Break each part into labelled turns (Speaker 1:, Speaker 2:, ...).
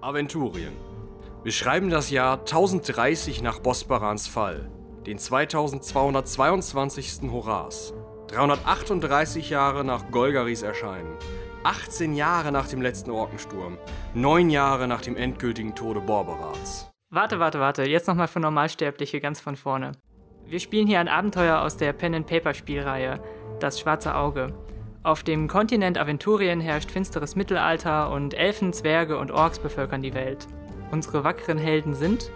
Speaker 1: Aventurien. Wir schreiben das Jahr 1030 nach Bosbarans Fall, den 2222. Horas, 338 Jahre nach Golgaris Erscheinen, 18 Jahre nach dem letzten Orkensturm, 9 Jahre nach dem endgültigen Tode Borberats.
Speaker 2: Warte, warte, warte. Jetzt nochmal für Normalsterbliche ganz von vorne. Wir spielen hier ein Abenteuer aus der Pen-and-Paper-Spielreihe, Das Schwarze Auge. Auf dem Kontinent Aventurien herrscht finsteres Mittelalter und Elfen, Zwerge und Orks bevölkern die Welt. Unsere wackeren Helden sind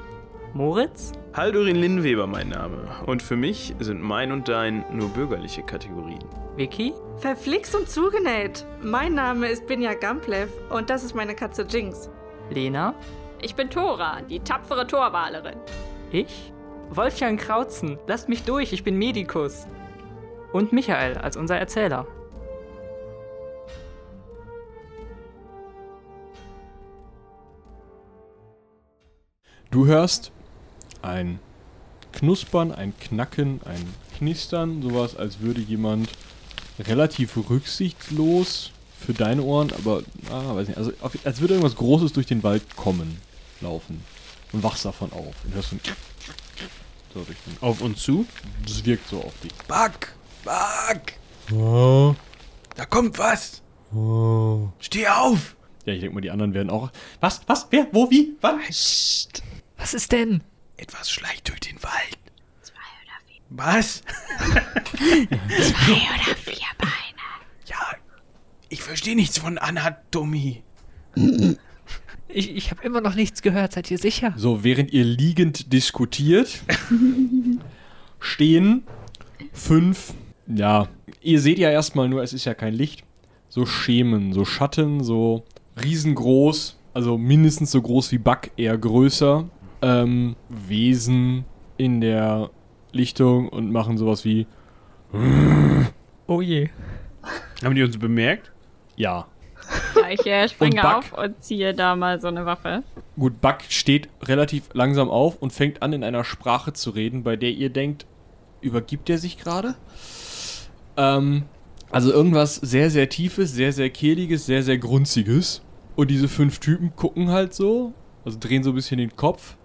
Speaker 2: Moritz,
Speaker 3: Haldurin Linnweber mein Name. Und für mich sind mein und dein nur bürgerliche Kategorien.
Speaker 2: Vicky,
Speaker 4: Verflixt und zugenäht. Mein Name ist Binja Gamplev und das ist meine Katze Jinx.
Speaker 2: Lena,
Speaker 5: Ich bin Tora, die tapfere Torwalerin.
Speaker 2: ich, Wolfgang Krautzen, lasst mich durch, ich bin Medikus. Und Michael als unser Erzähler.
Speaker 6: Du hörst ein Knuspern, ein Knacken, ein Knistern, sowas, als würde jemand relativ rücksichtslos für deine Ohren, aber ah, weiß nicht, also auf, als würde irgendwas Großes durch den Wald kommen, laufen und wachst davon auf und hörst so ein so durch den,
Speaker 3: Auf und zu?
Speaker 6: das wirkt so auf dich.
Speaker 7: Back, Back,
Speaker 6: Oh,
Speaker 7: da kommt was.
Speaker 3: Oh.
Speaker 7: Steh auf.
Speaker 6: Ja, ich denke mal, die anderen werden auch. Was? Was? Wer? Wo? Wie? Wann?
Speaker 7: Psst.
Speaker 8: Was ist denn?
Speaker 7: Etwas schleicht durch den Wald. Zwei oder vier. Was? Zwei oder vier Beine. Ja, ich verstehe nichts von Anatomie.
Speaker 8: Ich, ich habe immer noch nichts gehört, seid ihr sicher?
Speaker 6: So, während ihr liegend diskutiert, stehen fünf, ja, ihr seht ja erstmal nur, es ist ja kein Licht, so Schemen, so Schatten, so riesengroß, also mindestens so groß wie Buck, eher größer, ähm, Wesen in der Lichtung und machen sowas wie,
Speaker 8: Oh je.
Speaker 3: Haben die uns bemerkt?
Speaker 6: ja.
Speaker 5: Ja, Ich äh,
Speaker 6: Und
Speaker 5: springe
Speaker 6: Buck.
Speaker 5: auf und ziehe da mal so eine Waffe.
Speaker 6: Gut, Buck steht relativ langsam auf und fängt an, in einer Sprache zu reden, bei der ihr denkt, übergibt er sich gerade? Ähm, also irgendwas sehr, sehr Tiefes, sehr, sehr Kehliges, sehr, sehr Grunziges. Und diese fünf Typen gucken halt so, also drehen so ein bisschen den Kopf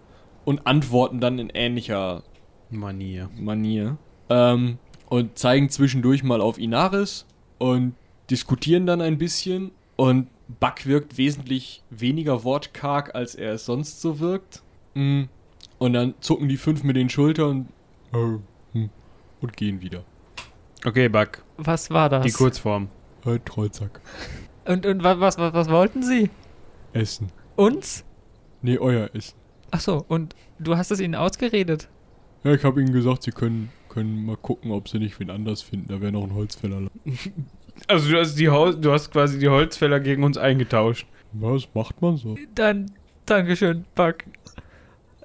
Speaker 6: und antworten dann in ähnlicher
Speaker 3: Manier.
Speaker 6: Manier. Ähm, und zeigen zwischendurch mal auf Inaris und diskutieren dann ein bisschen. Und Buck wirkt wesentlich weniger wortkarg, als er es sonst so wirkt. Mm. Und dann zucken die fünf mit den Schultern äh, hm, und gehen wieder.
Speaker 3: Okay, Buck.
Speaker 8: Was war das?
Speaker 3: Die Kurzform.
Speaker 6: Äh, Trollzack.
Speaker 8: Und, und wa- was, was, was wollten sie?
Speaker 6: Essen.
Speaker 8: Uns?
Speaker 6: Nee, euer Essen.
Speaker 8: Achso, und du hast es ihnen ausgeredet.
Speaker 6: Ja, ich habe ihnen gesagt, sie können, können mal gucken, ob sie nicht wen anders finden. Da wäre noch ein Holzfäller.
Speaker 3: Also du hast, die Haus du hast quasi die Holzfäller gegen uns eingetauscht.
Speaker 6: Was macht man so?
Speaker 8: Dann, Dankeschön, Buck.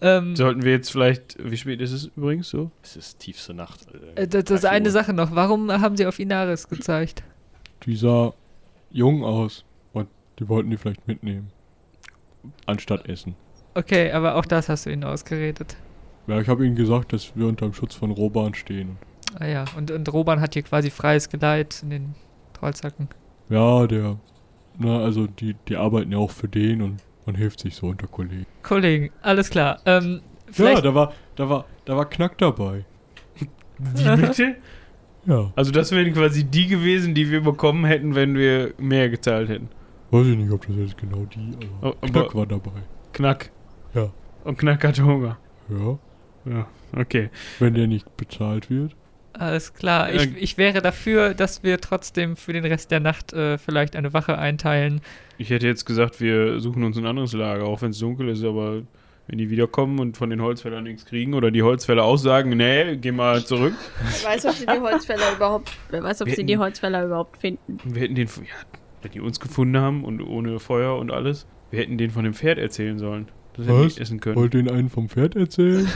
Speaker 8: Ähm,
Speaker 3: Sollten wir jetzt vielleicht... Wie spät ist es übrigens so?
Speaker 6: Es ist tiefste Nacht.
Speaker 8: äh, das, das ist eine Sache noch. Warum haben sie auf Inaris gezeigt?
Speaker 6: Die sah jung aus und die wollten die vielleicht mitnehmen. Anstatt Essen.
Speaker 8: Okay, aber auch das hast du ihnen ausgeredet.
Speaker 6: Ja, ich habe ihnen gesagt, dass wir unter dem Schutz von Roban stehen.
Speaker 8: Ah ja, und, und Roban hat hier quasi freies Geleit in den Trollzacken.
Speaker 6: Ja, der. Na, also die, die arbeiten ja auch für den und man hilft sich so unter Kollegen.
Speaker 8: Kollegen, alles klar. Ähm, vielleicht,
Speaker 6: Ja, da war, da war, da war Knack dabei.
Speaker 3: Die bitte?
Speaker 6: Ja.
Speaker 3: Also das wären quasi die gewesen, die wir bekommen hätten, wenn wir mehr gezahlt hätten.
Speaker 6: Weiß ich nicht, ob das jetzt genau die, aber,
Speaker 3: Aber-
Speaker 6: Knack war dabei.
Speaker 3: Knack.
Speaker 6: Ja.
Speaker 3: Und Knack hatte Hunger.
Speaker 6: Ja.
Speaker 3: Ja, okay.
Speaker 6: Wenn der nicht bezahlt wird.
Speaker 8: alles klar. Ich,
Speaker 3: Äh,
Speaker 8: ich wäre dafür, dass wir trotzdem für den Rest der Nacht äh, vielleicht eine Wache einteilen.
Speaker 3: Ich hätte jetzt gesagt, wir suchen uns ein anderes Lager, auch wenn es dunkel ist, aber wenn die wiederkommen und von den Holzfällern nichts kriegen oder die Holzfäller aussagen, nee, geh mal zurück.
Speaker 5: Wer weiß, ob sie die Holzfäller überhaupt, wer weiß, ob sie die Holzfäller überhaupt finden.
Speaker 3: Wir hätten den, ja, wenn die uns gefunden haben und ohne Feuer und alles, wir hätten den von dem Pferd erzählen sollen. Das hätten
Speaker 6: Was?
Speaker 3: wir essen können.
Speaker 6: Wollt ihr ihnen einen vom Pferd erzählen?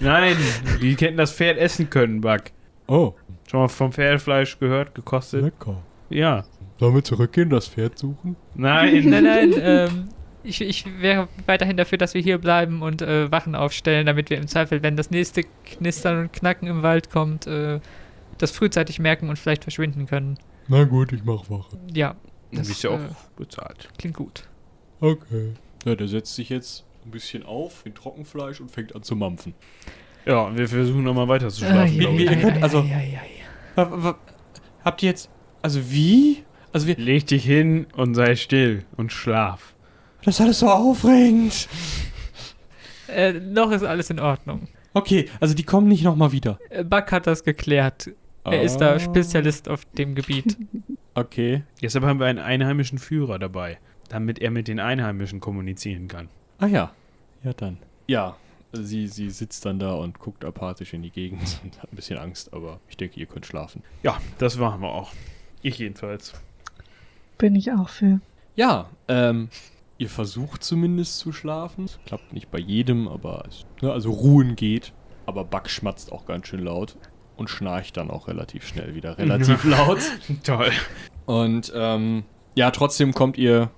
Speaker 3: Nein, die hätten das Pferd essen können, Buck.
Speaker 6: Oh,
Speaker 3: Schon mal vom Pferdfleisch gehört, gekostet?
Speaker 6: lecker.
Speaker 3: Ja.
Speaker 6: Sollen wir zurückgehen, das Pferd suchen?
Speaker 3: Nein.
Speaker 8: Nein, nein, ähm, ich, ich wäre weiterhin dafür, dass wir hier bleiben und äh, Wachen aufstellen, damit wir im Zweifel, wenn das nächste Knistern und Knacken im Wald kommt, äh, das frühzeitig merken und vielleicht verschwinden können.
Speaker 6: Na gut, ich mach Wache.
Speaker 8: Ja,
Speaker 7: Das ist ja auch
Speaker 8: äh,
Speaker 7: bezahlt.
Speaker 8: klingt gut.
Speaker 6: Okay. Ja, der setzt sich jetzt ein bisschen auf in Trockenfleisch und fängt an zu mampfen.
Speaker 7: Ja, wir versuchen nochmal weiter zu schlafen, glaube ich.
Speaker 9: ihr könnt- also-
Speaker 8: ei, ei.
Speaker 9: Habt ihr jetzt. Also wie? Also wir.
Speaker 7: Leg dich hin und sei still und schlaf.
Speaker 9: Das ist alles so aufregend.
Speaker 8: Äh, noch ist alles in Ordnung.
Speaker 9: Okay, also die kommen nicht nochmal wieder.
Speaker 8: Äh, Buck hat das geklärt. Er ist
Speaker 9: Ah.
Speaker 8: da Spezialist auf dem Gebiet.
Speaker 6: Okay.
Speaker 7: Deshalb haben wir einen einheimischen Führer dabei, damit er mit den Einheimischen kommunizieren kann.
Speaker 6: Ah ja. Ja, dann. Ja, also sie, sie sitzt dann da und guckt apathisch in die Gegend und hat ein bisschen Angst, aber ich denke, ihr könnt schlafen.
Speaker 7: Ja, das machen wir auch. Ich jedenfalls.
Speaker 4: Bin ich auch für.
Speaker 6: Ja, ähm, ihr versucht zumindest zu schlafen. Klappt nicht bei jedem, aber es, ne, also ruhen geht. Aber Buck schmatzt auch ganz schön laut und schnarcht dann auch relativ schnell wieder. Relativ laut.
Speaker 7: Toll.
Speaker 6: Und ähm, ja, trotzdem kommt ihr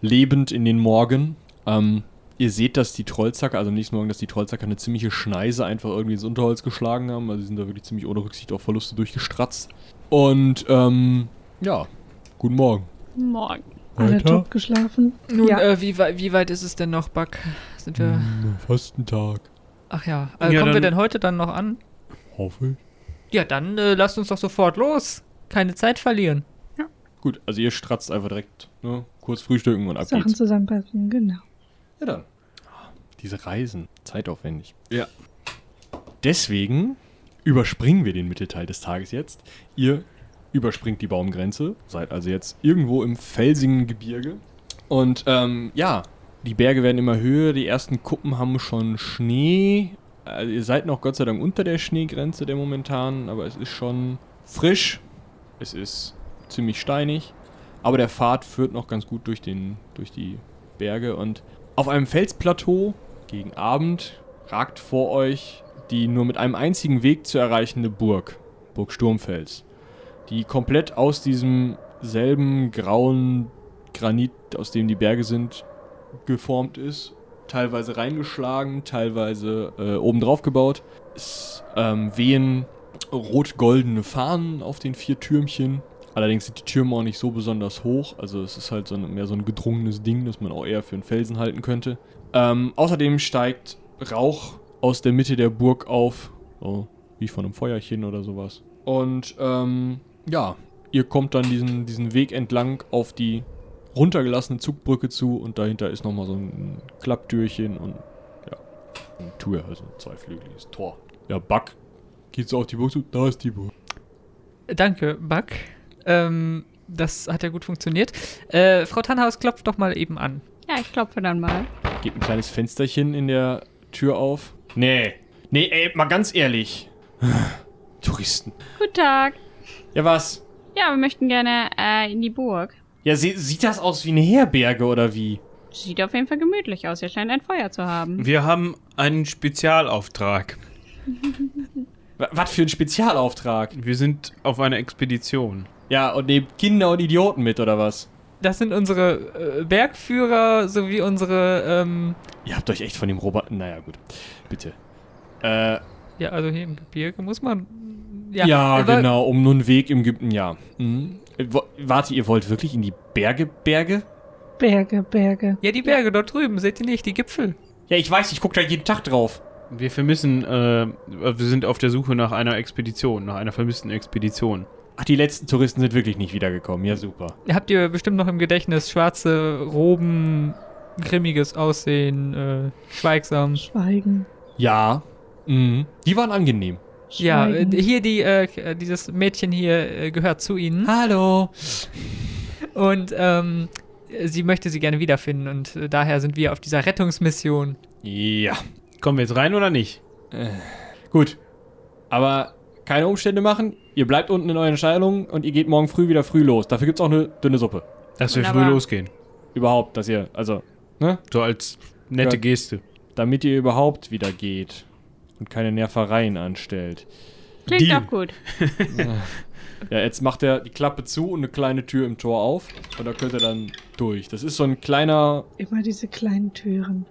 Speaker 6: lebend in den Morgen. Ähm, ihr seht, dass die Trollzacker, also am nächsten Morgen, dass die Trollzacker eine ziemliche Schneise einfach irgendwie ins Unterholz geschlagen haben. Also sie sind da wirklich ziemlich ohne Rücksicht auf Verluste durchgestratzt. Und ähm, ja, guten Morgen.
Speaker 5: Morgen.
Speaker 4: Alle top geschlafen.
Speaker 8: Nun,
Speaker 4: Ja.
Speaker 8: äh, wie, wei- wie weit ist es denn noch, Buck? Sind wir.
Speaker 9: Hm.
Speaker 6: Fast ein Tag,
Speaker 8: Ach ja. Äh,
Speaker 7: Ja,
Speaker 8: kommen wir
Speaker 7: dann-
Speaker 8: denn heute dann noch an?
Speaker 6: hoffe ich.
Speaker 8: Ja, dann äh, lasst uns doch sofort los. Keine Zeit verlieren.
Speaker 6: Gut, also ihr stratzt einfach direkt, ne? Kurz frühstücken und ab
Speaker 4: Sachen
Speaker 6: geht's.
Speaker 4: zusammenpassen, genau.
Speaker 6: Ja dann. Diese Reisen, zeitaufwendig. Ja. Deswegen überspringen wir den Mittelteil des Tages jetzt. Ihr überspringt die Baumgrenze, seid also jetzt irgendwo im felsigen Gebirge. Und ähm, ja, die Berge werden immer höher, die ersten Kuppen haben schon Schnee. Also ihr seid noch Gott sei Dank unter der Schneegrenze der momentanen, aber es ist schon frisch. Es ist ziemlich steinig. Aber der Pfad führt noch ganz gut durch, den, durch die Berge und auf einem Felsplateau gegen Abend ragt vor euch die nur mit einem einzigen Weg zu erreichende Burg, Burg Sturmfels, die komplett aus diesem selben grauen Granit, aus dem die Berge sind, geformt ist. Teilweise reingeschlagen, teilweise äh, obendrauf gebaut. Es ähm, wehen rot-goldene Fahnen auf den vier Türmchen. Allerdings sind die Türme auch nicht so besonders hoch. Also es ist halt so ein, mehr so ein gedrungenes Ding, das man auch eher für einen Felsen halten könnte. Ähm, außerdem steigt Rauch aus der Mitte der Burg auf. So, wie von einem Feuerchen oder sowas. Und ähm, ja, ihr kommt dann diesen, diesen Weg entlang auf die runtergelassene Zugbrücke zu und dahinter ist nochmal so ein Klapptürchen und ja, eine Tür, also ein zweiflügeliges Tor. Ja, Buck geht so auf die Burg zu, da ist die Burg.
Speaker 8: Danke, Buck. Ähm, das hat ja gut funktioniert. Äh, Frau Tannhaus klopft doch mal eben an.
Speaker 5: Ja, ich klopfe dann mal.
Speaker 6: Geht ein kleines Fensterchen in der Tür auf. Nee, nee, ey, mal ganz ehrlich. Touristen.
Speaker 5: Guten Tag.
Speaker 6: Ja, was?
Speaker 5: Ja, wir möchten gerne äh, in die Burg.
Speaker 6: Ja, sie- sieht das aus wie eine Herberge oder wie?
Speaker 5: Sieht auf jeden Fall gemütlich aus. Hier scheint ein Feuer zu haben.
Speaker 7: Wir haben einen Spezialauftrag.
Speaker 6: Wa- Was für ein Spezialauftrag.
Speaker 7: Wir sind auf einer Expedition.
Speaker 6: Ja, und nehmt Kinder und Idioten mit oder was?
Speaker 8: Das sind unsere äh, Bergführer sowie unsere. Ähm,
Speaker 6: Ihr habt euch echt von dem Robert. Naja, gut. Bitte. Äh,
Speaker 8: ja, also hier im Gebirge muss man. Ja, Äh,
Speaker 6: ja,
Speaker 8: aber-
Speaker 6: genau, um nun Weg im Gipfel. Ja. Mhm. Äh, wo- Warte, ihr wollt wirklich in die Berge, Berge?
Speaker 4: Berge, Berge.
Speaker 8: Ja, die Berge dort drüben, seht ihr nicht, die Gipfel.
Speaker 6: Ja, ich weiß, ich guck da jeden Tag drauf.
Speaker 7: Wir vermissen, äh, wir sind auf der Suche nach einer Expedition, nach einer vermissten Expedition.
Speaker 6: Ach, die letzten Touristen sind wirklich nicht wiedergekommen. Ja, super.
Speaker 8: Habt ihr bestimmt noch im Gedächtnis schwarze Roben, grimmiges Aussehen, äh, schweigsam.
Speaker 4: Schweigen.
Speaker 6: Ja. Mhm. Die waren angenehm.
Speaker 8: Ja, äh,
Speaker 4: Schweigen.
Speaker 8: hier die, äh, dieses Mädchen hier äh, gehört zu ihnen.
Speaker 6: Hallo.
Speaker 8: Und ähm, sie möchte sie gerne wiederfinden und äh, daher sind wir auf dieser Rettungsmission.
Speaker 6: Ja.
Speaker 7: Kommen wir jetzt rein oder nicht?
Speaker 6: Gut. Aber keine Umstände machen. Ihr bleibt unten in euren Entscheidungen und ihr geht morgen früh wieder früh los. Dafür gibt's auch eine dünne Suppe.
Speaker 7: Dass wir früh
Speaker 5: Wunderbar.
Speaker 7: losgehen.
Speaker 6: Überhaupt, dass ihr, also, ne?
Speaker 7: So als nette
Speaker 6: Ja.
Speaker 7: Geste.
Speaker 6: Damit ihr überhaupt wieder geht und keine Nervereien anstellt.
Speaker 5: Klingt
Speaker 7: Deal.
Speaker 5: doch gut.
Speaker 6: Ja, jetzt macht er die Klappe zu und eine kleine Tür im Tor auf. Und da könnt ihr dann durch. Das ist so ein kleiner
Speaker 4: Immer diese kleinen Türen.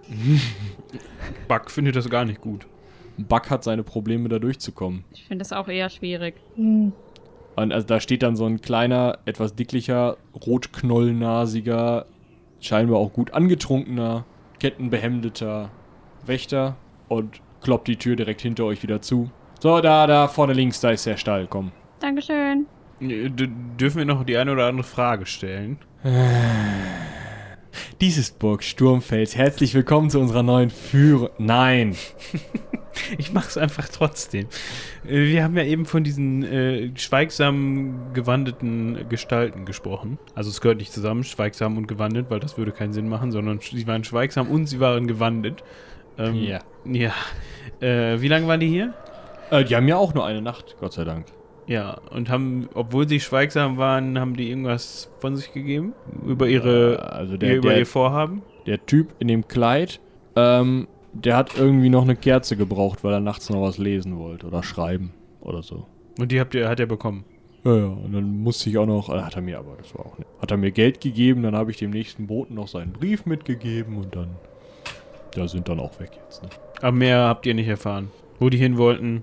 Speaker 7: Buck findet das gar nicht gut.
Speaker 6: Bug hat seine Probleme, da durchzukommen.
Speaker 5: Ich finde das auch eher schwierig.
Speaker 4: Hm.
Speaker 6: Und also da steht dann so ein kleiner, etwas dicklicher, rotknollnasiger, scheinbar auch gut angetrunkener, kettenbehemdeter Wächter und kloppt die Tür direkt hinter euch wieder zu. So, da, da, vorne links, da ist der Stall, komm.
Speaker 5: Dankeschön.
Speaker 7: Äh, D dürfen wir noch die eine oder andere Frage stellen?
Speaker 6: Dies ist Burg Sturmfels. Herzlich willkommen zu unserer neuen Führung. Nein.
Speaker 7: Ich mach's einfach trotzdem. Äh, Wir haben ja eben von diesen äh, schweigsamen, gewandeten Gestalten gesprochen. Also es gehört nicht zusammen, schweigsam und gewandet, weil das würde keinen Sinn machen, sondern sch- sie waren schweigsam und sie waren gewandet. Ähm,
Speaker 6: Ja.
Speaker 7: Ja. Äh, wie lange waren die hier?
Speaker 6: Äh, die haben ja auch nur eine Nacht, Gott sei Dank.
Speaker 7: Ja, und haben, obwohl sie schweigsam waren, haben die irgendwas von sich gegeben? Über ihre
Speaker 6: also der,
Speaker 7: über
Speaker 6: der,
Speaker 7: ihr Vorhaben?
Speaker 6: der Typ in dem Kleid, ähm, der hat irgendwie noch eine Kerze gebraucht, weil er nachts noch was lesen wollte oder schreiben oder so.
Speaker 7: Und die habt ihr, hat er bekommen.
Speaker 6: Ja, ja, und dann musste ich auch noch, ah, hat er mir aber, das war auch nicht. Hat er mir Geld gegeben, dann habe ich dem nächsten Boten noch seinen Brief mitgegeben und dann, da sind dann auch weg jetzt. Ne?
Speaker 7: Aber mehr habt ihr nicht erfahren. Wo die hin wollten.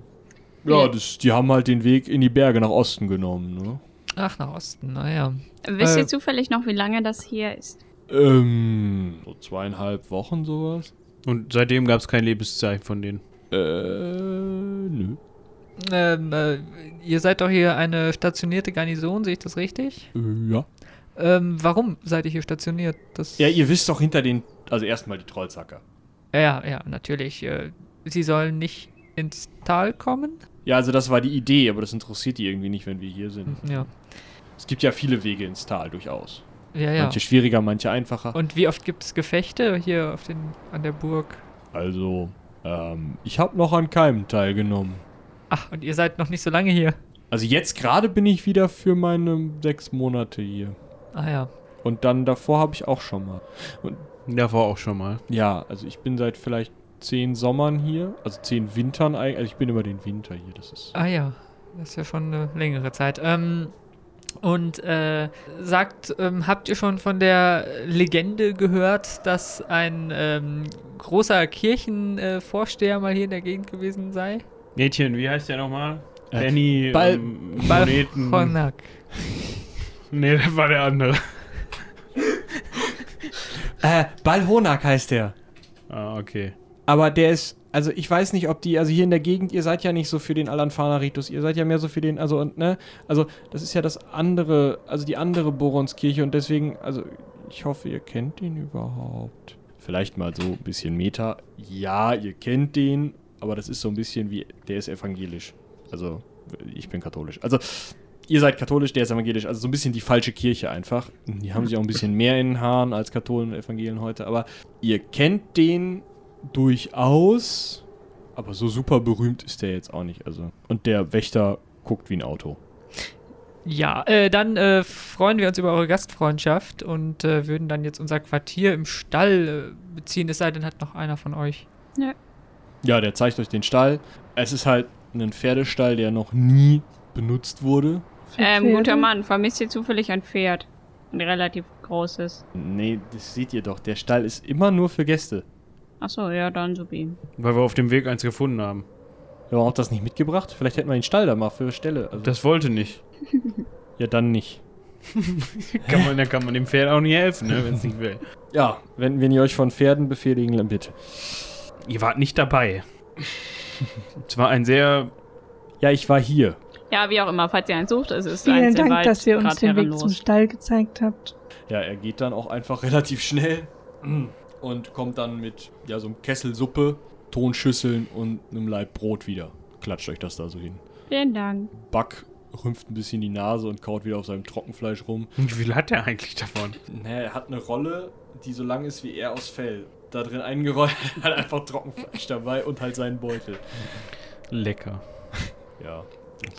Speaker 6: Ja, das, die haben halt den Weg in die Berge nach Osten genommen, ne?
Speaker 8: Ach, nach Osten, naja.
Speaker 5: Wisst
Speaker 8: Äh,
Speaker 5: ihr zufällig noch, wie lange das hier ist?
Speaker 6: Ähm, so zweieinhalb Wochen sowas?
Speaker 7: Und seitdem gab es kein Lebenszeichen von denen.
Speaker 6: Äh, nö.
Speaker 8: Ähm, äh, ihr seid doch hier eine stationierte Garnison, sehe ich das richtig?
Speaker 6: Äh, ja.
Speaker 8: Ähm, warum seid ihr hier stationiert? Das
Speaker 6: Ja, ihr wisst doch hinter den, also erstmal die Trollzacker.
Speaker 8: ja, ja, natürlich. Äh, sie sollen nicht ins Tal kommen?
Speaker 6: Ja, also das war die Idee, aber das interessiert die irgendwie nicht, wenn wir hier sind.
Speaker 8: Ja,
Speaker 6: Es gibt ja viele Wege ins Tal durchaus.
Speaker 8: ja, ja.
Speaker 6: Manche schwieriger, manche einfacher.
Speaker 8: Und wie oft gibt es Gefechte hier auf den, an der Burg?
Speaker 6: Also, ähm, ich habe noch an keinem teilgenommen.
Speaker 8: Ach, und ihr seid noch nicht so lange hier.
Speaker 6: Also jetzt gerade bin ich wieder für meine sechs Monate hier.
Speaker 8: Ah ja.
Speaker 6: Und dann davor habe ich auch schon mal.
Speaker 7: Davor auch schon mal.
Speaker 6: Ja, also ich bin seit vielleicht zehn Sommern hier, also zehn Wintern eigentlich. Also ich bin über den Winter hier. Das ist.
Speaker 8: Ah ja, das ist ja schon eine längere Zeit. Ähm, und äh, sagt, ähm, habt ihr schon von der Legende gehört, dass ein ähm, großer Kirchenvorsteher äh, Vorsteher mal hier in der Gegend gewesen sei?
Speaker 7: Mädchen, wie heißt der nochmal?
Speaker 6: Äh,
Speaker 7: Danny
Speaker 6: Bal-
Speaker 7: ähm, Moneten.
Speaker 8: Honak.
Speaker 7: nee, das war der andere.
Speaker 6: Äh, Ballhonak heißt der.
Speaker 7: Ah, okay.
Speaker 6: Aber der ist, also ich weiß nicht, ob die, also hier in der Gegend, ihr seid ja nicht so für den Alanfana-Ritus, ihr seid ja mehr so für den, also und, ne, also das ist ja das andere, also die andere Boronskirche und deswegen, also ich hoffe, ihr kennt den überhaupt. Vielleicht mal so ein bisschen Meta. Ja, ihr kennt den, aber das ist so ein bisschen wie, der ist evangelisch. Also ich bin katholisch. Also ihr seid katholisch, der ist evangelisch. Also so ein bisschen die falsche Kirche einfach. Die haben sich auch ein bisschen mehr in den Haaren als Katholen und Evangelen heute. Aber ihr kennt den durchaus, aber so super berühmt ist der jetzt auch nicht. Also und der Wächter guckt wie ein Auto.
Speaker 8: Ja, äh, dann äh, freuen wir uns über eure Gastfreundschaft und äh, würden dann jetzt unser Quartier im Stall äh, beziehen, es sei denn, hat noch einer von euch.
Speaker 6: Ja, der zeigt euch den Stall. Es ist halt ein Pferdestall, der noch nie benutzt wurde.
Speaker 5: Ähm,
Speaker 4: Pferde?
Speaker 5: guter Mann, vermisst ihr zufällig ein Pferd? Ein relativ großes.
Speaker 6: Nee, das seht ihr doch. Der Stall ist immer nur für Gäste.
Speaker 5: Achso, ja, dann so wie.
Speaker 7: Weil wir auf dem Weg eins gefunden haben.
Speaker 6: Warum habt ihr das nicht mitgebracht? Vielleicht hätten wir den Stall da mal für Stelle. Also,
Speaker 7: Das wollte nicht.
Speaker 6: ja, dann nicht.
Speaker 7: Kann man, da kann man dem Pferd auch nicht helfen, ne, wenn es nicht will.
Speaker 6: Ja, wenn, wenn ihr euch von Pferden befehligen, dann bitte.
Speaker 7: Ihr wart nicht dabei. Es war ein sehr.
Speaker 6: Ja, ich war hier.
Speaker 5: Ja, wie auch immer, falls ihr eins sucht, es ist
Speaker 4: Vielen
Speaker 5: eins im
Speaker 4: Dank,
Speaker 5: Wald,
Speaker 4: dass ihr uns
Speaker 5: grad
Speaker 4: den Weg
Speaker 5: herrenlos.
Speaker 4: zum Stall gezeigt habt.
Speaker 6: Ja, er geht dann auch einfach relativ schnell und kommt dann mit ja, so einem Kessel Suppe, Tonschüsseln und einem Laib Brot wieder. Klatscht euch das da so hin.
Speaker 5: Vielen Dank.
Speaker 6: Buck rümpft ein bisschen die Nase und kaut wieder auf seinem Trockenfleisch rum.
Speaker 7: Wie viel hat der eigentlich davon?
Speaker 6: Ne, er hat eine Rolle, die so lang ist wie er aus Fell. Da drin eingerollt, hat einfach Trockenfleisch dabei und halt seinen Beutel.
Speaker 7: Lecker.
Speaker 6: Ja.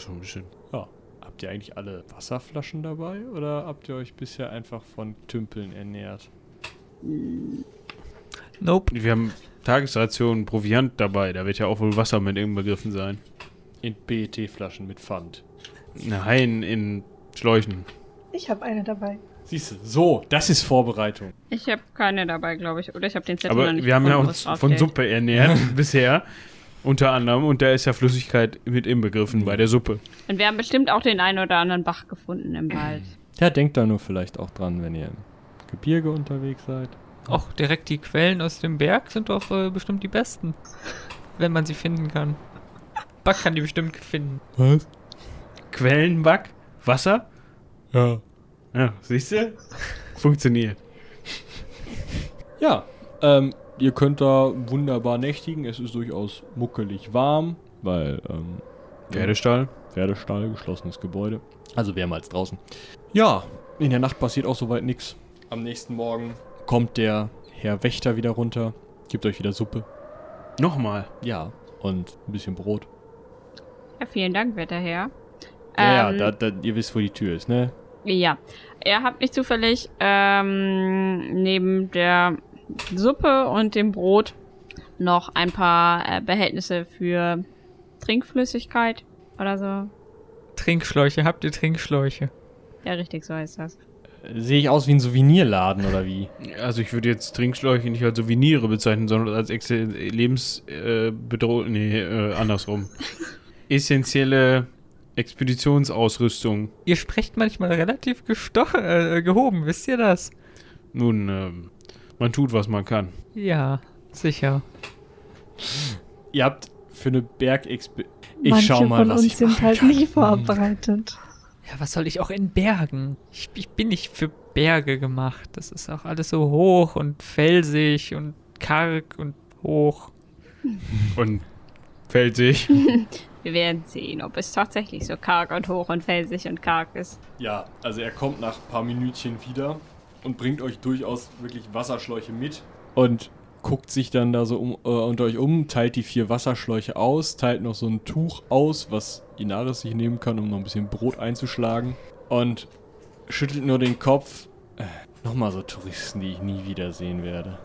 Speaker 7: Schon ein bisschen.
Speaker 6: ja. Habt ihr eigentlich alle Wasserflaschen dabei oder habt ihr euch bisher einfach von Tümpeln ernährt?
Speaker 8: Nope.
Speaker 7: Wir haben Tagesrationen Proviant dabei. Da wird ja auch wohl Wasser mit inbegriffen sein.
Speaker 6: In PET-Flaschen mit Pfand.
Speaker 7: Nein, in Schläuchen.
Speaker 4: Ich habe eine dabei.
Speaker 6: Siehst du, so, das ist Vorbereitung.
Speaker 5: Ich habe keine dabei, glaube ich. Oder ich habe den Zettel noch
Speaker 7: Aber
Speaker 5: nicht
Speaker 7: wir haben ja
Speaker 5: gefunden, wo
Speaker 7: uns
Speaker 5: es
Speaker 7: von
Speaker 5: draufsteht.
Speaker 7: Suppe ernährt bisher. Unter anderem, und da ist ja Flüssigkeit mit inbegriffen bei der Suppe.
Speaker 5: Und wir haben bestimmt auch den einen oder anderen Bach gefunden im Wald.
Speaker 1: Ja, denkt da nur vielleicht auch dran, wenn ihr im Gebirge unterwegs seid.
Speaker 8: Auch direkt die Quellen aus dem Berg sind doch äh, bestimmt die besten. Wenn man sie finden kann. Buck kann die bestimmt finden.
Speaker 1: Was?
Speaker 7: Quellenback, Wasser.
Speaker 1: Ja.
Speaker 7: Ja, siehst du? Funktioniert.
Speaker 1: Ja, ähm, ihr könnt da wunderbar nächtigen. Es ist durchaus muckelig warm, weil ähm,
Speaker 7: Pferdestall.
Speaker 1: Pferdestall, geschlossenes Gebäude. Also wärmer als draußen. Ja, in der Nacht passiert auch soweit nichts. Am nächsten Morgen kommt der Herr Wächter wieder runter, gibt euch wieder Suppe.
Speaker 7: Nochmal.
Speaker 1: Ja, und ein bisschen Brot.
Speaker 5: Ja, vielen Dank, werter Herr.
Speaker 1: Ja,
Speaker 5: Ähm,
Speaker 1: ja, da, da, ihr wisst, wo die Tür ist, ne?
Speaker 5: Ja, ihr habt nicht zufällig ähm, neben der Suppe und dem Brot noch ein paar äh, Behältnisse für Trinkflüssigkeit oder so.
Speaker 8: Trinkschläuche, habt ihr Trinkschläuche?
Speaker 5: Ja, richtig, so heißt das.
Speaker 1: Sehe ich aus wie ein Souvenirladen oder wie?
Speaker 7: Also ich würde jetzt Trinkschläuche nicht als Souvenire bezeichnen, sondern als Exe- Lebens äh, bedroh- nee, äh, andersrum. Essentielle Expeditionsausrüstung.
Speaker 8: Ihr sprecht manchmal relativ gestochen, äh, gehoben, wisst ihr das?
Speaker 7: Nun, ähm, man tut, was man kann.
Speaker 8: Ja, sicher.
Speaker 1: Ihr habt für eine Bergexpe... Ich
Speaker 10: Manche
Speaker 1: schau mal,
Speaker 10: von
Speaker 1: was
Speaker 10: uns
Speaker 1: ich
Speaker 10: sind
Speaker 1: machen
Speaker 10: halt
Speaker 1: kann.
Speaker 10: nie vorbereitet.
Speaker 8: Ja, was soll ich auch in Bergen? Ich, ich bin nicht für Berge gemacht. Das ist auch alles so hoch und felsig und karg und hoch.
Speaker 7: Und fällt sich.
Speaker 5: Wir werden sehen, ob es tatsächlich so karg und hoch und felsig und karg ist.
Speaker 1: Ja, also er kommt nach ein paar Minütchen wieder und bringt euch durchaus wirklich Wasserschläuche mit und guckt sich dann da so um, äh, unter euch um, teilt die vier Wasserschläuche aus, teilt noch so ein Tuch aus, was Inaris sich nehmen kann, um noch ein bisschen Brot einzuschlagen und schüttelt nur den Kopf. Äh, Nochmal so Touristen, die ich nie wiedersehen werde.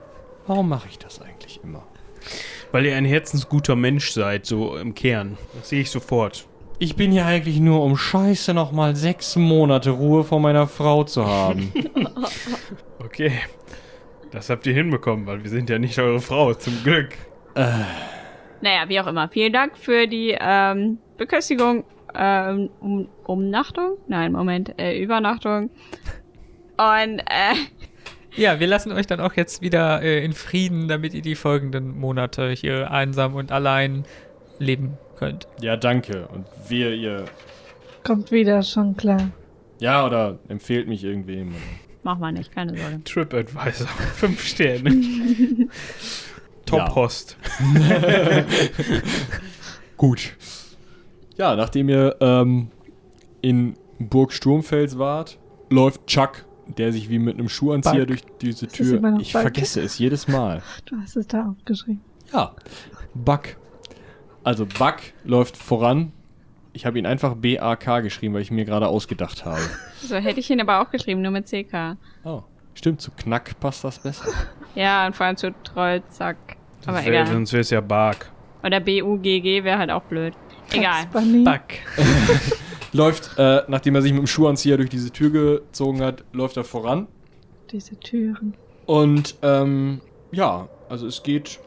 Speaker 1: Warum mache ich das eigentlich immer?
Speaker 7: Weil ihr ein herzensguter Mensch seid, so im Kern. Das sehe ich sofort.
Speaker 1: Ich bin ja eigentlich nur, um Scheiße nochmal sechs Monate Ruhe vor meiner Frau zu haben.
Speaker 7: Okay. Das habt ihr hinbekommen, weil wir sind ja nicht eure Frau, zum Glück.
Speaker 5: Naja, wie auch immer. Vielen Dank für die ähm, Beköstigung. Ähm, um, Umnachtung? Nein, Moment, äh, Übernachtung. Und äh,
Speaker 8: Ja, wir lassen euch dann auch jetzt wieder äh, in Frieden, damit ihr die folgenden Monate hier einsam und allein leben könnt.
Speaker 1: ja, danke. Und wir, ihr
Speaker 10: Kommt wieder, schon klar.
Speaker 1: Ja, oder empfehlt mich irgendwem.
Speaker 5: mach mal nicht, keine Sorge.
Speaker 7: TripAdvisor. Fünf Sterne. Top-Host.
Speaker 1: Gut. Ja, nachdem ihr ähm, in Burg Sturmfels wart, läuft Chuck, der sich wie mit einem Schuhanzieher
Speaker 8: Buck.
Speaker 1: durch diese
Speaker 10: das immer
Speaker 1: Tür.
Speaker 10: noch
Speaker 1: Ich
Speaker 10: Buck?
Speaker 1: vergesse es jedes Mal.
Speaker 10: Du hast es da aufgeschrieben.
Speaker 1: Ja, Buck. Also Buck läuft voran. Ich habe ihn einfach B-A-K geschrieben, weil ich ihn mir gerade ausgedacht habe.
Speaker 5: So hätte ich ihn aber auch geschrieben, nur mit CK.
Speaker 1: Oh, stimmt, zu Knack passt das besser.
Speaker 5: Ja, und vor allem zu Trollzack. Aber
Speaker 7: Sonst wär-
Speaker 5: egal.
Speaker 7: Sonst wäre es ja Bark.
Speaker 5: Oder BUGG wäre halt auch blöd. Egal.
Speaker 10: Bunny.
Speaker 8: Buck.
Speaker 1: Läuft, äh, nachdem er sich mit dem Schuhanzieher durch diese Tür gezogen hat, läuft er voran.
Speaker 10: Diese Türen.
Speaker 1: Und ähm, ja, also es geht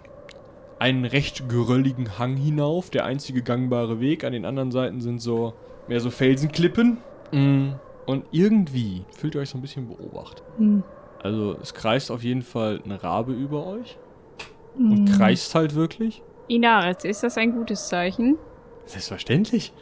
Speaker 1: einen recht gerölligen Hang hinauf, der einzige gangbare Weg. An den anderen Seiten sind so mehr so Felsenklippen. Mm, Und irgendwie fühlt ihr euch so ein bisschen beobachtet.
Speaker 10: Hm.
Speaker 1: Also es kreist auf jeden Fall eine Rabe über euch
Speaker 10: Hm.
Speaker 1: und kreist halt wirklich.
Speaker 5: Inaris, ist das ein gutes Zeichen?
Speaker 1: Selbstverständlich.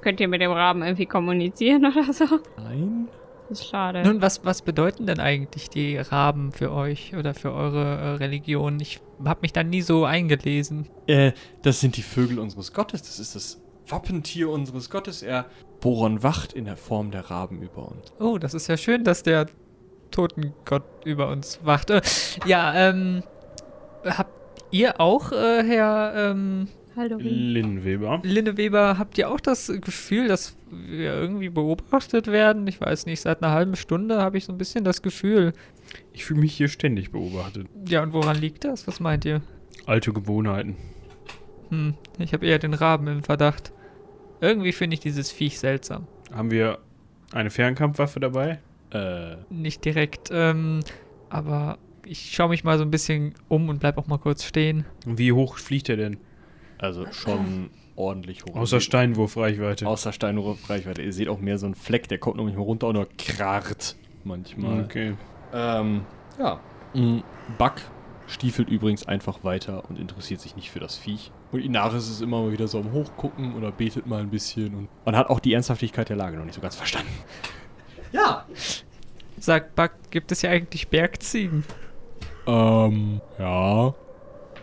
Speaker 5: Könnt ihr mit dem Raben irgendwie kommunizieren oder so?
Speaker 1: Nein.
Speaker 5: Ist schade.
Speaker 8: Nun, was, was bedeuten denn eigentlich die Raben für euch oder für eure äh, Religion? Ich habe mich da nie so eingelesen.
Speaker 1: Äh, das sind die Vögel unseres Gottes. Das ist das Wappentier unseres Gottes. Er Boron wacht in der Form der Raben über uns.
Speaker 8: Oh, das ist ja schön, dass der Totengott über uns wacht. Äh, ja, ähm, habt ihr auch, äh, Herr ähm,
Speaker 5: Haldorin.
Speaker 7: Lynn Weber.
Speaker 8: Linde Weber, habt ihr auch das Gefühl, dass wir irgendwie beobachtet werden? Ich weiß nicht, seit einer halben Stunde habe ich so ein bisschen das Gefühl.
Speaker 7: Ich fühle mich hier ständig beobachtet.
Speaker 8: Ja, und woran liegt das? Was meint ihr?
Speaker 7: Alte Gewohnheiten.
Speaker 8: Hm, ich habe eher den Raben im Verdacht. Irgendwie finde ich dieses Viech seltsam.
Speaker 7: Haben wir eine Fernkampfwaffe dabei?
Speaker 1: Äh.
Speaker 8: Nicht direkt, ähm, aber ich schaue mich mal so ein bisschen um und bleib auch mal kurz stehen.
Speaker 7: Und Wie hoch fliegt er denn?
Speaker 6: Also schon ordentlich hoch.
Speaker 7: Außer Steinwurfreichweite.
Speaker 6: Außer Steinreichweite. Ihr seht auch mehr so einen Fleck, der kommt noch nicht mal runter und nur krarrt manchmal.
Speaker 7: okay.
Speaker 6: Ähm, ja. Mm, Buck stiefelt übrigens einfach weiter und interessiert sich nicht für das Viech. Und Inaris ist immer mal wieder so am Hochgucken oder betet mal ein bisschen und man hat auch die Ernsthaftigkeit der Lage noch nicht so ganz verstanden. Ja.
Speaker 8: Sagt Buck, gibt es hier eigentlich Bergziegen?
Speaker 6: Ähm, ja.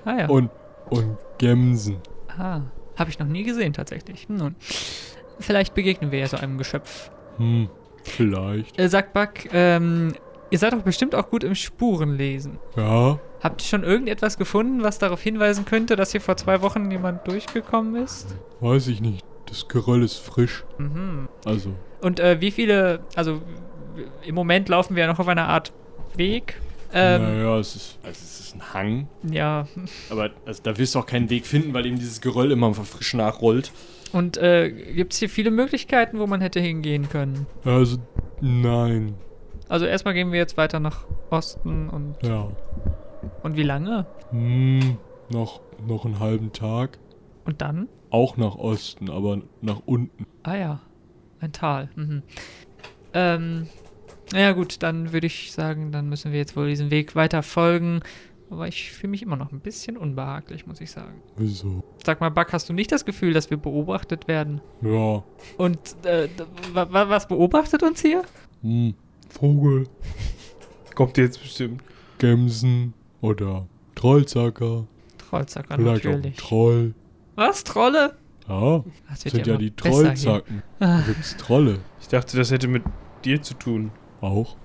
Speaker 8: Ah ja.
Speaker 6: Und, und Gemsen.
Speaker 8: Ah, habe ich noch nie gesehen tatsächlich. Nun, vielleicht begegnen wir ja so einem Geschöpf.
Speaker 6: Hm, vielleicht.
Speaker 8: Äh, sagt Buck, ähm, ihr seid doch bestimmt auch gut im Spurenlesen.
Speaker 6: Ja.
Speaker 8: Habt ihr schon irgendetwas gefunden, was darauf hinweisen könnte, dass hier vor zwei Wochen jemand durchgekommen ist?
Speaker 6: Weiß ich nicht. Das Geröll ist frisch.
Speaker 8: Mhm.
Speaker 6: Also,
Speaker 8: Und äh, wie viele, also w- im Moment laufen wir ja noch auf einer Art Weg. Ähm,
Speaker 6: naja, es ist, also es ist ein Hang.
Speaker 8: ja.
Speaker 6: Aber also, da wirst du auch keinen Weg finden, weil eben dieses Geröll immer frisch nachrollt.
Speaker 8: Und äh, gibt es hier viele Möglichkeiten, wo man hätte hingehen können?
Speaker 6: Also, nein.
Speaker 8: Also erstmal gehen wir jetzt weiter nach Osten und,
Speaker 6: Ja.
Speaker 8: und wie lange?
Speaker 6: Hm, noch, noch einen halben Tag.
Speaker 8: Und dann?
Speaker 6: Auch nach Osten, aber nach unten.
Speaker 8: Ah ja, ein Tal. Mhm. Ähm, naja gut, dann würde ich sagen, dann müssen wir jetzt wohl diesen Weg weiter folgen. Aber ich fühle mich immer noch ein bisschen unbehaglich, muss ich sagen.
Speaker 6: Wieso?
Speaker 8: Sag mal, Buck, hast du nicht das Gefühl, dass wir beobachtet werden?
Speaker 6: Ja.
Speaker 8: Und äh, d- wa wa was beobachtet uns hier?
Speaker 6: Hm. Vogel,
Speaker 7: Kommt jetzt bestimmt.
Speaker 6: Gemsen oder Trollzacker.
Speaker 8: Trollzacker
Speaker 6: Vielleicht auch ein
Speaker 8: natürlich.
Speaker 6: Troll.
Speaker 8: was, Trolle?
Speaker 6: Ja,
Speaker 8: Das
Speaker 6: sind ja
Speaker 8: immer
Speaker 6: die
Speaker 8: besser hier.
Speaker 6: Trollzacken. Da gibt's Trolle
Speaker 7: Ich dachte, das hätte mit dir zu tun.
Speaker 6: auch.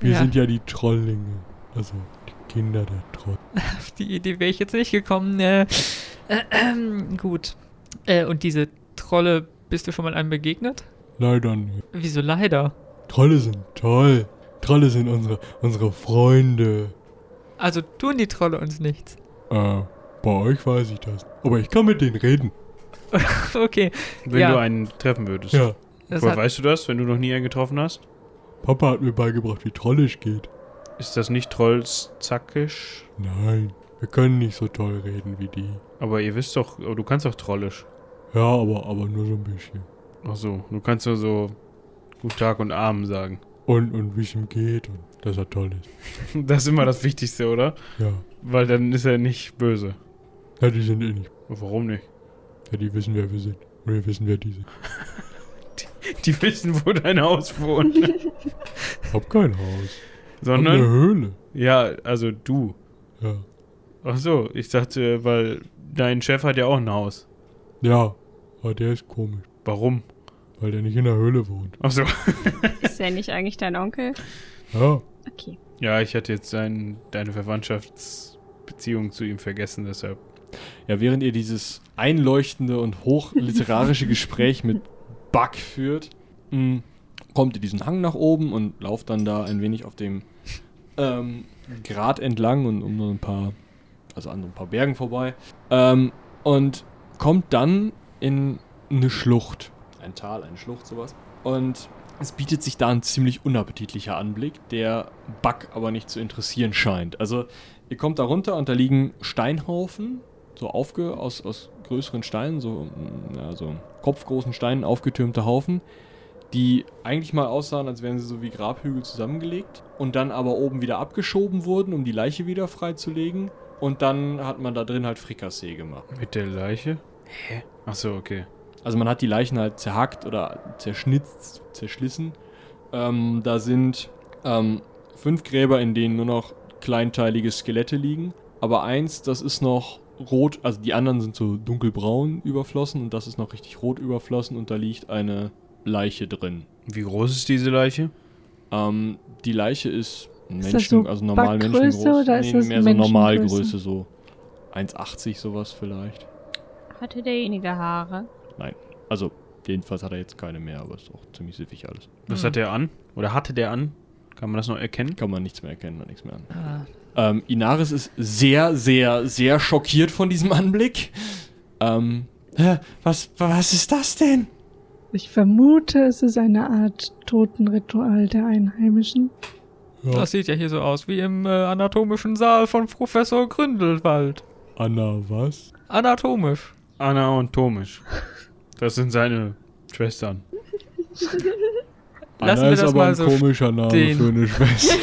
Speaker 6: Wir
Speaker 8: Ja.
Speaker 6: sind ja die Trollinge. Also, die Kinder der Troll.
Speaker 8: Auf die Idee wäre ich jetzt nicht gekommen. Äh, äh, ähm, gut. Äh, und diese Trolle, bist du schon mal einem begegnet?
Speaker 6: Leider nicht.
Speaker 8: Wieso leider?
Speaker 6: Trolle sind toll. Trolle sind unsere, unsere Freunde.
Speaker 8: Also tun die Trolle uns nichts.
Speaker 6: Äh, bei euch weiß ich das. Aber ich kann mit denen reden.
Speaker 8: Okay.
Speaker 7: Wenn
Speaker 8: Ja.
Speaker 7: du einen treffen würdest.
Speaker 6: Ja.
Speaker 8: Das
Speaker 7: Woher
Speaker 8: hat,
Speaker 7: weißt du das, wenn du noch nie einen getroffen hast?
Speaker 6: Papa hat mir beigebracht, wie trollisch geht.
Speaker 7: Ist das nicht trollzackisch?
Speaker 6: Nein, wir können nicht so toll reden wie die.
Speaker 7: Aber ihr wisst doch, aber du kannst doch trollisch.
Speaker 6: Ja, aber, aber nur so ein bisschen.
Speaker 7: Ach so, du kannst nur so Guten Tag und Abend sagen.
Speaker 6: Und, und wie es ihm geht und dass er toll ist.
Speaker 7: Das ist immer das Wichtigste, oder?
Speaker 6: Ja.
Speaker 7: Weil dann ist er nicht böse.
Speaker 6: Ja, die sind eh nicht.
Speaker 7: Warum nicht?
Speaker 6: Ja, die wissen, wer wir sind. Und wir wissen, wer die sind.
Speaker 7: Die wissen, wo dein Haus wohnt.
Speaker 6: Hab kein Haus. Hab eine
Speaker 7: Sondern,
Speaker 6: Höhle.
Speaker 7: ja, also du.
Speaker 6: Ja.
Speaker 7: Ach so, ich dachte, weil dein Chef hat ja auch ein Haus.
Speaker 6: Ja. Aber der ist komisch.
Speaker 7: Warum?
Speaker 6: Weil der nicht in der Höhle wohnt.
Speaker 7: Ach so.
Speaker 5: Ist der nicht eigentlich dein Onkel?
Speaker 6: Ja.
Speaker 5: Okay.
Speaker 7: Ja, ich hatte jetzt dein, deine Verwandtschaftsbeziehung zu ihm vergessen, deshalb.
Speaker 6: Ja, während ihr dieses einleuchtende und hochliterarische Gespräch mit Buck führt, mm, kommt ihr diesen Hang nach oben und lauft dann da ein wenig auf dem ähm, Grat entlang und um so ein paar, also an so ein paar Bergen vorbei. Ähm, und kommt dann in eine Schlucht. Ein Tal, eine Schlucht, sowas. Und es bietet sich da ein ziemlich unappetitlicher Anblick, der Buck aber nicht zu interessieren scheint. Also ihr kommt da runter und da liegen Steinhaufen, so aufge aus, aus größeren Steinen, so, mm, ja, so kopfgroßen Steinen aufgetürmte Haufen, die eigentlich mal aussahen, als wären sie so wie Grabhügel zusammengelegt und dann aber oben wieder abgeschoben wurden, um die Leiche wieder freizulegen. Und dann hat man da drin halt Frikassee gemacht.
Speaker 7: Mit der Leiche? Hä? Ach so, okay.
Speaker 6: Also man hat die Leichen halt zerhackt oder zerschnitzt, zerschlissen. Ähm, da sind ähm, fünf Gräber, in denen nur noch kleinteilige Skelette liegen. Aber eins, das ist noch rot, also die anderen sind so dunkelbraun überflossen und das ist noch richtig rot überflossen und da liegt eine Leiche drin.
Speaker 7: Wie groß ist diese Leiche?
Speaker 6: Ähm, die Leiche ist
Speaker 11: das
Speaker 6: Menschen,
Speaker 11: so
Speaker 6: also normal
Speaker 11: Backgröße
Speaker 6: Menschengröße
Speaker 11: oder ist
Speaker 6: nee,
Speaker 11: das
Speaker 6: mehr so Normalgröße,
Speaker 11: Menschengröße?
Speaker 6: so 1,80 sowas vielleicht.
Speaker 5: Hatte derjenige Haare?
Speaker 6: Also jedenfalls hat er jetzt keine mehr, aber ist auch ziemlich siffig alles.
Speaker 7: Was
Speaker 8: Hm.
Speaker 7: hat der an? Oder hatte der an? Kann man das noch erkennen?
Speaker 6: kann man nichts mehr erkennen und nichts mehr an.
Speaker 8: Ah,
Speaker 6: Ähm, Inaris ist sehr, sehr, sehr schockiert von diesem Anblick. Ähm, hä, was, was ist das denn?
Speaker 11: Ich vermute, es ist eine Art Totenritual der Einheimischen.
Speaker 8: Das sieht ja hier so aus wie im äh, anatomischen Saal von Professor Gründelwald.
Speaker 6: Anna, was?
Speaker 8: Anatomisch.
Speaker 7: Anna und Tomisch. Das sind seine Schwestern.
Speaker 8: Lassen
Speaker 6: Anna
Speaker 8: wir
Speaker 6: ist
Speaker 8: das
Speaker 6: aber
Speaker 8: mal
Speaker 6: ein
Speaker 8: so
Speaker 6: komischer Name
Speaker 8: stehen.
Speaker 6: für eine Schwester.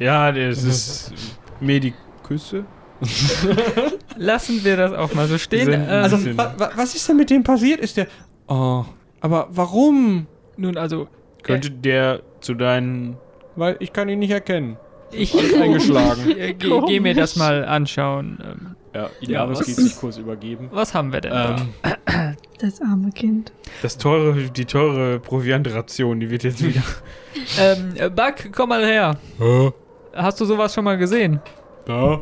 Speaker 7: Ja, das ist Mediküsse.
Speaker 8: Lassen wir das auch mal so stehen.
Speaker 7: Senden
Speaker 8: Ähm,
Speaker 7: Sie den-
Speaker 12: was ist denn mit dem passiert? Ist der. Oh, aber warum?
Speaker 8: nun, also,
Speaker 7: Könnte der zu deinen.
Speaker 6: Weil ich kann ihn nicht erkennen.
Speaker 8: äh, ich
Speaker 6: Eingeschlagen.
Speaker 8: äh, ge- geh mir das mal anschauen. Ähm,
Speaker 6: Ja,
Speaker 8: Inaris was? geht
Speaker 6: sich kurz übergeben.
Speaker 8: Was haben wir denn da?
Speaker 6: Ähm,
Speaker 4: Das arme Kind.
Speaker 7: Das teure, die teure Proviantration, die wird jetzt wieder.
Speaker 8: Ähm, äh, Buck, komm mal her.
Speaker 6: hä?
Speaker 8: Hast du sowas schon mal gesehen?
Speaker 6: Da?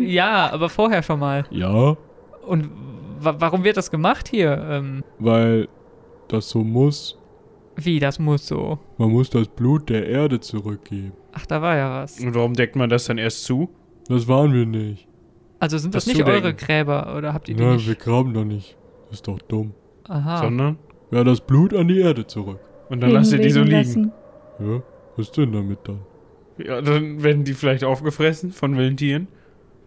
Speaker 8: Ja, aber vorher schon mal.
Speaker 6: Ja,
Speaker 8: Und wa warum wird das gemacht hier? Ähm,
Speaker 6: weil das so muss.
Speaker 8: wie, das muss so.
Speaker 6: Man muss das Blut der Erde zurückgeben.
Speaker 8: Ach, da war ja was.
Speaker 7: Und warum deckt man das dann erst zu?
Speaker 6: Das waren wir nicht.
Speaker 8: Also sind das
Speaker 7: Das
Speaker 8: nicht
Speaker 7: Zudenken.
Speaker 8: eure Gräber oder habt ihr die
Speaker 6: Nein, wir
Speaker 8: nicht?
Speaker 6: graben doch nicht. Ist doch dumm.
Speaker 8: Aha.
Speaker 7: Sondern.
Speaker 6: Ja, das Blut an die Erde zurück.
Speaker 7: Und dann lasst ihr die so
Speaker 4: Liegen
Speaker 7: liegen.
Speaker 4: lassen.
Speaker 6: Ja, was ist denn damit dann?
Speaker 7: Ja, dann werden die vielleicht aufgefressen von wilden Tieren.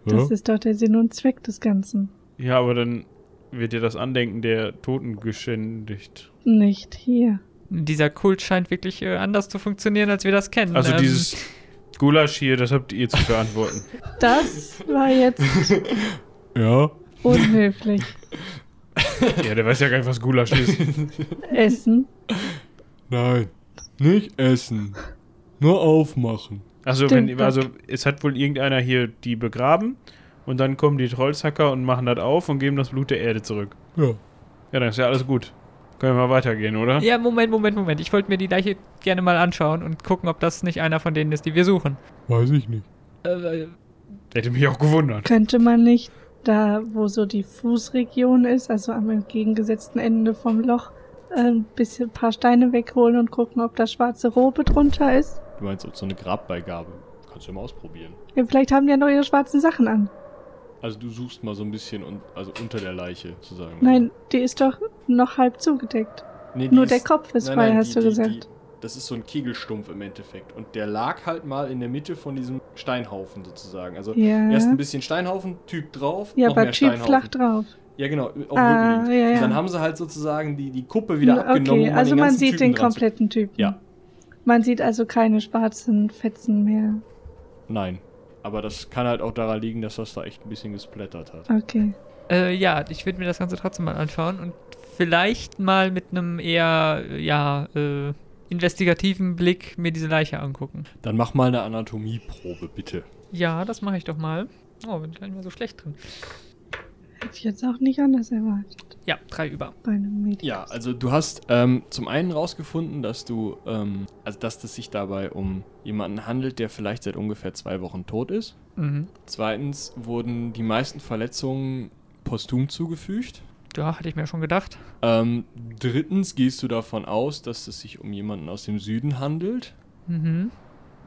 Speaker 6: Ja?
Speaker 4: Das ist doch der Sinn und Zweck des Ganzen.
Speaker 7: Ja, aber dann wird dir das Andenken der Toten geschändigt.
Speaker 4: Nicht hier.
Speaker 8: Dieser Kult scheint wirklich äh, anders zu funktionieren, als wir das kennen.
Speaker 7: Also
Speaker 8: Ähm,
Speaker 7: dieses Gulasch hier, das habt ihr zu verantworten.
Speaker 4: Das war jetzt
Speaker 6: ja,
Speaker 4: unhöflich.
Speaker 7: ja, der weiß ja gar nicht, was Gulasch ist.
Speaker 4: Essen.
Speaker 6: nein. Nicht essen. Nur aufmachen.
Speaker 7: Also,
Speaker 4: Stimmt,
Speaker 7: wenn,
Speaker 4: Doc.
Speaker 7: also es hat wohl irgendeiner hier die begraben und dann kommen die Trollshacker und machen das auf und geben das Blut der Erde zurück.
Speaker 6: Ja.
Speaker 7: Ja, dann ist ja alles gut. Können wir mal weitergehen, oder?
Speaker 8: ja, Moment, Moment, Moment. Ich wollte mir die Leiche gerne mal anschauen und gucken, ob das nicht einer von denen ist, die wir suchen.
Speaker 6: Weiß ich nicht.
Speaker 8: Äh,
Speaker 7: Hätte mich auch gewundert.
Speaker 4: Könnte man nicht da, wo so die Fußregion ist, also am entgegengesetzten Ende vom Loch, äh, ein bisschen ein paar Steine wegholen und gucken, ob da schwarze Robe drunter ist?
Speaker 1: Du meinst auch so eine Grabbeigabe. Kannst du ja mal ausprobieren.
Speaker 4: Ja, vielleicht haben die ja noch ihre schwarzen Sachen an.
Speaker 1: Also du suchst mal so ein bisschen un also unter der Leiche sozusagen.
Speaker 4: Nein, die ist doch noch halb zugedeckt.
Speaker 1: Nee, die
Speaker 4: Nur
Speaker 1: ist-
Speaker 4: der Kopf ist frei, hast du gesagt.
Speaker 1: Die, das ist so ein Kegelstumpf im Endeffekt. Und der lag halt mal in der Mitte von diesem Steinhaufen sozusagen. Also
Speaker 4: Ja.
Speaker 1: erst ein bisschen Steinhaufen, Typ drauf,
Speaker 4: ja,
Speaker 1: noch
Speaker 4: aber
Speaker 1: mehr
Speaker 4: Typ
Speaker 1: Steinhaufen.
Speaker 4: flach drauf.
Speaker 1: Ja, genau, auf dem
Speaker 4: Ah,
Speaker 1: Rücken liegend.
Speaker 4: ja, ja.
Speaker 1: Und dann haben sie halt sozusagen die, die Kuppe wieder abgenommen.
Speaker 4: Okay,
Speaker 1: um an
Speaker 4: also
Speaker 1: den
Speaker 4: man
Speaker 1: ganzen
Speaker 4: sieht
Speaker 1: Typen
Speaker 4: den
Speaker 1: dran zu-
Speaker 4: kompletten Typen.
Speaker 1: Ja.
Speaker 4: Man sieht also keine schwarzen Fetzen mehr.
Speaker 1: Nein. Aber das kann halt auch daran liegen, dass das da echt ein bisschen gesplättert hat.
Speaker 4: Okay.
Speaker 8: äh, ja, ich würde mir das Ganze trotzdem mal anschauen und vielleicht mal mit einem eher, äh, ja, äh, investigativen Blick mir diese Leiche angucken.
Speaker 1: Dann mach mal eine Anatomieprobe, bitte.
Speaker 8: Ja, das mache ich doch mal. Oh, bin ich gar nicht mehr so schlecht drin.
Speaker 4: Hätte ich jetzt auch nicht anders erwartet
Speaker 8: Ja, drei über.
Speaker 4: bei einem Medium.
Speaker 1: Ja, also du hast ähm, zum einen rausgefunden, dass du, ähm, also dass es sich dabei um jemanden handelt, der vielleicht seit ungefähr zwei Wochen tot ist.
Speaker 8: Mhm.
Speaker 1: Zweitens wurden die meisten Verletzungen posthum zugefügt.
Speaker 8: Ja, hatte ich mir schon gedacht.
Speaker 1: Ähm, drittens gehst du davon aus, dass es sich um jemanden aus dem Süden handelt,
Speaker 8: Mhm.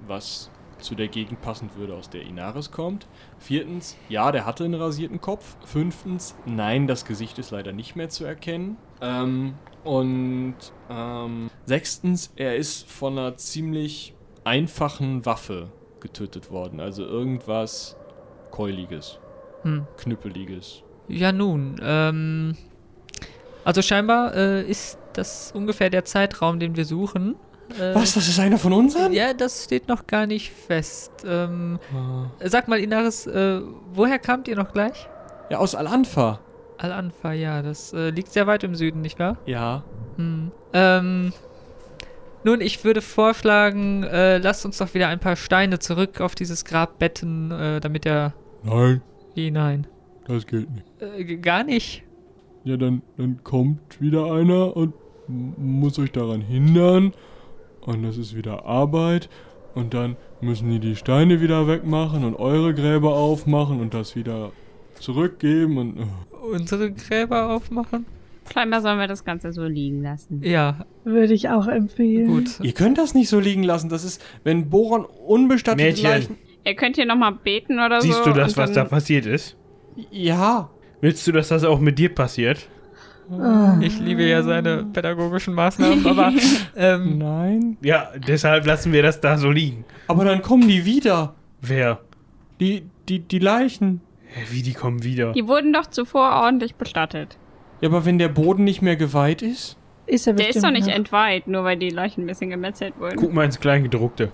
Speaker 1: was zu der Gegend passend würde, aus der Inaris kommt. Viertens, ja, der hatte einen rasierten Kopf. Fünftens, nein, das Gesicht ist leider nicht mehr zu erkennen. Ähm, und ähm, sechstens, er ist von einer ziemlich einfachen Waffe getötet worden. Also irgendwas Keuliges,
Speaker 8: Hm.
Speaker 1: Knüppeliges.
Speaker 8: Ja, nun, ähm. Also scheinbar äh, ist das ungefähr der Zeitraum, den wir suchen. Äh,
Speaker 1: Was, das ist einer von unseren?
Speaker 8: Ja, das steht noch gar nicht fest. Ähm, sag mal, Inaris, äh, woher kamt ihr noch gleich?
Speaker 1: Ja, aus Al-Anfa.
Speaker 8: Al-Anfa, ja, das äh, liegt sehr weit im Süden, nicht wahr?
Speaker 1: Ja.
Speaker 8: Hm. Ähm, nun, ich würde vorschlagen, äh, lasst uns doch wieder ein paar Steine zurück auf dieses Grab betten, äh, damit er.
Speaker 6: Nein,
Speaker 8: Wie, nein.
Speaker 6: das geht nicht.
Speaker 8: Äh, g- gar nicht.
Speaker 6: Ja, dann, dann kommt wieder einer und m- muss euch daran hindern. Und das ist wieder Arbeit. Und dann müssen die die Steine wieder wegmachen und eure Gräber aufmachen und das wieder zurückgeben. Und oh,
Speaker 8: Unsere Gräber aufmachen?
Speaker 5: Scheinbar sollen wir das Ganze so liegen lassen.
Speaker 8: Ja,
Speaker 4: Würde ich auch empfehlen.
Speaker 8: gut.
Speaker 1: Ihr könnt das nicht so liegen lassen. Das ist, wenn Boron unbestattete
Speaker 7: Mädchen.
Speaker 1: Leichen...
Speaker 5: Ihr könnt hier nochmal beten oder so.
Speaker 7: Siehst du das,
Speaker 5: und
Speaker 7: was da
Speaker 5: dann-
Speaker 7: passiert ist?
Speaker 1: Ja.
Speaker 7: Willst du, dass das auch mit dir passiert?
Speaker 8: Ich liebe ja seine pädagogischen Maßnahmen, aber ähm,
Speaker 1: Nein.
Speaker 7: Ja, deshalb lassen wir das da so liegen.
Speaker 1: Aber dann kommen die wieder.
Speaker 7: Wer?
Speaker 1: Die, die, die Leichen.
Speaker 7: Hä, Wie, die kommen wieder?
Speaker 5: Die wurden doch zuvor ordentlich bestattet.
Speaker 6: Ja, aber wenn der Boden nicht mehr geweiht ist?
Speaker 4: Ist er
Speaker 5: Der ist doch
Speaker 4: bestimmt
Speaker 5: nicht
Speaker 4: noch.
Speaker 5: entweiht, nur weil die Leichen ein bisschen gemetzelt wurden.
Speaker 7: Guck mal ins Kleingedruckte.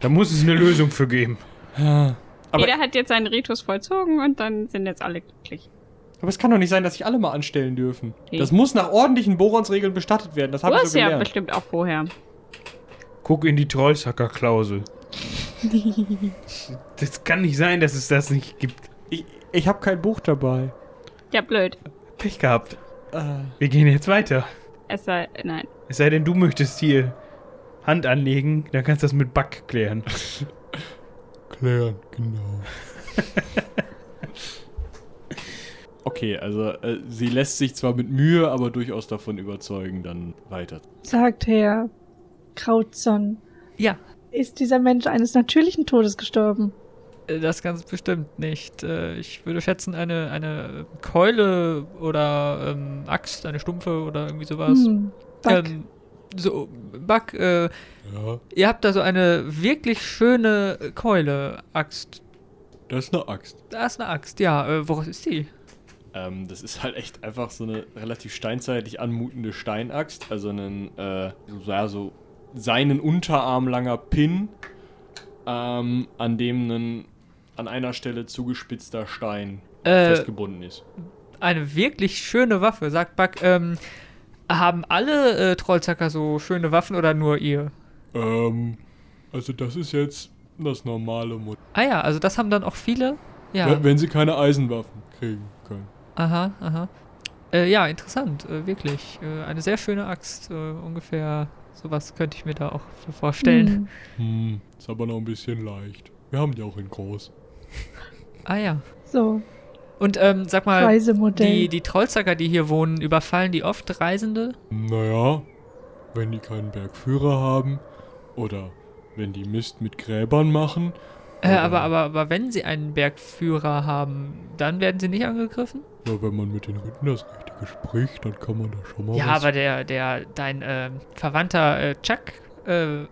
Speaker 7: da muss es eine Lösung für geben.
Speaker 6: Aber-
Speaker 5: Jeder hat jetzt seinen Ritus vollzogen und dann sind jetzt alle glücklich.
Speaker 6: Aber es kann doch nicht sein, dass sich alle mal anstellen dürfen.
Speaker 5: Nee.
Speaker 6: Das muss nach ordentlichen Boronsregeln bestattet werden. Das
Speaker 5: Du
Speaker 6: habe ich
Speaker 5: hast
Speaker 6: so
Speaker 5: ja
Speaker 6: gelernt.
Speaker 5: bestimmt auch vorher.
Speaker 7: Guck in die Trollsacker-Klausel. das kann nicht sein, dass es das nicht gibt.
Speaker 6: Ich, ich habe kein Buch dabei.
Speaker 5: Ja, blöd.
Speaker 7: Pech gehabt. Wir gehen jetzt weiter.
Speaker 5: Es sei, nein.
Speaker 7: Es sei denn, du möchtest hier Hand anlegen, dann kannst du das mit Back klären.
Speaker 1: Klären, genau.
Speaker 6: Okay, also äh, sie lässt sich zwar mit Mühe, aber durchaus davon überzeugen, dann weiter.
Speaker 4: Sagt Herr Krautson.
Speaker 8: Ja.
Speaker 4: Ist dieser Mensch eines natürlichen Todes gestorben?
Speaker 8: Äh, Das ganz bestimmt nicht. Äh, Ich würde schätzen, eine, eine Keule oder ähm, Axt, eine Stumpfe oder irgendwie sowas.
Speaker 4: Hm, Back.
Speaker 8: Ähm, so, Buck, äh,
Speaker 1: Ja,
Speaker 8: ihr habt da so eine wirklich schöne Keule, Axt.
Speaker 1: das ist eine Axt.
Speaker 8: Da ist eine Axt, ja. Äh, woraus ist die?
Speaker 6: Ähm, das ist halt echt einfach so eine relativ steinzeitlich anmutende Steinaxt. Also einen, äh, so, ja, so seinen Unterarm langer Pin, ähm, an dem ein an einer Stelle zugespitzter Stein
Speaker 8: Äh,
Speaker 6: festgebunden ist.
Speaker 8: Eine wirklich schöne Waffe, sagt Buck. Ähm, haben alle äh, Trollzacker so schöne Waffen oder nur ihr?
Speaker 1: Ähm, also das ist jetzt das normale Modell.
Speaker 8: Ah ja, also das haben dann auch viele. Ja.
Speaker 1: Wenn- Wenn sie keine Eisenwaffen kriegen können.
Speaker 8: Aha, aha. Äh, ja, interessant, äh, wirklich. Äh, eine sehr schöne Axt, äh, ungefähr sowas könnte ich mir da auch so vorstellen.
Speaker 4: Hm.
Speaker 1: Hm, ist aber noch ein bisschen leicht. Wir haben die auch in groß.
Speaker 8: Ah ja.
Speaker 4: So,
Speaker 8: Und ähm, sag mal,
Speaker 4: Reisemodell.
Speaker 8: die, die Trollzacker, die hier wohnen, überfallen die oft Reisende?
Speaker 1: Naja, wenn die keinen Bergführer haben oder wenn die Mist mit Gräbern machen,
Speaker 8: Äh, aber, aber, aber wenn sie einen Bergführer haben, dann werden sie nicht angegriffen?
Speaker 1: ja, wenn man mit den Ritten das Richtige spricht, dann kann man da schon mal
Speaker 8: ja,
Speaker 1: was...
Speaker 8: aber der, der, dein ähm, Verwandter äh, Chuck, äh,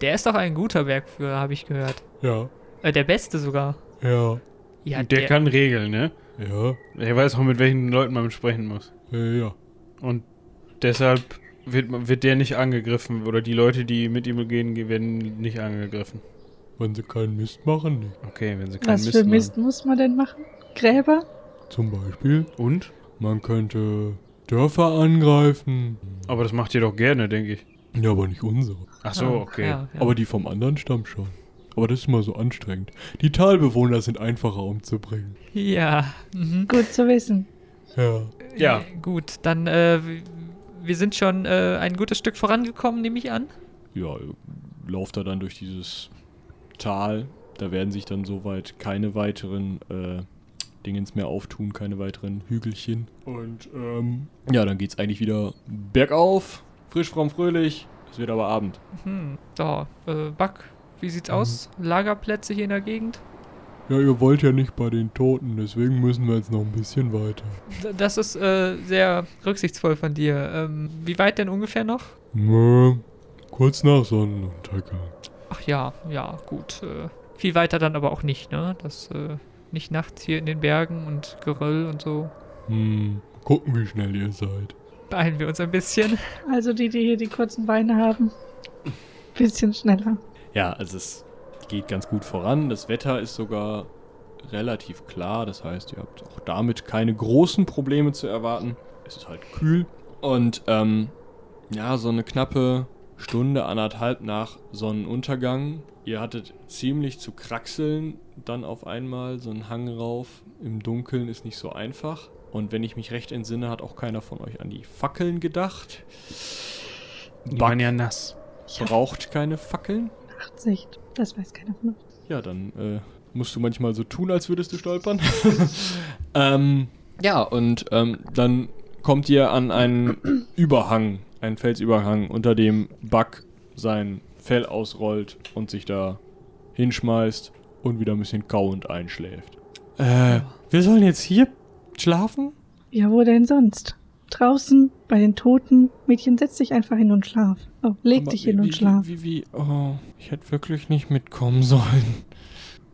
Speaker 8: der ist doch ein guter Bergführer, habe ich gehört.
Speaker 1: Ja,
Speaker 8: Äh, der beste sogar.
Speaker 1: ja,
Speaker 8: Ja,
Speaker 7: Und der kann regeln, ne?
Speaker 1: ja,
Speaker 7: Er weiß auch, mit welchen Leuten man sprechen muss.
Speaker 1: ja, ja.
Speaker 7: Und deshalb wird, man- wird der nicht angegriffen. Oder die Leute, die mit ihm gehen, ge- werden nicht angegriffen.
Speaker 1: Wenn sie keinen Mist machen, nicht.
Speaker 7: Okay, wenn sie keinen
Speaker 4: was
Speaker 7: Mist
Speaker 4: für
Speaker 7: machen.
Speaker 4: Mist muss man denn machen? Gräber?
Speaker 1: Zum Beispiel,
Speaker 7: Und?
Speaker 1: man könnte Dörfer angreifen.
Speaker 7: Aber das macht ihr doch gerne, denke ich.
Speaker 1: Ja, aber nicht unsere.
Speaker 7: Ach so, okay.
Speaker 8: Ja, ja.
Speaker 1: Aber die vom anderen Stamm schon. Aber das ist immer so anstrengend. Die Talbewohner sind einfacher um umzubringen.
Speaker 8: ja. Mhm.
Speaker 4: Gut zu wissen.
Speaker 1: Ja.
Speaker 7: Ja.
Speaker 8: Äh, Gut, dann, äh, w- wir sind schon äh, ein gutes Stück vorangekommen, nehme ich an.
Speaker 6: ja, lauft er dann durch dieses Tal. Da werden sich dann soweit keine weiteren äh, Dingens mehr auftun, keine weiteren Hügelchen. Und ähm, ja, dann geht's eigentlich wieder bergauf, frisch, fromm, fröhlich. Es wird aber Abend.
Speaker 8: Hm. So, äh, Buck, wie sieht's aus? Lagerplätze hier in der Gegend?
Speaker 1: Ja, ihr wollt ja nicht bei den Toten, deswegen müssen wir jetzt noch ein bisschen weiter.
Speaker 8: D- Das ist äh, sehr rücksichtsvoll von dir. Ähm, wie weit denn ungefähr noch?
Speaker 1: Nö, kurz nach Sonnenuntergang.
Speaker 8: Ach ja, ja, gut. Äh, viel weiter dann aber auch nicht, ne? Das, äh, nicht nachts hier in den Bergen und Geröll und so.
Speaker 1: Hm, gucken, wie schnell ihr seid.
Speaker 8: Beeilen wir uns ein bisschen.
Speaker 4: Also die, die hier die kurzen Beine haben. Bisschen schneller.
Speaker 6: Ja, also es geht ganz gut voran. Das Wetter ist sogar relativ klar. Das heißt, ihr habt auch damit keine großen Probleme zu erwarten. Es ist halt kühl. Und ähm, ja, so eine knappe Stunde, anderthalb nach Sonnenuntergang. Ihr hattet ziemlich zu kraxeln, dann auf einmal so einen Hang rauf. Im Dunkeln ist nicht so einfach. Und wenn ich mich recht entsinne, hat auch keiner von euch an die Fackeln gedacht.
Speaker 7: Die waren ja nass.
Speaker 6: Braucht keine Fackeln.
Speaker 4: Nachtsicht. Das weiß keiner von uns.
Speaker 6: Ja, dann äh, musst du manchmal so tun, als würdest du stolpern. ähm, ja, und ähm, dann kommt ihr an einen Überhang, einen Felsüberhang, unter dem Buck sein Fell ausrollt und sich da hinschmeißt und wieder ein bisschen kauend einschläft. Äh, wir sollen jetzt hier schlafen?
Speaker 4: Ja, wo denn sonst? Draußen, bei den Toten. Mädchen, setz dich einfach hin und schlaf. Oh, leg dich hin und schlaf.
Speaker 6: Wie, wie, wie, oh, ich hätte wirklich nicht mitkommen sollen.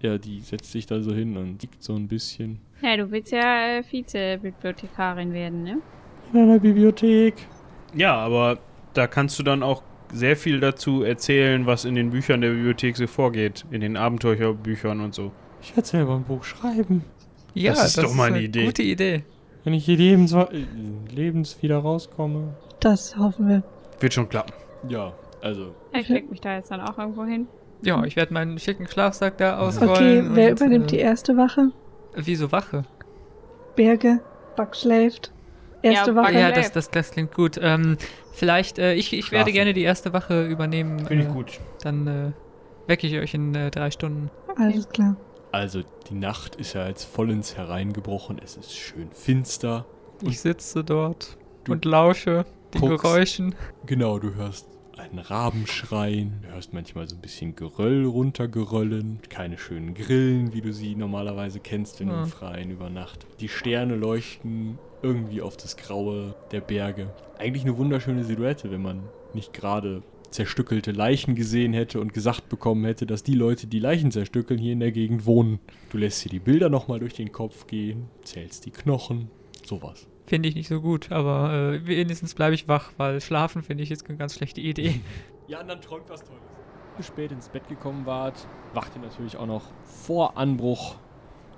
Speaker 1: Ja, die setzt sich da so hin und nickt so ein bisschen.
Speaker 5: Ja, du willst ja äh, Vizebibliothekarin werden, ne?
Speaker 7: In einer Bibliothek. Ja, aber da kannst du dann auch sehr viel dazu erzählen, was in den Büchern der Bibliothek so vorgeht, in den Abenteuerbüchern und so.
Speaker 1: Ich werde selber ein Buch schreiben.
Speaker 8: Ja,
Speaker 7: das ist doch mal eine
Speaker 8: eine
Speaker 7: Idee.
Speaker 8: gute Idee.
Speaker 1: Wenn ich hier lebens, äh, lebens wieder rauskomme.
Speaker 4: Das hoffen wir.
Speaker 7: Wird schon klappen.
Speaker 6: Ja, also.
Speaker 5: Ja, Ich leg mich da jetzt dann auch irgendwo hin.
Speaker 8: Ja, ich werde meinen schicken Schlafsack da ausrollen.
Speaker 4: Okay, wer
Speaker 8: und,
Speaker 4: übernimmt die
Speaker 8: äh,
Speaker 4: erste Wache?
Speaker 8: Wieso Wache?
Speaker 4: Berge, Buck schläft. Erste
Speaker 5: Ja, Buck-
Speaker 4: Wache.
Speaker 8: ja,
Speaker 5: Wache.
Speaker 8: das, das, das klingt gut. Ähm, vielleicht, äh, ich, ich werde
Speaker 7: Schlafen.
Speaker 8: gerne die erste Wache übernehmen.
Speaker 7: Finde ich
Speaker 8: äh,
Speaker 7: gut.
Speaker 8: Dann äh, wecke ich euch in äh, drei Stunden.
Speaker 4: Alles klar.
Speaker 6: Also, die Nacht ist ja jetzt vollends hereingebrochen. Es ist schön finster.
Speaker 8: Ich sitze dort
Speaker 6: Du
Speaker 8: und lausche den
Speaker 6: guckst.
Speaker 8: Geräuschen.
Speaker 6: Genau, du hörst einen Raben schreien. Du hörst manchmal so ein bisschen Geröll runtergeröllen. Keine schönen Grillen, wie du sie normalerweise kennst, wenn du im
Speaker 8: Hm.
Speaker 6: Freien über Nacht. Die Sterne leuchten irgendwie auf das Graue der Berge. Eigentlich eine wunderschöne Silhouette, wenn man nicht gerade zerstückelte Leichen gesehen hätte und gesagt bekommen hätte, dass die Leute, die Leichen zerstückeln, hier in der Gegend wohnen. Du lässt dir die Bilder nochmal durch den Kopf gehen, zählst die Knochen, sowas.
Speaker 8: Finde ich nicht so gut, aber äh, wenigstens bleibe ich wach, weil schlafen finde ich jetzt eine ganz schlechte Idee.
Speaker 6: Ja, und dann träumt was Tolles. Ihr spät ins Bett gekommen wart, wacht ihr natürlich auch noch vor Anbruch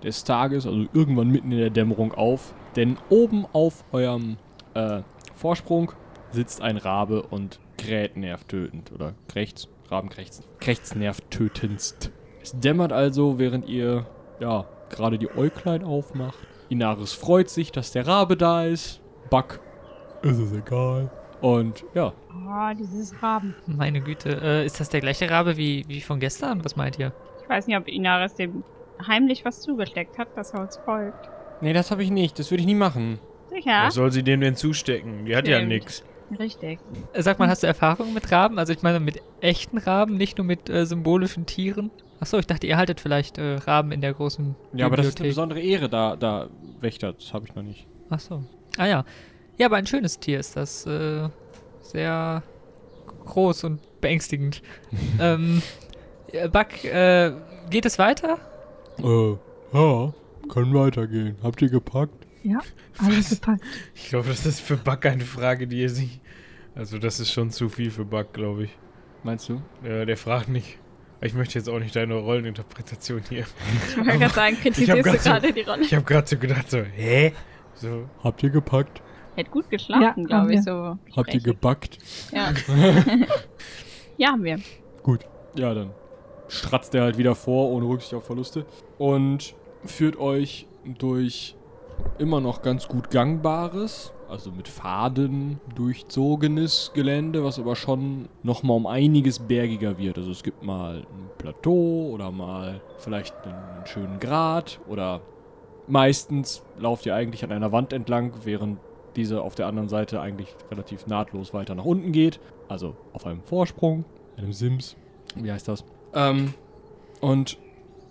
Speaker 6: des Tages, also irgendwann mitten in der Dämmerung auf. Denn oben auf eurem äh, Vorsprung sitzt ein Rabe und kräht nervtötend. Oder krächzt, Raben krächzen. Krächzt nervtötendst. Es dämmert also, während ihr, ja, gerade die Äuglein aufmacht. Inaris freut sich, dass der Rabe da ist. Buck, ist es egal. Und ja,
Speaker 5: Oh, dieses Raben.
Speaker 8: Meine Güte, äh, ist das der gleiche Rabe wie, wie von gestern? Was meint ihr?
Speaker 5: Ich weiß nicht, ob Inaris dem heimlich was zugesteckt hat, dass er uns folgt.
Speaker 1: Nee, das habe ich nicht. Das würde ich nie machen.
Speaker 5: Sicher?
Speaker 7: Was soll sie dem denn zustecken? Die hat ja
Speaker 5: Stimmt.
Speaker 7: nix.
Speaker 5: Richtig.
Speaker 8: Äh, Sag mal, hast du Erfahrung mit Raben? Also ich meine mit echten Raben, nicht nur mit äh, symbolischen Tieren. Achso, ich dachte, ihr haltet vielleicht äh, Raben in der großen
Speaker 1: Ja, aber das ist eine
Speaker 8: Bibliothek.
Speaker 1: besondere Ehre, da, da Wächter. Das habe ich noch nicht.
Speaker 8: Ach so. Ah ja. Ja, aber ein schönes Tier ist das. Äh, sehr groß und beängstigend. ähm, äh, Buck, äh, geht es weiter?
Speaker 1: Äh, ja, kann weitergehen. Habt ihr gepackt?
Speaker 4: Ja, alles gepackt.
Speaker 7: Ich glaube, das ist für Bug eine Frage, die er sich. Also, das ist schon zu viel für Bug, glaube ich.
Speaker 6: meinst du?
Speaker 7: Äh, der fragt nicht. Ich möchte jetzt auch nicht deine Rolleninterpretation hier.
Speaker 5: Ich wollte gerade sagen,
Speaker 7: Ich hab
Speaker 5: kritisierst du
Speaker 7: grad so-
Speaker 5: gerade die Rolle.
Speaker 7: Ich habe gerade so gedacht, so, hä? So,
Speaker 1: Habt ihr gepackt?
Speaker 5: Hätte gut geschlafen,
Speaker 4: Ja,
Speaker 5: glaube ich,
Speaker 4: haben
Speaker 5: so.
Speaker 1: Habt ihr
Speaker 5: sprechend.
Speaker 1: gebackt?
Speaker 5: Ja. ja, haben wir.
Speaker 6: Ja, dann stratzt er halt wieder vor, ohne Rücksicht auf Verluste. Und führt euch durch immer noch ganz gut gangbares, also mit Faden durchzogenes Gelände, was aber schon nochmal um einiges bergiger wird. Also es gibt mal ein Plateau oder mal vielleicht einen, einen schönen Grat oder meistens lauft ihr eigentlich an einer Wand entlang, während diese auf der anderen Seite eigentlich relativ nahtlos weiter nach unten geht. Also auf einem Vorsprung, einem Sims wie heißt das? Ähm, und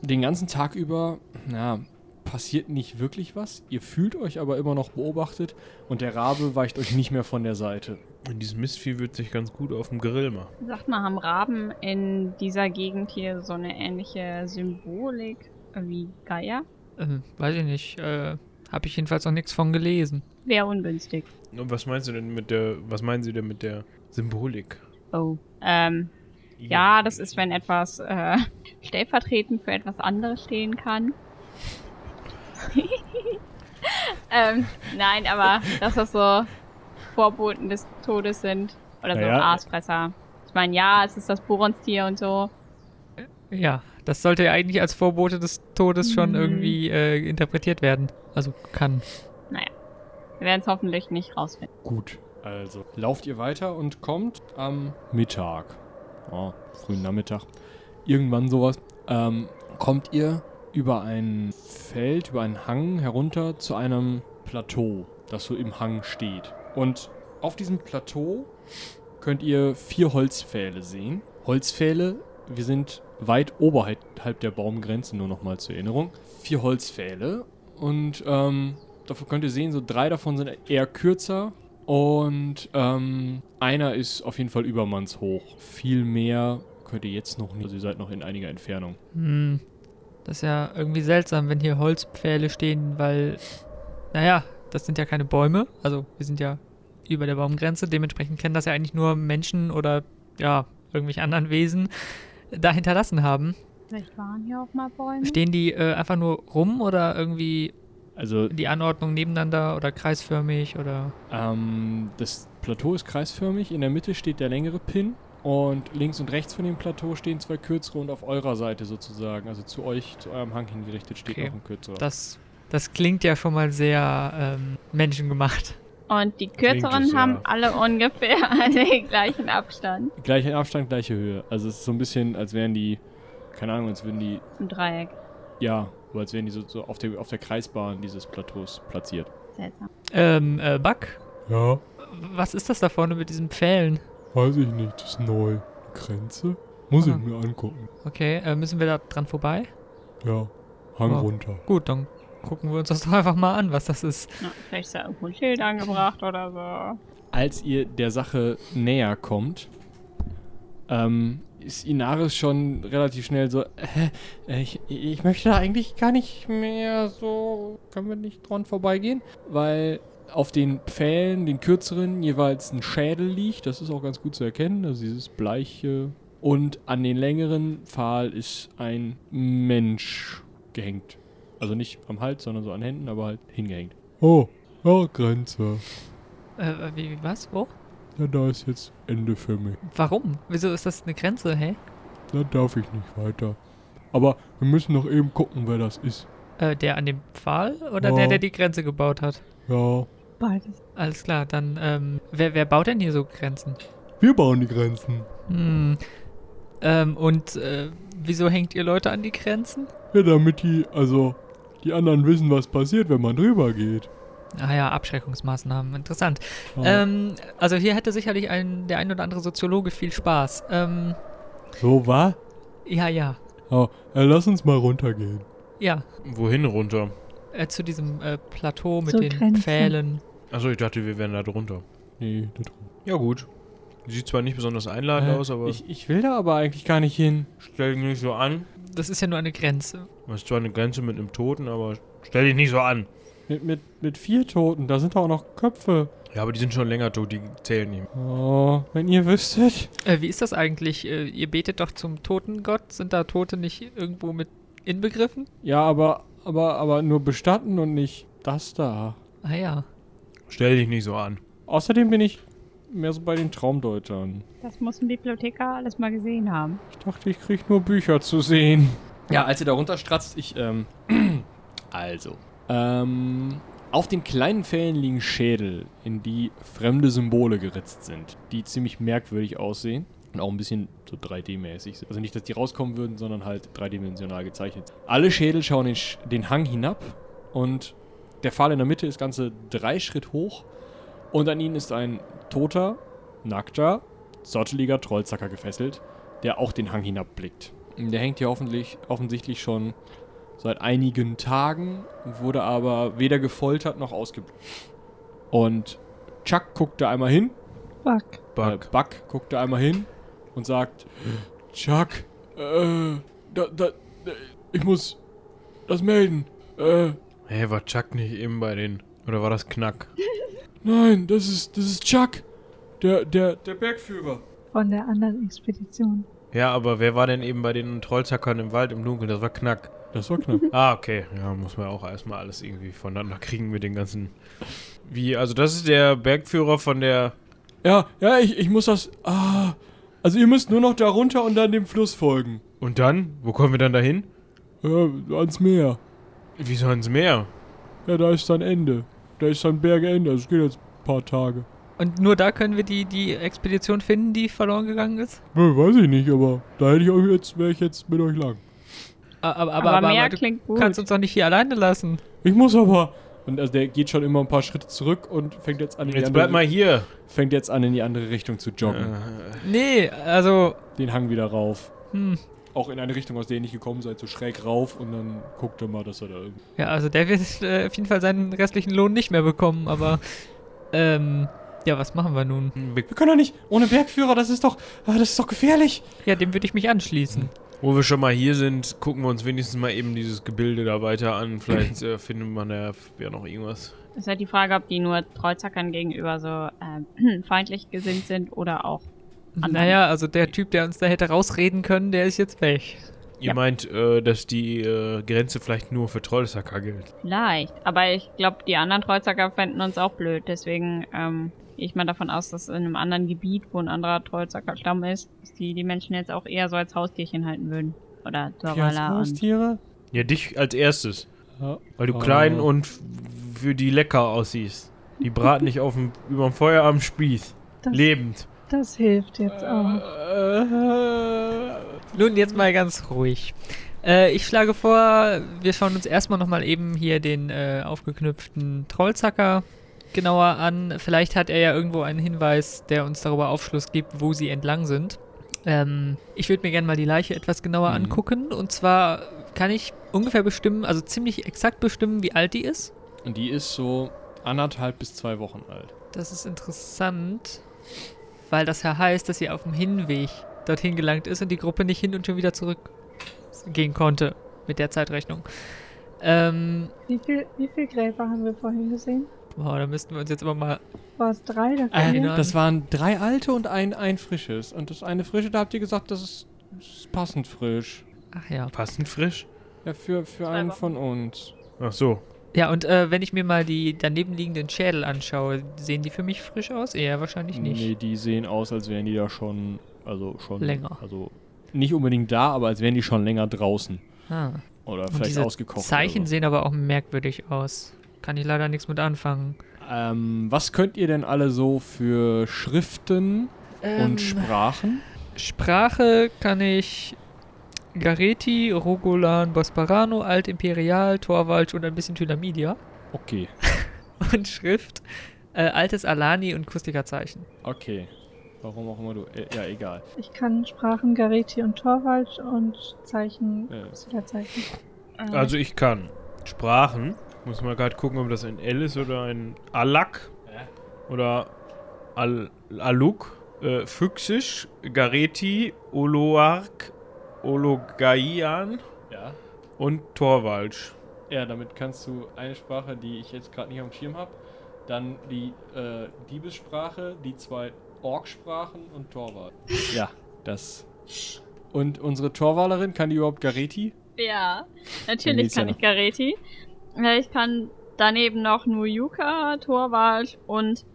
Speaker 6: den ganzen Tag über, na, passiert nicht wirklich was. Ihr fühlt euch aber immer noch beobachtet und der Rabe weicht euch nicht mehr von der Seite.
Speaker 7: und dieses Mistvieh wird sich ganz gut auf dem Grill machen.
Speaker 5: Sagt mal, haben Raben in dieser Gegend hier so eine ähnliche Symbolik wie Geier?
Speaker 8: Ähm, weiß ich nicht. Äh, habe ich jedenfalls noch nichts von gelesen.
Speaker 5: Wäre ungünstig.
Speaker 7: Und was meinst du denn mit der, was meinen sie denn mit der Symbolik?
Speaker 5: Oh. Ähm, ja, das ist, wenn etwas äh, stellvertretend für etwas anderes stehen kann. ähm, nein, aber dass das so Vorboten des Todes sind. Oder so
Speaker 1: Naja.
Speaker 5: Aasfresser. Ich meine, ja, es ist das Boronstier und so.
Speaker 8: Ja, das sollte ja eigentlich als Vorbote des Todes schon irgendwie äh, interpretiert werden. Also kann.
Speaker 5: Wir werden es hoffentlich nicht rausfinden.
Speaker 6: Gut, also lauft ihr weiter und kommt am Mittag, ja, Oh, frühen Nachmittag, irgendwann sowas, ähm, kommt ihr über ein Feld, über einen Hang herunter zu einem Plateau, das so im Hang steht. Und auf diesem Plateau könnt ihr vier Holzpfähle sehen. Holzpfähle, wir sind weit oberhalb der Baumgrenze, nur nochmal zur Erinnerung. Vier Holzpfähle und ähm, davon könnt ihr sehen, so drei davon sind eher kürzer und ähm, einer ist auf jeden Fall übermannshoch. Viel mehr könnt ihr jetzt noch nicht, also ihr seid noch in einiger Entfernung.
Speaker 8: Hm. Das ist ja irgendwie seltsam, wenn hier Holzpfähle stehen, weil, naja, das sind ja keine Bäume. Also wir sind ja über der Baumgrenze. Dementsprechend kennen das ja eigentlich nur Menschen oder ja, irgendwelche anderen Wesen da hinterlassen haben.
Speaker 5: Vielleicht waren hier auch mal Bäume.
Speaker 8: Stehen die äh, einfach nur rum oder irgendwie
Speaker 6: also
Speaker 8: die Anordnung nebeneinander oder kreisförmig oder.
Speaker 6: Ähm, das Plateau ist kreisförmig, in der Mitte steht der längere Pin und links und rechts von dem Plateau stehen zwei kürzere und auf eurer Seite sozusagen, also zu euch, zu eurem Hang hingerichtet steht
Speaker 8: Okay.
Speaker 6: noch ein kürzerer.
Speaker 8: Das, das klingt ja schon mal sehr ähm, menschengemacht.
Speaker 5: Und die
Speaker 6: Klingt
Speaker 5: Kürzeren
Speaker 6: es, ja.
Speaker 5: haben alle ungefähr den gleichen Abstand.
Speaker 6: Gleicher Abstand, gleiche Höhe. Also es ist so ein bisschen, als wären die, keine Ahnung, als würden die,
Speaker 5: Im Dreieck.
Speaker 6: ja, aber als wären die so, so auf, der, auf der Kreisbahn dieses Plateaus platziert.
Speaker 5: Seltsam.
Speaker 8: Ähm, äh, Buck,
Speaker 1: Ja,
Speaker 8: was ist das da vorne mit diesen Pfählen?
Speaker 1: weiß ich nicht. Das ist neu. Eine Grenze? Muss
Speaker 8: Ah.
Speaker 1: ich mir angucken.
Speaker 8: Okay, äh, müssen wir da dran vorbei?
Speaker 1: Ja, Hang
Speaker 8: Ja.
Speaker 1: runter.
Speaker 8: Gut, dann gucken wir uns das doch einfach mal an, was das ist.
Speaker 5: Ja, vielleicht ist da irgendwo ein Schild angebracht oder so.
Speaker 6: Als ihr der Sache näher kommt, ähm, ist Inaris schon relativ schnell so, äh, äh, ich, ich möchte da eigentlich gar nicht mehr so, können wir nicht dran vorbeigehen? Weil auf den Pfählen, den kürzeren, jeweils ein Schädel liegt, das ist auch ganz gut zu erkennen, also dieses bleiche. Und an den längeren Pfahl ist ein Mensch gehängt. Also nicht am Hals, sondern so an Händen, aber halt hingehängt.
Speaker 1: Oh, ja, Grenze.
Speaker 8: Äh, wie, wie was? Wo?
Speaker 1: Ja, da ist jetzt Ende für mich.
Speaker 8: Warum? Wieso ist das eine Grenze? Hä?
Speaker 1: Da darf ich nicht weiter. Aber wir müssen noch eben gucken, wer das ist.
Speaker 8: Äh, der an dem Pfahl oder
Speaker 1: Ja.
Speaker 8: der, der die Grenze gebaut hat?
Speaker 1: Ja,
Speaker 4: Beides.
Speaker 8: Alles klar, dann, ähm, wer, wer baut denn hier so Grenzen?
Speaker 1: wir bauen die Grenzen.
Speaker 8: Hm. Ähm, und, äh, wieso hängt ihr Leute an die Grenzen?
Speaker 1: Ja, damit die, also, die anderen wissen, was passiert, wenn man drüber geht.
Speaker 8: Ah ja, Abschreckungsmaßnahmen, interessant.
Speaker 1: Ja.
Speaker 8: Ähm, also hier hätte sicherlich ein, der ein oder andere Soziologe viel Spaß. Ähm,
Speaker 1: So, wa?
Speaker 8: ja, ja,
Speaker 1: Ja, äh, lass uns mal runtergehen.
Speaker 8: ja.
Speaker 7: Wohin runter?
Speaker 8: Äh, zu diesem äh, Plateau mit
Speaker 4: Zur
Speaker 8: den
Speaker 4: Grenze.
Speaker 8: Pfählen.
Speaker 7: Achso, ich dachte, wir wären da drunter.
Speaker 1: Nee, da drüben.
Speaker 7: Ja, gut. Sieht zwar nicht besonders einladend aus, aber
Speaker 6: Äh, Ich, ich will da aber eigentlich gar nicht hin.
Speaker 7: stell dich nicht so an.
Speaker 8: Das ist ja nur eine Grenze.
Speaker 7: Das ist zwar eine Grenze mit einem Toten, aber stell dich nicht so an.
Speaker 6: Mit, mit, mit vier Toten, da sind auch noch Köpfe.
Speaker 7: Ja, aber die sind schon länger tot, die zählen nicht.
Speaker 6: Oh, wenn ihr wüsstet.
Speaker 8: Äh, wie ist das eigentlich? Äh, ihr betet doch zum Totengott. Sind da Tote nicht irgendwo mit inbegriffen?
Speaker 6: Ja, aber, aber, aber nur bestatten und nicht das da.
Speaker 8: Ah ja.
Speaker 7: Stell dich nicht so an.
Speaker 6: Außerdem bin ich mehr so bei den Traumdeutern.
Speaker 5: Das muss ein Bibliothekar alles mal gesehen haben.
Speaker 6: Ich dachte, ich krieg nur Bücher zu sehen. Ja, als ihr da runterstratzt, ich, ähm. Also. Ähm. Auf den kleinen Fällen liegen Schädel, in die fremde Symbole geritzt sind, die ziemlich merkwürdig aussehen und auch ein bisschen so 3D-mäßig sind. Also nicht, dass die rauskommen würden, sondern halt dreidimensional gezeichnet. sind. Alle Schädel schauen den, Sch- den Hang hinab und der Pfahl in der Mitte ist ganze drei Schritt hoch und an ihnen ist ein toter, nackter, zotteliger Trollzacker gefesselt, der auch den Hang hinabblickt. Der hängt hier hoffentlich, offensichtlich schon seit einigen Tagen, wurde aber weder gefoltert noch ausgeblutet. Und Chuck guckt da einmal hin,
Speaker 4: Fuck.
Speaker 6: Buck, äh, Buck guckt da einmal hin und sagt,
Speaker 1: Chuck, äh, da, da, äh, ich muss das melden. Äh,
Speaker 7: Hä, hey, war Chuck nicht eben bei den. Oder war das Knack?
Speaker 1: nein, das ist, das ist Chuck. Der, der, der Bergführer.
Speaker 4: Von der anderen Expedition.
Speaker 7: Ja, aber wer war denn eben bei den Trollzackern im Wald im Dunkeln? Das war Knack.
Speaker 1: Das war knapp.
Speaker 7: Ah, okay. Ja, muss man auch erstmal alles irgendwie voneinander kriegen mit den ganzen. Wie, also das ist der Bergführer von der.
Speaker 1: ja, ja, ich, ich muss das, ah. Also ihr müsst nur noch da runter und dann dem Fluss folgen.
Speaker 7: Und dann? Wo kommen wir dann dahin?
Speaker 1: Äh, ans Meer.
Speaker 7: Wie soll ins Meer?
Speaker 1: Ja, da ist dann Ende. Da ist dann Bergende. Also es geht jetzt ein paar Tage.
Speaker 8: Und nur da können wir die, die Expedition finden, die verloren gegangen ist?
Speaker 6: Äh,
Speaker 1: Ne, weiß ich nicht, aber da hätte ich euch jetzt, wäre ich jetzt mit euch lang.
Speaker 8: A- Aber, aber,
Speaker 5: Aber,
Speaker 8: aber,
Speaker 5: mehr
Speaker 8: aber du
Speaker 5: klingt gut.
Speaker 8: kannst uns doch nicht hier alleine lassen.
Speaker 1: Ich muss aber.
Speaker 6: und also der geht schon immer ein paar Schritte zurück und fängt jetzt an, in die,
Speaker 7: Jetzt
Speaker 6: andere,
Speaker 7: bleib mal hier.
Speaker 6: fängt jetzt an, in die andere Richtung zu joggen.
Speaker 8: Nee, also,
Speaker 6: Den Hang wieder rauf.
Speaker 8: hm.
Speaker 6: Auch in eine Richtung, aus der ihr nicht gekommen seid, so schräg rauf und dann guckt er mal, dass er da irgendwie.
Speaker 8: Ja, also der wird äh, auf jeden Fall seinen restlichen Lohn nicht mehr bekommen, aber ähm, ja, was machen wir nun?
Speaker 7: Wir-
Speaker 6: Wir können doch nicht ohne Bergführer, das ist doch, ah, das ist doch gefährlich.
Speaker 8: Ja, dem würde ich mich anschließen.
Speaker 7: Wo wir schon mal hier sind, gucken wir uns wenigstens mal eben dieses Gebilde da weiter an. Vielleicht äh, findet man da ja noch irgendwas.
Speaker 5: Ist halt die Frage, ob die nur Treuzackern gegenüber so ähm, feindlich gesinnt sind oder auch anderen.
Speaker 8: Naja, also der Typ, der uns da hätte rausreden können, der ist jetzt weg.
Speaker 7: Ihr
Speaker 5: Ja.
Speaker 7: meint, äh, dass die äh, Grenze vielleicht nur für Trollsacker gilt.
Speaker 5: Vielleicht. Aber ich glaube, die anderen Trollzacker fänden uns auch blöd. Deswegen ähm, gehe ich mal davon aus, dass in einem anderen Gebiet, wo ein anderer Trollzackerstamm ist, dass die die Menschen jetzt auch eher so als Haustierchen halten würden. Oder Dorala und...
Speaker 1: Haustiere?
Speaker 7: Ja, dich als erstes.
Speaker 1: Ja.
Speaker 7: Weil du
Speaker 1: Oh.
Speaker 7: klein und f- für die lecker aussiehst. Die braten dich auf dem, über dem Feuer am Spieß.
Speaker 4: Das-
Speaker 7: Lebend.
Speaker 4: Das hilft jetzt auch.
Speaker 8: Nun, jetzt mal ganz ruhig. Äh, ich schlage vor, wir schauen uns erstmal nochmal eben hier den äh, aufgeknüpften Trollzacker genauer an. Vielleicht hat er ja irgendwo einen Hinweis, der uns darüber Aufschluss gibt, wo sie entlang sind. Ähm, ich würde mir gerne mal die Leiche etwas genauer angucken. Und zwar kann ich ungefähr bestimmen, also ziemlich exakt bestimmen, wie alt die ist.
Speaker 6: Und die ist so anderthalb bis zwei Wochen alt.
Speaker 8: Das ist interessant, weil das ja heißt, dass sie auf dem Hinweg dorthin gelangt ist und die Gruppe nicht hin und schon wieder zurückgehen konnte mit der Zeitrechnung. Ähm,
Speaker 4: Wie viel, wie viel Gräber haben wir vorhin gesehen?
Speaker 8: boah, da müssten wir uns jetzt aber mal.
Speaker 4: War es drei oder
Speaker 6: Äh,
Speaker 4: vier?
Speaker 6: das waren drei alte und ein, ein frisches. Und das eine frische, da habt ihr gesagt, das ist, das ist passend frisch.
Speaker 8: Ach ja.
Speaker 7: Passend frisch.
Speaker 6: Ja, für, für einen von uns.
Speaker 7: Ach so.
Speaker 8: Ja, und äh, wenn ich mir mal die daneben liegenden Schädel anschaue, sehen die für mich frisch aus? Eher wahrscheinlich nicht.
Speaker 6: Nee, die sehen aus, als wären die da schon, also schon
Speaker 8: Länger.
Speaker 6: Also nicht unbedingt da, aber als wären die schon länger draußen.
Speaker 8: Ah.
Speaker 6: Oder
Speaker 8: Und
Speaker 6: vielleicht
Speaker 8: diese
Speaker 6: ausgekocht.
Speaker 8: Zeichen
Speaker 6: oder so.
Speaker 8: sehen aber auch merkwürdig aus. Kann ich leider nichts mit anfangen.
Speaker 6: ähm, was könnt ihr denn alle so für Schriften
Speaker 8: Ähm,
Speaker 6: und Sprachen?
Speaker 8: Sprache kann ich Gareti, Rogolan, Bosparano, Altimperial, Torwalsch und ein bisschen Thylamidia.
Speaker 6: Okay,
Speaker 8: Und Schrift äh, altes Alani und Kustikerzeichen.
Speaker 6: okay. Warum auch immer du. Äh, ja, egal.
Speaker 4: Ich kann Sprachen Gareti und Torwald und Zeichen,
Speaker 6: Ja.
Speaker 4: Zeichen.
Speaker 7: Also ich kann Sprachen. Muss mal gerade gucken, ob das ein L ist oder ein Alak. Oder Al Aluk. Äh, Füchsisch, Gareti, Oloark, Ologaian
Speaker 6: Ja.
Speaker 7: und Torwalsch.
Speaker 6: Ja, damit kannst du eine Sprache, die ich jetzt gerade nicht am Schirm habe, dann die äh, Diebessprache, die zwei Orksprachen und Torwart. Ja, das. Und unsere Torwalerin, kann die überhaupt Gareti?
Speaker 5: Ja,
Speaker 6: Dann
Speaker 5: natürlich
Speaker 6: geht's ja
Speaker 5: kann
Speaker 6: noch.
Speaker 5: ich Gareti. Äh, Ich kann daneben noch nur Yuka, Torwald und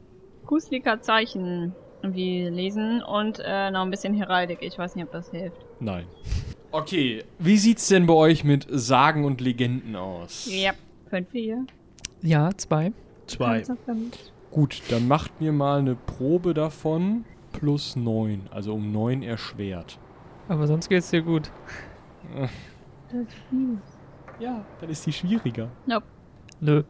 Speaker 5: Kuslika Zeichen irgendwie lesen und äh, noch ein bisschen Heraldik. Ich weiß nicht, ob das hilft.
Speaker 6: Nein. Okay, wie sieht's denn bei euch mit Sagen und Legenden aus?
Speaker 5: Ja, könnt wir.
Speaker 8: Ja, zwei.
Speaker 7: Zwei.
Speaker 6: Gut, dann macht mir mal eine Probe davon plus 9, also um 9 erschwert.
Speaker 8: Aber sonst geht's dir gut.
Speaker 6: Ja, dann ist die schwieriger.
Speaker 8: Nö.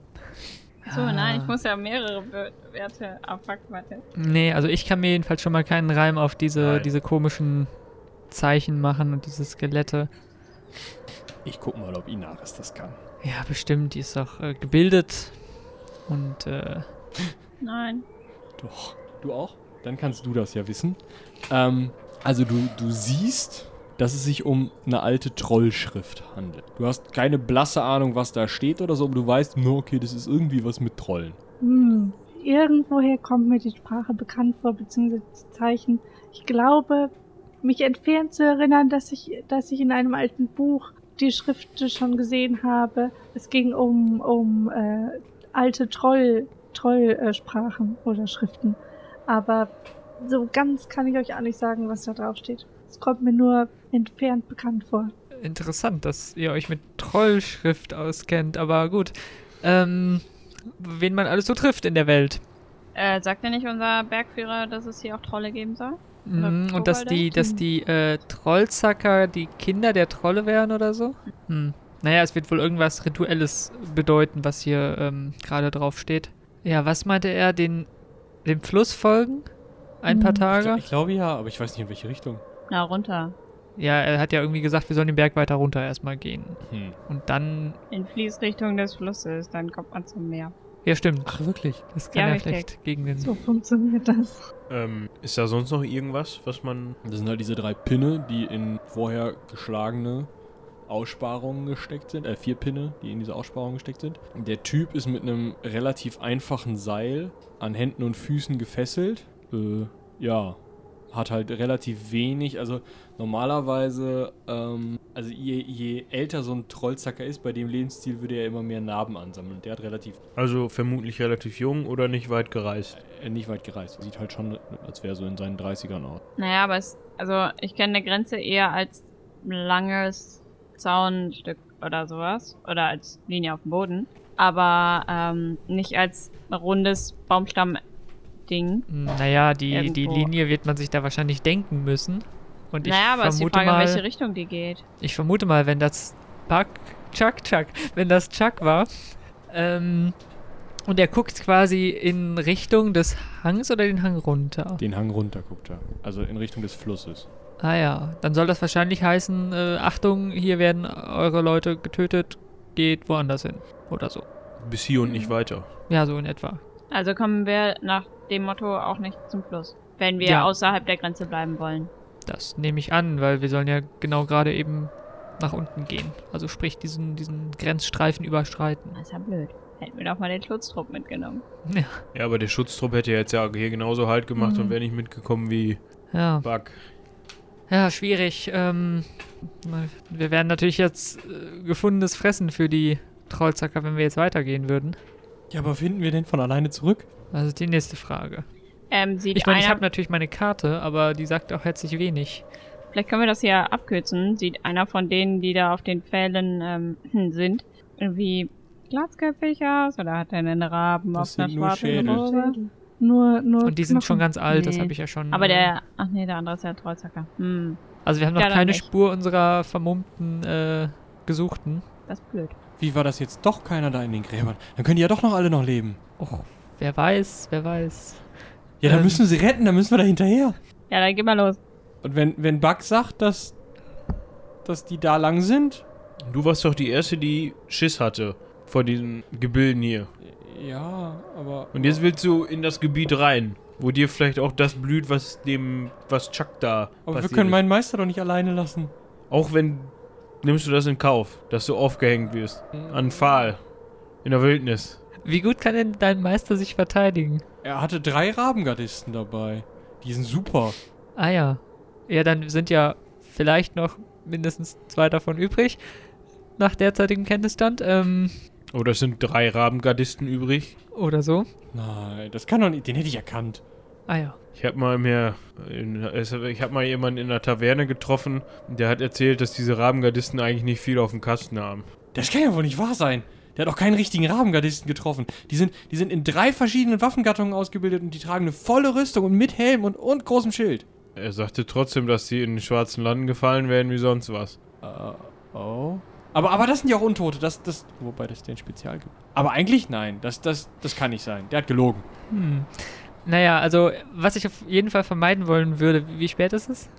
Speaker 5: So, nein, ich muss ja mehrere Wör- Werte. Ah, fuck, warte.
Speaker 8: Nee, also ich kann mir jedenfalls schon mal keinen Reim auf diese,
Speaker 7: Nein.
Speaker 8: diese komischen Zeichen machen und diese Skelette.
Speaker 6: Ich guck mal, ob Inaris das kann.
Speaker 8: Ja, bestimmt, die ist auch äh, gebildet. Und äh,
Speaker 5: Nein.
Speaker 6: Doch. Du auch? Dann kannst du das ja wissen. Ähm, also du, du siehst, dass es sich um eine alte Trollschrift handelt. Du hast keine blasse Ahnung, was da steht oder so, aber du weißt, nur, okay, das ist irgendwie was mit Trollen.
Speaker 4: Hm. Irgendwoher kommt mir die Sprache bekannt vor, beziehungsweise die Zeichen. Ich glaube, mich entfernt zu erinnern, dass ich, dass ich in einem alten Buch die Schriften schon gesehen habe. Es ging um, um äh, alte Troll, Trollsprachen äh, Sprachen oder Schriften. Aber so ganz kann ich euch auch nicht sagen, was da drauf steht. Es kommt mir nur entfernt bekannt vor.
Speaker 8: interessant, dass ihr euch mit Trollschrift auskennt, aber gut. Ähm, wen man alles so trifft in der Welt.
Speaker 5: Äh, sagt denn nicht unser Bergführer, dass es hier auch Trolle geben soll?
Speaker 8: Mhm,
Speaker 5: Oder
Speaker 8: und dass die,
Speaker 5: Kobolde?
Speaker 8: dass die äh, Trollzacker die Kinder der Trolle wären oder so? Hm. Naja, es wird wohl irgendwas Rituelles bedeuten, was hier ähm, gerade drauf steht. Ja, was meinte er? Den, dem Fluss folgen? Ein paar
Speaker 4: Hm.
Speaker 8: Tage?
Speaker 6: Ich glaube ja, aber ich weiß nicht, in welche Richtung.
Speaker 5: Na, runter.
Speaker 8: Ja, er hat ja irgendwie gesagt, wir sollen den Berg weiter runter erstmal gehen.
Speaker 6: Hm.
Speaker 8: Und dann,
Speaker 5: In Fließrichtung des Flusses, dann kommt man zum Meer.
Speaker 8: Ja, stimmt.
Speaker 7: Ach, wirklich?
Speaker 8: Das kann
Speaker 5: Ja,
Speaker 8: er
Speaker 5: richtig.
Speaker 8: vielleicht gegen den.
Speaker 4: So funktioniert das.
Speaker 7: Ähm, ist da sonst noch irgendwas, was man.
Speaker 6: Das sind halt diese drei Pinne, die in vorher geschlagene Aussparungen gesteckt sind. Äh, vier Pinne, die in diese Aussparungen gesteckt sind. Der Typ ist mit einem relativ einfachen Seil an Händen und Füßen gefesselt. Äh, ja. Hat halt relativ wenig, also normalerweise, ähm, also je, je älter so ein Trollzacker ist, bei dem Lebensstil würde er immer mehr Narben ansammeln. Und der hat relativ
Speaker 7: Also vermutlich relativ jung oder nicht weit gereist.
Speaker 6: äh, nicht weit gereist. Sieht halt schon, als wäre er so in seinen 30ern aus.
Speaker 5: Naja, aber es, also ich kenne eine Grenze eher als langes Zaunstück oder sowas. Oder als Linie auf dem Boden. Aber ähm, nicht als rundes Baumstamm-Ding.
Speaker 8: Naja, die, die
Speaker 5: Irgendwo.
Speaker 8: Linie wird man sich da wahrscheinlich denken müssen. Und ich
Speaker 5: Naja, aber es ist die
Speaker 8: vermute
Speaker 5: Frage, in
Speaker 8: mal,
Speaker 5: welche Richtung die geht.
Speaker 8: ich vermute mal, wenn das Park, Chuck, Chuck, wenn das Chuck war, ähm, und er guckt quasi in Richtung des Hangs oder den Hang runter.
Speaker 6: Den Hang runter guckt er. Also in Richtung des Flusses.
Speaker 8: Ah ja, dann soll das wahrscheinlich heißen, äh, Achtung, hier werden eure Leute getötet, geht woanders hin oder so.
Speaker 7: Bis hier und nicht weiter.
Speaker 8: Ja, so in etwa.
Speaker 5: Also kommen wir nach dem Motto auch nicht zum Fluss. Wenn wir
Speaker 8: Ja.
Speaker 5: außerhalb der Grenze bleiben wollen.
Speaker 8: Das nehme ich an, weil wir sollen ja genau gerade eben nach unten gehen. Also sprich diesen, diesen Grenzstreifen überschreiten.
Speaker 5: Das ist ja blöd. Hätten wir doch mal den Schutztrupp mitgenommen.
Speaker 8: Ja.
Speaker 7: Ja, aber der Schutztrupp hätte jetzt ja hier genauso Halt gemacht und wäre nicht mitgekommen wie
Speaker 8: Ja.
Speaker 7: Buck.
Speaker 8: Ja, schwierig. Ähm, na, wir wären natürlich jetzt äh, gefundenes Fressen für die Trollzacker, wenn wir jetzt weitergehen würden.
Speaker 6: Ja, aber finden wir den von alleine zurück?
Speaker 8: Also die nächste Frage.
Speaker 5: Ähm, sieht
Speaker 8: Ich meine, ich
Speaker 5: einer,
Speaker 8: habe natürlich meine Karte, aber die sagt auch herzlich wenig.
Speaker 5: vielleicht können wir das hier abkürzen. Sieht einer von denen, die da auf den Pfählen ähm, hm, sind, irgendwie glatzköpfig aus oder hat er einen Raben
Speaker 6: Das
Speaker 5: auf einer
Speaker 6: sind nur
Speaker 5: schwarzen
Speaker 6: Schädel.
Speaker 5: Robe?
Speaker 4: Nur, nur.
Speaker 8: Und die sind schon
Speaker 4: Knochen.
Speaker 8: ganz alt, das
Speaker 5: Nee.
Speaker 8: habe ich ja schon.
Speaker 5: Aber
Speaker 8: äh,
Speaker 5: der, ach nee, der andere ist ja ein Trollzacker. Hm,
Speaker 8: Also wir haben noch
Speaker 5: Ja, dann
Speaker 8: keine
Speaker 5: nicht.
Speaker 8: Spur unserer vermummten äh, Gesuchten.
Speaker 5: das ist blöd.
Speaker 6: Wie war das jetzt doch keiner da in den Gräbern? Dann können die ja doch noch alle noch leben.
Speaker 8: Och, wer weiß, wer weiß.
Speaker 6: Ja, dann
Speaker 8: Ähm.
Speaker 6: müssen wir sie retten, dann müssen wir da hinterher.
Speaker 5: Ja, dann geh mal los.
Speaker 6: Und wenn, wenn Buck sagt, dass, dass die da lang sind?
Speaker 7: Du warst doch die Erste, die Schiss hatte vor diesen Gebilden hier.
Speaker 6: Ja, aber.
Speaker 7: Und jetzt willst du in das Gebiet rein, wo dir vielleicht auch das blüht, was dem, was Chuck da
Speaker 6: aber wir
Speaker 7: passiert
Speaker 6: können
Speaker 7: ist.
Speaker 6: meinen Meister doch nicht alleine lassen.
Speaker 7: Auch wenn nimmst du das in Kauf, dass du aufgehängt wirst.
Speaker 6: Mhm.
Speaker 7: An Pfahl. In der Wildnis.
Speaker 8: Wie gut kann denn dein Meister sich verteidigen?
Speaker 6: Er hatte drei Rabengardisten dabei. Die sind super.
Speaker 8: Ah ja. Ja, dann sind ja vielleicht noch mindestens zwei davon übrig. Nach derzeitigem Kenntnisstand. Ähm,
Speaker 7: Oder es Oh, sind drei Rabengardisten übrig.
Speaker 8: oder so.
Speaker 6: Nein, das kann doch nicht. Den hätte ich erkannt.
Speaker 8: Ah ja.
Speaker 7: Ich habe mal mehr, in, es- ich habe mal jemanden in der Taverne getroffen, der hat erzählt, dass diese Rabengardisten eigentlich nicht viel auf dem Kasten haben.
Speaker 6: Das kann ja wohl nicht wahr sein. Der hat auch keinen richtigen Rabengardisten getroffen. Die sind, die sind in drei verschiedenen Waffengattungen ausgebildet und die tragen eine volle Rüstung und mit Helm und, und großem Schild.
Speaker 7: Er sagte trotzdem, dass sie in den schwarzen Landen gefallen werden wie sonst was.
Speaker 6: Oh. Aber, aber das sind ja auch Untote. Das, das, wobei das den Spezial gibt. Aber eigentlich nein. Das, das, das kann nicht sein. Der hat gelogen.
Speaker 8: Hm. Naja, also was ich auf jeden Fall vermeiden wollen würde, wie spät ist es?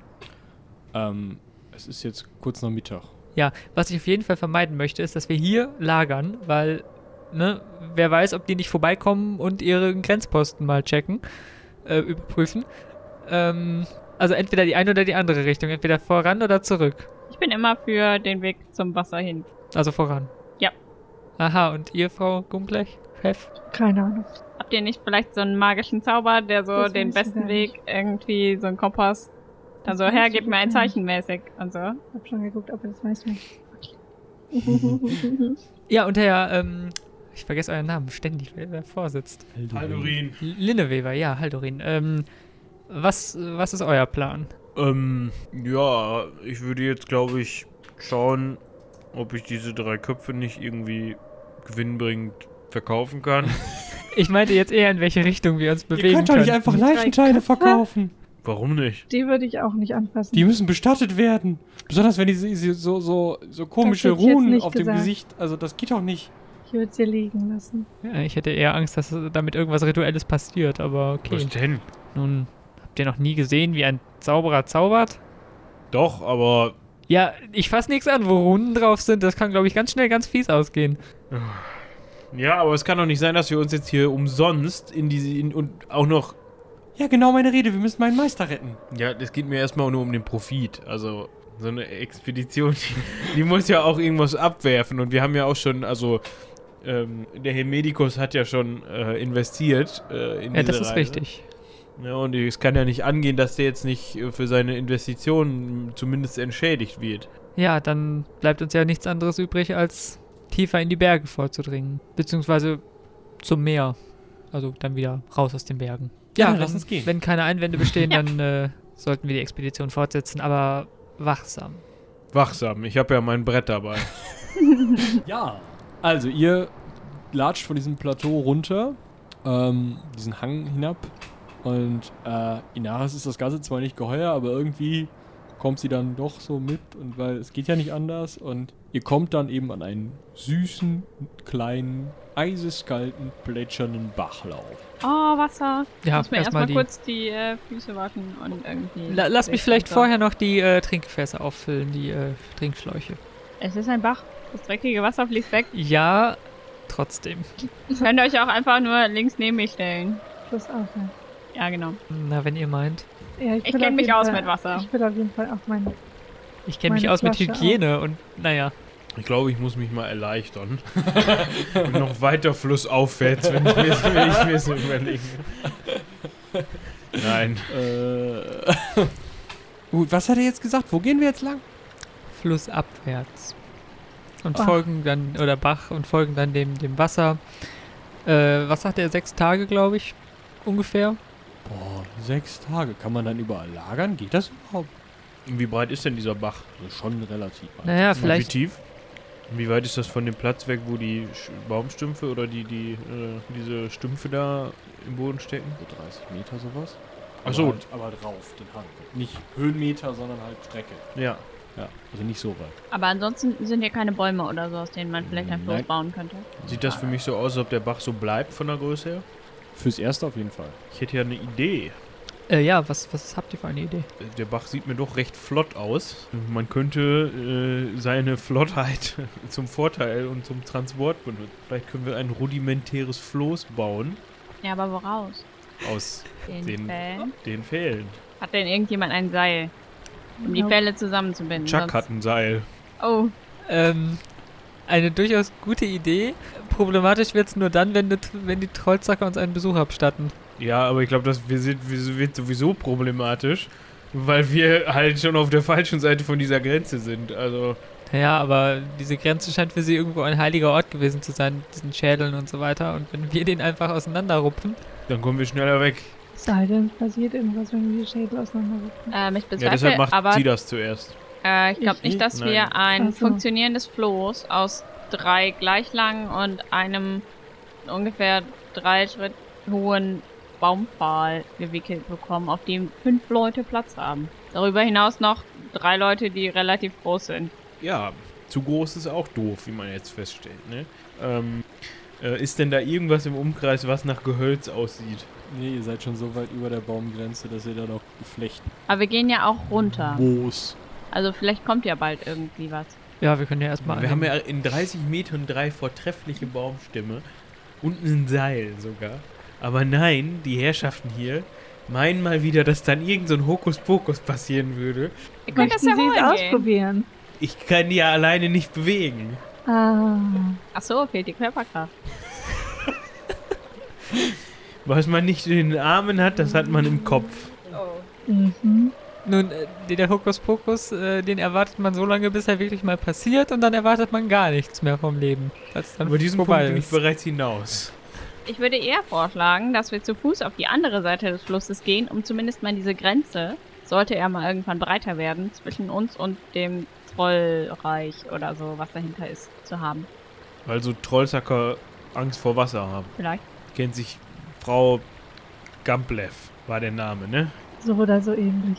Speaker 6: Ähm, es ist jetzt kurz nach Mittag.
Speaker 8: Ja, was ich auf jeden Fall vermeiden möchte, ist, dass wir hier lagern, weil, ne, wer weiß, ob die nicht vorbeikommen und ihren Grenzposten mal checken, äh, überprüfen. Ähm, also entweder die eine oder die andere Richtung, entweder voran oder zurück.
Speaker 5: Ich bin immer für den Weg zum Wasser hin.
Speaker 8: Also voran.
Speaker 5: Ja.
Speaker 8: Aha, und ihr, Frau Gumblech? Chef?
Speaker 4: Keine Ahnung.
Speaker 5: Habt ihr nicht vielleicht so einen magischen Zauber, der so
Speaker 4: Das
Speaker 5: den
Speaker 4: weiß ich
Speaker 5: besten
Speaker 4: gar
Speaker 5: Weg
Speaker 4: nicht.
Speaker 5: irgendwie, so einen Kompass, dann
Speaker 4: Das
Speaker 5: so
Speaker 4: weiß
Speaker 5: her,
Speaker 4: ich
Speaker 5: gib mir ein
Speaker 4: gar
Speaker 5: Zeichen mäßig und so?
Speaker 4: Ich hab schon geguckt, aber das weiß ich nicht.
Speaker 8: Ja, und Herr, ähm, ich vergesse euren Namen ständig, wer da vorsitzt.
Speaker 7: Haldurin.
Speaker 8: L- Linneweber, ja, Haldorin. Ähm, was, was ist euer Plan?
Speaker 7: Ähm, ja, ich würde jetzt, glaube ich, schauen, ob ich diese drei Köpfe nicht irgendwie gewinnbringend verkaufen kann.
Speaker 8: Ich meinte jetzt eher, in welche Richtung wir uns bewegen
Speaker 6: Ihr könnt doch nicht
Speaker 8: könnten.
Speaker 6: einfach Leichenteile verkaufen.
Speaker 7: Warum nicht?
Speaker 4: die würde ich auch nicht anfassen.
Speaker 6: Die müssen bestattet werden. Besonders wenn die sie- sie so, so, so komische
Speaker 4: hätte ich jetzt
Speaker 6: Runen
Speaker 4: nicht
Speaker 6: auf dem
Speaker 4: gesagt.
Speaker 6: Gesicht. Also das geht doch nicht.
Speaker 4: ich würde sie liegen lassen.
Speaker 8: Ja, ich hätte eher Angst, dass damit irgendwas Rituelles passiert, aber okay.
Speaker 7: Was denn?
Speaker 8: Nun, habt ihr noch nie gesehen, wie ein Zauberer zaubert?
Speaker 7: Doch, aber
Speaker 8: Ja, ich fass nichts an, wo Runen drauf sind. Das kann, glaube ich, ganz schnell ganz fies ausgehen.
Speaker 7: Ja, aber es kann doch nicht sein, dass wir uns jetzt hier umsonst in diese. In, und auch noch. Ja, genau meine Rede, wir müssen meinen Meister retten. Ja, das geht mir erstmal nur um den Profit. Also, so eine Expedition, die, die muss ja auch irgendwas abwerfen. Und wir haben ja auch schon, also. Ähm, der Hermedikus hat ja schon äh, investiert äh, in
Speaker 8: Ja,
Speaker 7: diese
Speaker 8: das ist
Speaker 6: ne?
Speaker 7: Reise.
Speaker 8: richtig.
Speaker 7: Ja, und es kann ja nicht angehen, dass der jetzt nicht äh, für seine Investitionen zumindest entschädigt wird.
Speaker 8: Ja, dann bleibt uns ja nichts anderes übrig, als tiefer in die Berge vorzudringen. Beziehungsweise zum Meer. Also dann wieder raus aus den Bergen.
Speaker 7: Ja,
Speaker 8: wenn,
Speaker 7: lass uns gehen.
Speaker 8: Wenn keine Einwände bestehen,
Speaker 5: Ja.
Speaker 8: dann äh, sollten wir die Expedition fortsetzen, aber wachsam.
Speaker 7: Wachsam, ich habe ja mein Brett dabei.
Speaker 6: Ja. Also, ihr latscht von diesem Plateau runter, ähm, diesen Hang hinab. Und äh, Inaris ist das Ganze zwar nicht geheuer, aber irgendwie kommt sie dann doch so mit. Und weil es geht ja nicht anders. Und ihr kommt dann eben an einen süßen, kleinen, eiseskalten, plätschernden Bachlauf.
Speaker 5: Oh, Wasser.
Speaker 8: Ja,
Speaker 5: Muss mir
Speaker 8: erst mal
Speaker 5: erstmal
Speaker 8: die-
Speaker 5: kurz die äh, Füße waschen und irgendwie.
Speaker 8: La lass mich
Speaker 5: Vielleicht
Speaker 8: vielleicht
Speaker 5: runter.
Speaker 8: vorher noch die äh, Trinkgefäße auffüllen, die äh, Trinkschläuche.
Speaker 5: Es ist ein Bach. Das dreckige Wasser fließt weg.
Speaker 8: Ja, trotzdem.
Speaker 5: Könnt ihr euch auch einfach nur links neben mich stellen.
Speaker 4: Das auch, ja.
Speaker 5: Ja, genau.
Speaker 8: Na, wenn ihr meint.
Speaker 4: Ja,
Speaker 5: Ich
Speaker 4: will
Speaker 5: kenn
Speaker 4: auf
Speaker 5: mich
Speaker 4: jeden
Speaker 5: aus
Speaker 4: Fall-
Speaker 5: mit Wasser.
Speaker 4: Ich will auf jeden Fall auch meine.
Speaker 8: Ich kenne mich
Speaker 4: Meine
Speaker 8: aus mit
Speaker 4: Flasche auch.
Speaker 8: Hygiene und naja.
Speaker 7: Ich glaube, ich muss mich mal erleichtern. Und noch weiter flussaufwärts, wenn ich mir, wenn ich mir so überlege. Nein.
Speaker 6: Äh. Gut, was hat er jetzt gesagt? Wo gehen wir jetzt lang?
Speaker 8: flussabwärts und
Speaker 4: Bach.
Speaker 8: folgen dann oder Bach und folgen dann dem dem Wasser. Äh, was sagt er? Sechs Tage, glaube ich, ungefähr.
Speaker 6: Boah, sechs Tage. Kann man dann überall lagern? Geht das überhaupt?
Speaker 7: Wie breit ist denn dieser Bach?
Speaker 6: Also schon relativ weit.
Speaker 8: Naja,
Speaker 7: Wie
Speaker 8: vielleicht.
Speaker 7: tief? Und Wie weit ist das von dem Platz weg, wo die Sch- Baumstümpfe oder die, die, äh, diese Stümpfe da im Boden stecken?
Speaker 6: So 30 Meter sowas.
Speaker 7: Ach so.
Speaker 6: Aber, halt, aber drauf, den Hang. Nicht Höhenmeter, sondern halt Strecke.
Speaker 7: Ja.
Speaker 6: Ja, also nicht so weit.
Speaker 5: Aber ansonsten sind hier keine Bäume oder so, aus denen man vielleicht ein Floß
Speaker 6: Nein.
Speaker 5: bauen könnte.
Speaker 7: Sieht das für mich so aus, als ob der Bach so bleibt von der Größe her?
Speaker 6: Fürs Erste auf jeden Fall.
Speaker 7: Ich hätte ja eine Idee.
Speaker 8: Äh, ja, was was habt ihr für eine Idee?
Speaker 7: Der Bach sieht mir doch recht flott aus. Man könnte äh, seine Flottheit zum Vorteil und zum Transport benutzen. Vielleicht können wir ein rudimentäres Floß bauen
Speaker 5: Ja, aber woraus?
Speaker 7: aus
Speaker 5: Den,
Speaker 7: Den-
Speaker 5: Fällen.
Speaker 7: den Fählen.
Speaker 5: Hat denn irgendjemand ein Seil, um die
Speaker 4: Nope.
Speaker 5: Fälle zusammenzubinden?
Speaker 7: Chuck hat
Speaker 5: sonst-
Speaker 7: ein Seil.
Speaker 5: Oh,
Speaker 8: Ähm, eine durchaus gute Idee. Problematisch wird es nur dann, wenn, die- wenn die Trollzacker uns einen Besuch abstatten.
Speaker 7: Ja, aber ich glaube, das wir sind, wir- wird sowieso problematisch, weil wir halt schon auf der falschen Seite von dieser Grenze sind. Also,
Speaker 8: Naja, aber diese Grenze scheint für sie irgendwo ein heiliger Ort gewesen zu sein, mit diesen Schädeln und so weiter. Und wenn wir den einfach auseinanderrupfen,
Speaker 7: dann kommen wir schneller weg.
Speaker 4: Es Sei denn, es passiert irgendwas, wenn wir die Schädel auseinanderrücken.
Speaker 5: ähm, ich
Speaker 7: Ja,
Speaker 5: bezweifle,
Speaker 7: deshalb macht
Speaker 5: aber
Speaker 7: sie das zuerst.
Speaker 5: äh, ich glaube
Speaker 4: Ich-
Speaker 5: nicht, dass
Speaker 7: Nein.
Speaker 5: wir ein
Speaker 4: Ach so.
Speaker 5: funktionierendes Floß aus drei gleich langen und einem ungefähr drei Schritt hohen Baumpfahl gewickelt bekommen, auf dem fünf Leute Platz haben. Darüber hinaus noch drei Leute, die relativ groß sind.
Speaker 7: Ja, zu groß ist auch doof, wie man jetzt feststellt, ne? Ähm, äh, ist denn da irgendwas im Umkreis, was nach Gehölz aussieht?
Speaker 6: Nee, ihr seid schon so weit über der Baumgrenze, dass ihr da noch geflecht
Speaker 5: Aber wir gehen ja auch runter.
Speaker 6: Moos.
Speaker 5: Also vielleicht kommt ja bald irgendwie was.
Speaker 8: ja, wir können ja erstmal.
Speaker 7: wir
Speaker 8: an
Speaker 7: haben
Speaker 8: dem-
Speaker 7: ja in 30 Metern drei vortreffliche Baumstämme und ein Seil sogar. Aber nein, die Herrschaften hier meinen mal wieder, dass dann irgend so ein Hokuspokus passieren würde.
Speaker 5: Ihr könnt das
Speaker 4: Möchten
Speaker 5: ja
Speaker 4: Sie es
Speaker 5: holen gehen.
Speaker 4: ausprobieren?
Speaker 7: Ich kann die ja alleine nicht bewegen.
Speaker 4: Ah.
Speaker 5: Ach so, fehlt die Körperkraft.
Speaker 7: Was man nicht in den Armen hat, das hat man im Kopf.
Speaker 5: Oh.
Speaker 4: Mhm.
Speaker 8: Nun, äh, der Hokuspokus, äh, den erwartet man so lange, bis er wirklich mal passiert und dann erwartet man gar nichts mehr vom Leben. Als dann
Speaker 7: Über diesen
Speaker 8: vorbei
Speaker 7: Punkt bin ich
Speaker 8: ist.
Speaker 7: bereits hinaus.
Speaker 5: Ich würde eher vorschlagen, dass wir zu Fuß auf die andere Seite des Flusses gehen, um zumindest mal diese Grenze, sollte er mal irgendwann breiter werden, zwischen uns und dem Trollreich oder so, was dahinter ist, zu haben.
Speaker 7: Weil so Trollsacker Angst vor Wasser haben.
Speaker 5: Vielleicht.
Speaker 7: Kennt sich Frau Gamplev, war der Name, ne?
Speaker 4: So oder so ähnlich.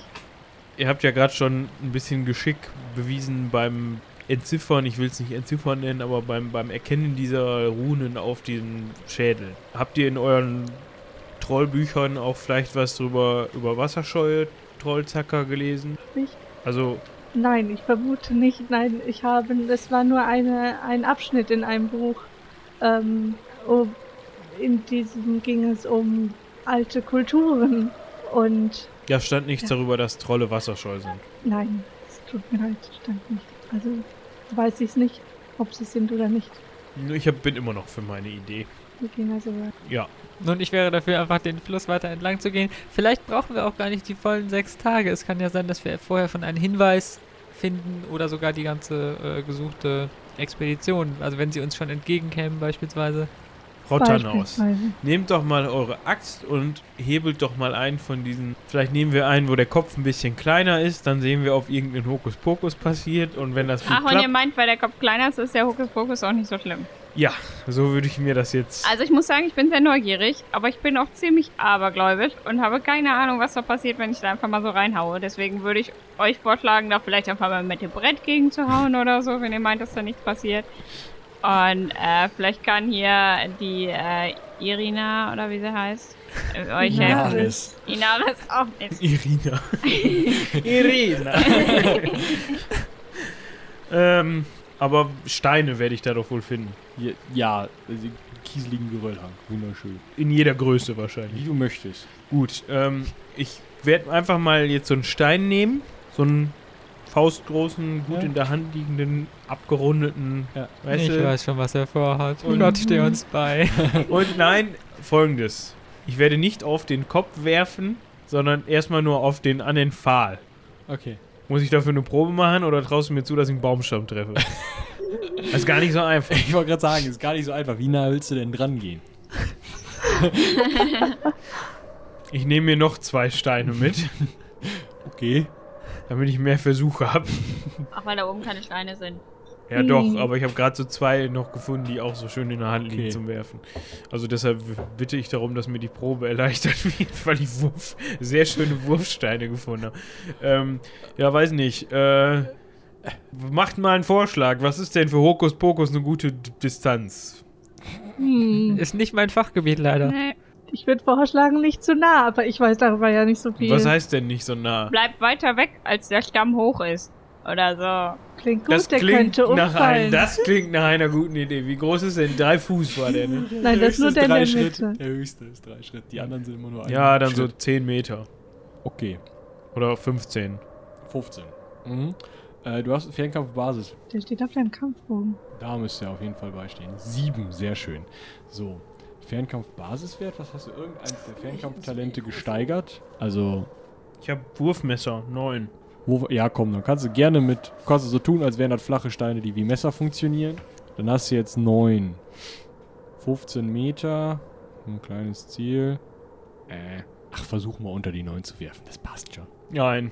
Speaker 7: Ihr habt ja gerade schon ein bisschen Geschick bewiesen beim Entziffern, ich will es nicht Entziffern nennen, aber beim, beim Erkennen dieser Runen auf diesem Schädel. Habt ihr in euren Trollbüchern auch vielleicht was drüber über wasserscheue Trollzacker gelesen?
Speaker 4: Nicht.
Speaker 7: Also,
Speaker 4: Nein, ich vermute nicht. Nein, ich habe, das war nur eine, ein Abschnitt in einem Buch. Ähm, um, in diesem ging es um alte Kulturen und
Speaker 7: Ja, stand nichts
Speaker 4: Ja.
Speaker 7: darüber, dass Trolle Wasserscheu sind.
Speaker 4: nein, es tut mir leid, stand nicht. Also weiß ich es nicht, ob sie es sind oder nicht.
Speaker 7: Ich hab, bin immer noch für meine Idee.
Speaker 4: Wir gehen also weiter.
Speaker 7: Ja.
Speaker 8: Nun, ich wäre dafür, einfach den Fluss weiter entlang zu gehen. Vielleicht brauchen wir auch gar nicht die vollen sechs Tage. Es kann ja sein, dass wir vorher schon einen Hinweis finden oder sogar die ganze äh, gesuchte Expedition. Also wenn sie uns schon entgegenkämen beispielsweise.
Speaker 7: Frau Tanaus,
Speaker 4: Beispielsweise.
Speaker 7: nehmt doch mal eure Axt und hebelt doch mal einen von diesen. Vielleicht nehmen wir einen, wo der Kopf ein bisschen kleiner ist, dann sehen wir, ob irgendein Hokuspokus passiert und wenn das gut
Speaker 5: Ach, und ihr
Speaker 7: klappt.
Speaker 5: meint, weil der Kopf kleiner ist, ist der Hokuspokus auch nicht so schlimm.
Speaker 7: Ja, so würde ich mir das jetzt.
Speaker 5: Also ich muss sagen, ich bin sehr neugierig, aber ich bin auch ziemlich abergläubig und habe keine Ahnung, was da passiert, wenn ich da einfach mal so reinhaue. Deswegen würde ich euch vorschlagen, da vielleicht einfach mal mit dem Brett gegen zu hauen oder so, wenn ihr meint, dass da nichts passiert. Und äh, vielleicht kann hier die äh, Irina oder wie sie heißt, äh, euch helfen.
Speaker 4: Inaris.
Speaker 5: Inaris auch nicht.
Speaker 7: Irina. Irina. ähm, aber Steine werde ich da doch wohl finden.
Speaker 6: Ja, ja also kieseligen Geröllhang. Wunderschön.
Speaker 7: In jeder Größe wahrscheinlich.
Speaker 6: Wie du möchtest.
Speaker 7: Gut, ähm, ich werde einfach mal jetzt so einen Stein nehmen. So einen faustgroßen, gut
Speaker 6: Ja.
Speaker 7: in der Hand liegenden, abgerundeten.
Speaker 6: Ja.
Speaker 7: Weißt
Speaker 8: ich
Speaker 7: du?
Speaker 8: weiß schon, was er vorhat.
Speaker 7: Und-
Speaker 8: Gott, steh uns bei.
Speaker 7: Und nein, folgendes. Ich werde nicht auf den Kopf werfen, sondern erstmal nur auf den, an den Pfahl.
Speaker 6: Okay.
Speaker 7: Muss ich dafür eine Probe machen oder traust du mir zu, dass ich einen Baumstamm treffe? das ist gar nicht so einfach.
Speaker 6: Ich wollte gerade sagen, ist gar nicht so einfach. Wie nah willst du denn dran gehen?
Speaker 7: Ich nehme mir noch zwei Steine mit,
Speaker 6: Okay.
Speaker 7: damit ich mehr Versuche habe.
Speaker 5: Ach, weil da oben keine Steine sind.
Speaker 7: Ja doch,
Speaker 4: Hm.
Speaker 7: aber ich habe gerade so zwei noch gefunden, die auch so schön in der Hand liegen
Speaker 6: Okay.
Speaker 7: zum Werfen. Also deshalb w- bitte ich darum, dass mir die Probe erleichtert wird, weil ich Wurf, sehr schöne Wurfsteine gefunden habe. Ähm, ja, weiß nicht. Äh, macht mal einen Vorschlag. Was ist denn für Hokuspokus eine gute D Distanz?
Speaker 4: Hm.
Speaker 8: Ist nicht mein Fachgebiet leider.
Speaker 5: Nee.
Speaker 4: Ich würde vorschlagen, nicht zu nah, aber ich weiß darüber ja nicht so viel.
Speaker 7: Was heißt denn nicht so nah?
Speaker 5: Bleibt weiter weg, als der Stamm hoch ist. Oder so.
Speaker 4: klingt gut,
Speaker 7: Das
Speaker 4: der
Speaker 7: klingt,
Speaker 4: könnte
Speaker 7: nach einem,
Speaker 4: umfallen.
Speaker 7: das klingt nach einer guten Idee. Wie groß ist denn? Drei Fuß war der, ne?
Speaker 4: Nein, das ist nur der in
Speaker 6: drei
Speaker 4: der
Speaker 6: Schritt.
Speaker 4: Mitte.
Speaker 6: Der höchste ist drei Schritt. Die anderen sind immer nur ein
Speaker 7: Ja, dann so
Speaker 6: Schritt.
Speaker 7: 10 Meter.
Speaker 6: Okay.
Speaker 7: Oder 15.
Speaker 6: 15. Mhm. Äh, du hast Fernkampfbasis.
Speaker 4: Der steht auf deinem Kampfbogen.
Speaker 6: Da müsst ihr auf jeden Fall beistehen. Sieben, sehr schön. So, Fernkampf-Basiswert, was hast du? Irgendeines der Fernkampftalente gesteigert? Also,
Speaker 7: Ich habe Wurfmesser, 9.
Speaker 6: wo, ja komm, dann kannst du gerne mit, kannst du so tun, als wären das flache Steine, die wie Messer funktionieren. Dann hast du jetzt neun. 15 Meter, ein kleines Ziel. Äh, ach, versuch mal unter die neun zu werfen, das passt schon.
Speaker 7: Nein,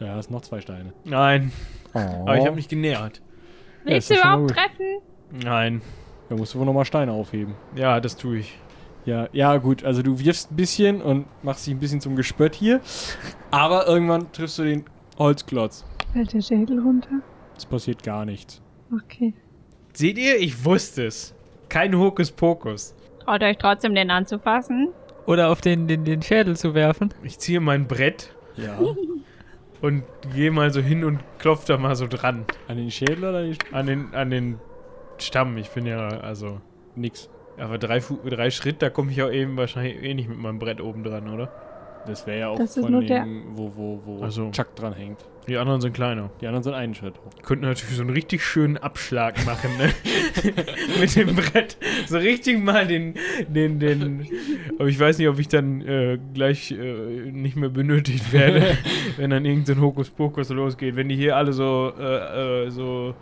Speaker 6: Ja, hast noch zwei Steine.
Speaker 7: nein.
Speaker 6: Oh.
Speaker 7: Aber ich habe mich genähert.
Speaker 6: ist
Speaker 5: Willst du
Speaker 6: doch schon mal
Speaker 5: überhaupt
Speaker 6: gut.
Speaker 5: treffen?
Speaker 7: Nein.
Speaker 6: Da musst du wohl nochmal Steine aufheben.
Speaker 7: Ja, das tue ich.
Speaker 6: Ja, ja, gut, also du wirfst ein bisschen und machst dich ein bisschen zum Gespött hier. Aber irgendwann triffst du den Holzklotz.
Speaker 4: Fällt der Schädel runter?
Speaker 6: Es passiert gar nichts.
Speaker 4: Okay.
Speaker 7: Seht ihr? Ich wusste es. Kein Hokuspokus.
Speaker 5: Traut euch trotzdem, den anzufassen?
Speaker 8: Oder auf den, den, den Schädel zu werfen.
Speaker 7: Ich ziehe mein Brett
Speaker 6: Ja.
Speaker 7: und gehe mal so hin und klopfe da mal so dran.
Speaker 6: An den Schädel oder nicht?
Speaker 7: An den, an den Stamm. Ich bin ja, also.
Speaker 6: Nix.
Speaker 7: Aber drei, Fu drei Schritt, da komme ich auch eben wahrscheinlich eh nicht mit meinem Brett oben dran, oder?
Speaker 6: Das wäre ja auch
Speaker 4: Das ist
Speaker 6: von
Speaker 4: nur
Speaker 6: dem, wo, wo, wo
Speaker 7: Ach so.
Speaker 6: Chuck dran hängt.
Speaker 7: Die anderen sind kleiner.
Speaker 6: Die anderen sind einen Schritt hoch.
Speaker 7: Könnten natürlich so einen richtig schönen Abschlag machen, ne? Mit dem Brett. So richtig mal den, den, den. Aber ich weiß nicht, ob ich dann äh, gleich äh, nicht mehr benötigt werde, wenn dann irgendein Hokuspokus losgeht. Wenn die hier alle so, äh, äh, so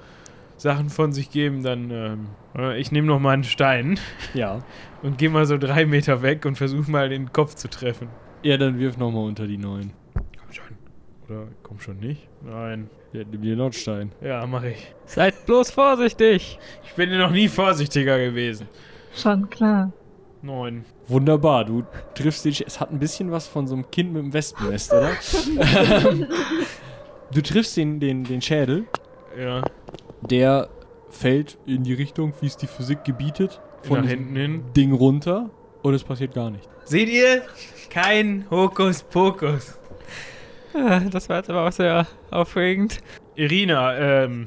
Speaker 7: Sachen von sich geben, dann. Ähm, äh, ich nehme nochmal einen Stein
Speaker 6: Ja.
Speaker 7: und gehe mal so drei Meter weg und versuche mal den Kopf zu treffen.
Speaker 6: Ja, dann wirf nochmal unter die neun.
Speaker 7: Komm schon. Oder komm schon nicht? Nein.
Speaker 6: Ja, nimm dir den Nordstein.
Speaker 7: Ja, mache ich.
Speaker 8: Seid bloß vorsichtig.
Speaker 7: Ich bin noch nie vorsichtiger gewesen.
Speaker 4: Schon klar.
Speaker 7: Neun.
Speaker 6: Wunderbar, du triffst den Sch Es hat ein bisschen was von so einem Kind mit dem Wespennest, oder? Ähm, du triffst den, den, den Schädel
Speaker 7: Ja.
Speaker 6: Der fällt in die Richtung, wie es die Physik gebietet,
Speaker 7: Von
Speaker 6: von
Speaker 7: nach
Speaker 6: diesem
Speaker 7: hinten hin.
Speaker 6: Ding runter und es passiert gar nicht.
Speaker 7: Seht ihr? Kein Hokuspokus.
Speaker 8: Ah, Das war jetzt aber auch sehr aufregend.
Speaker 7: Irina, ähm,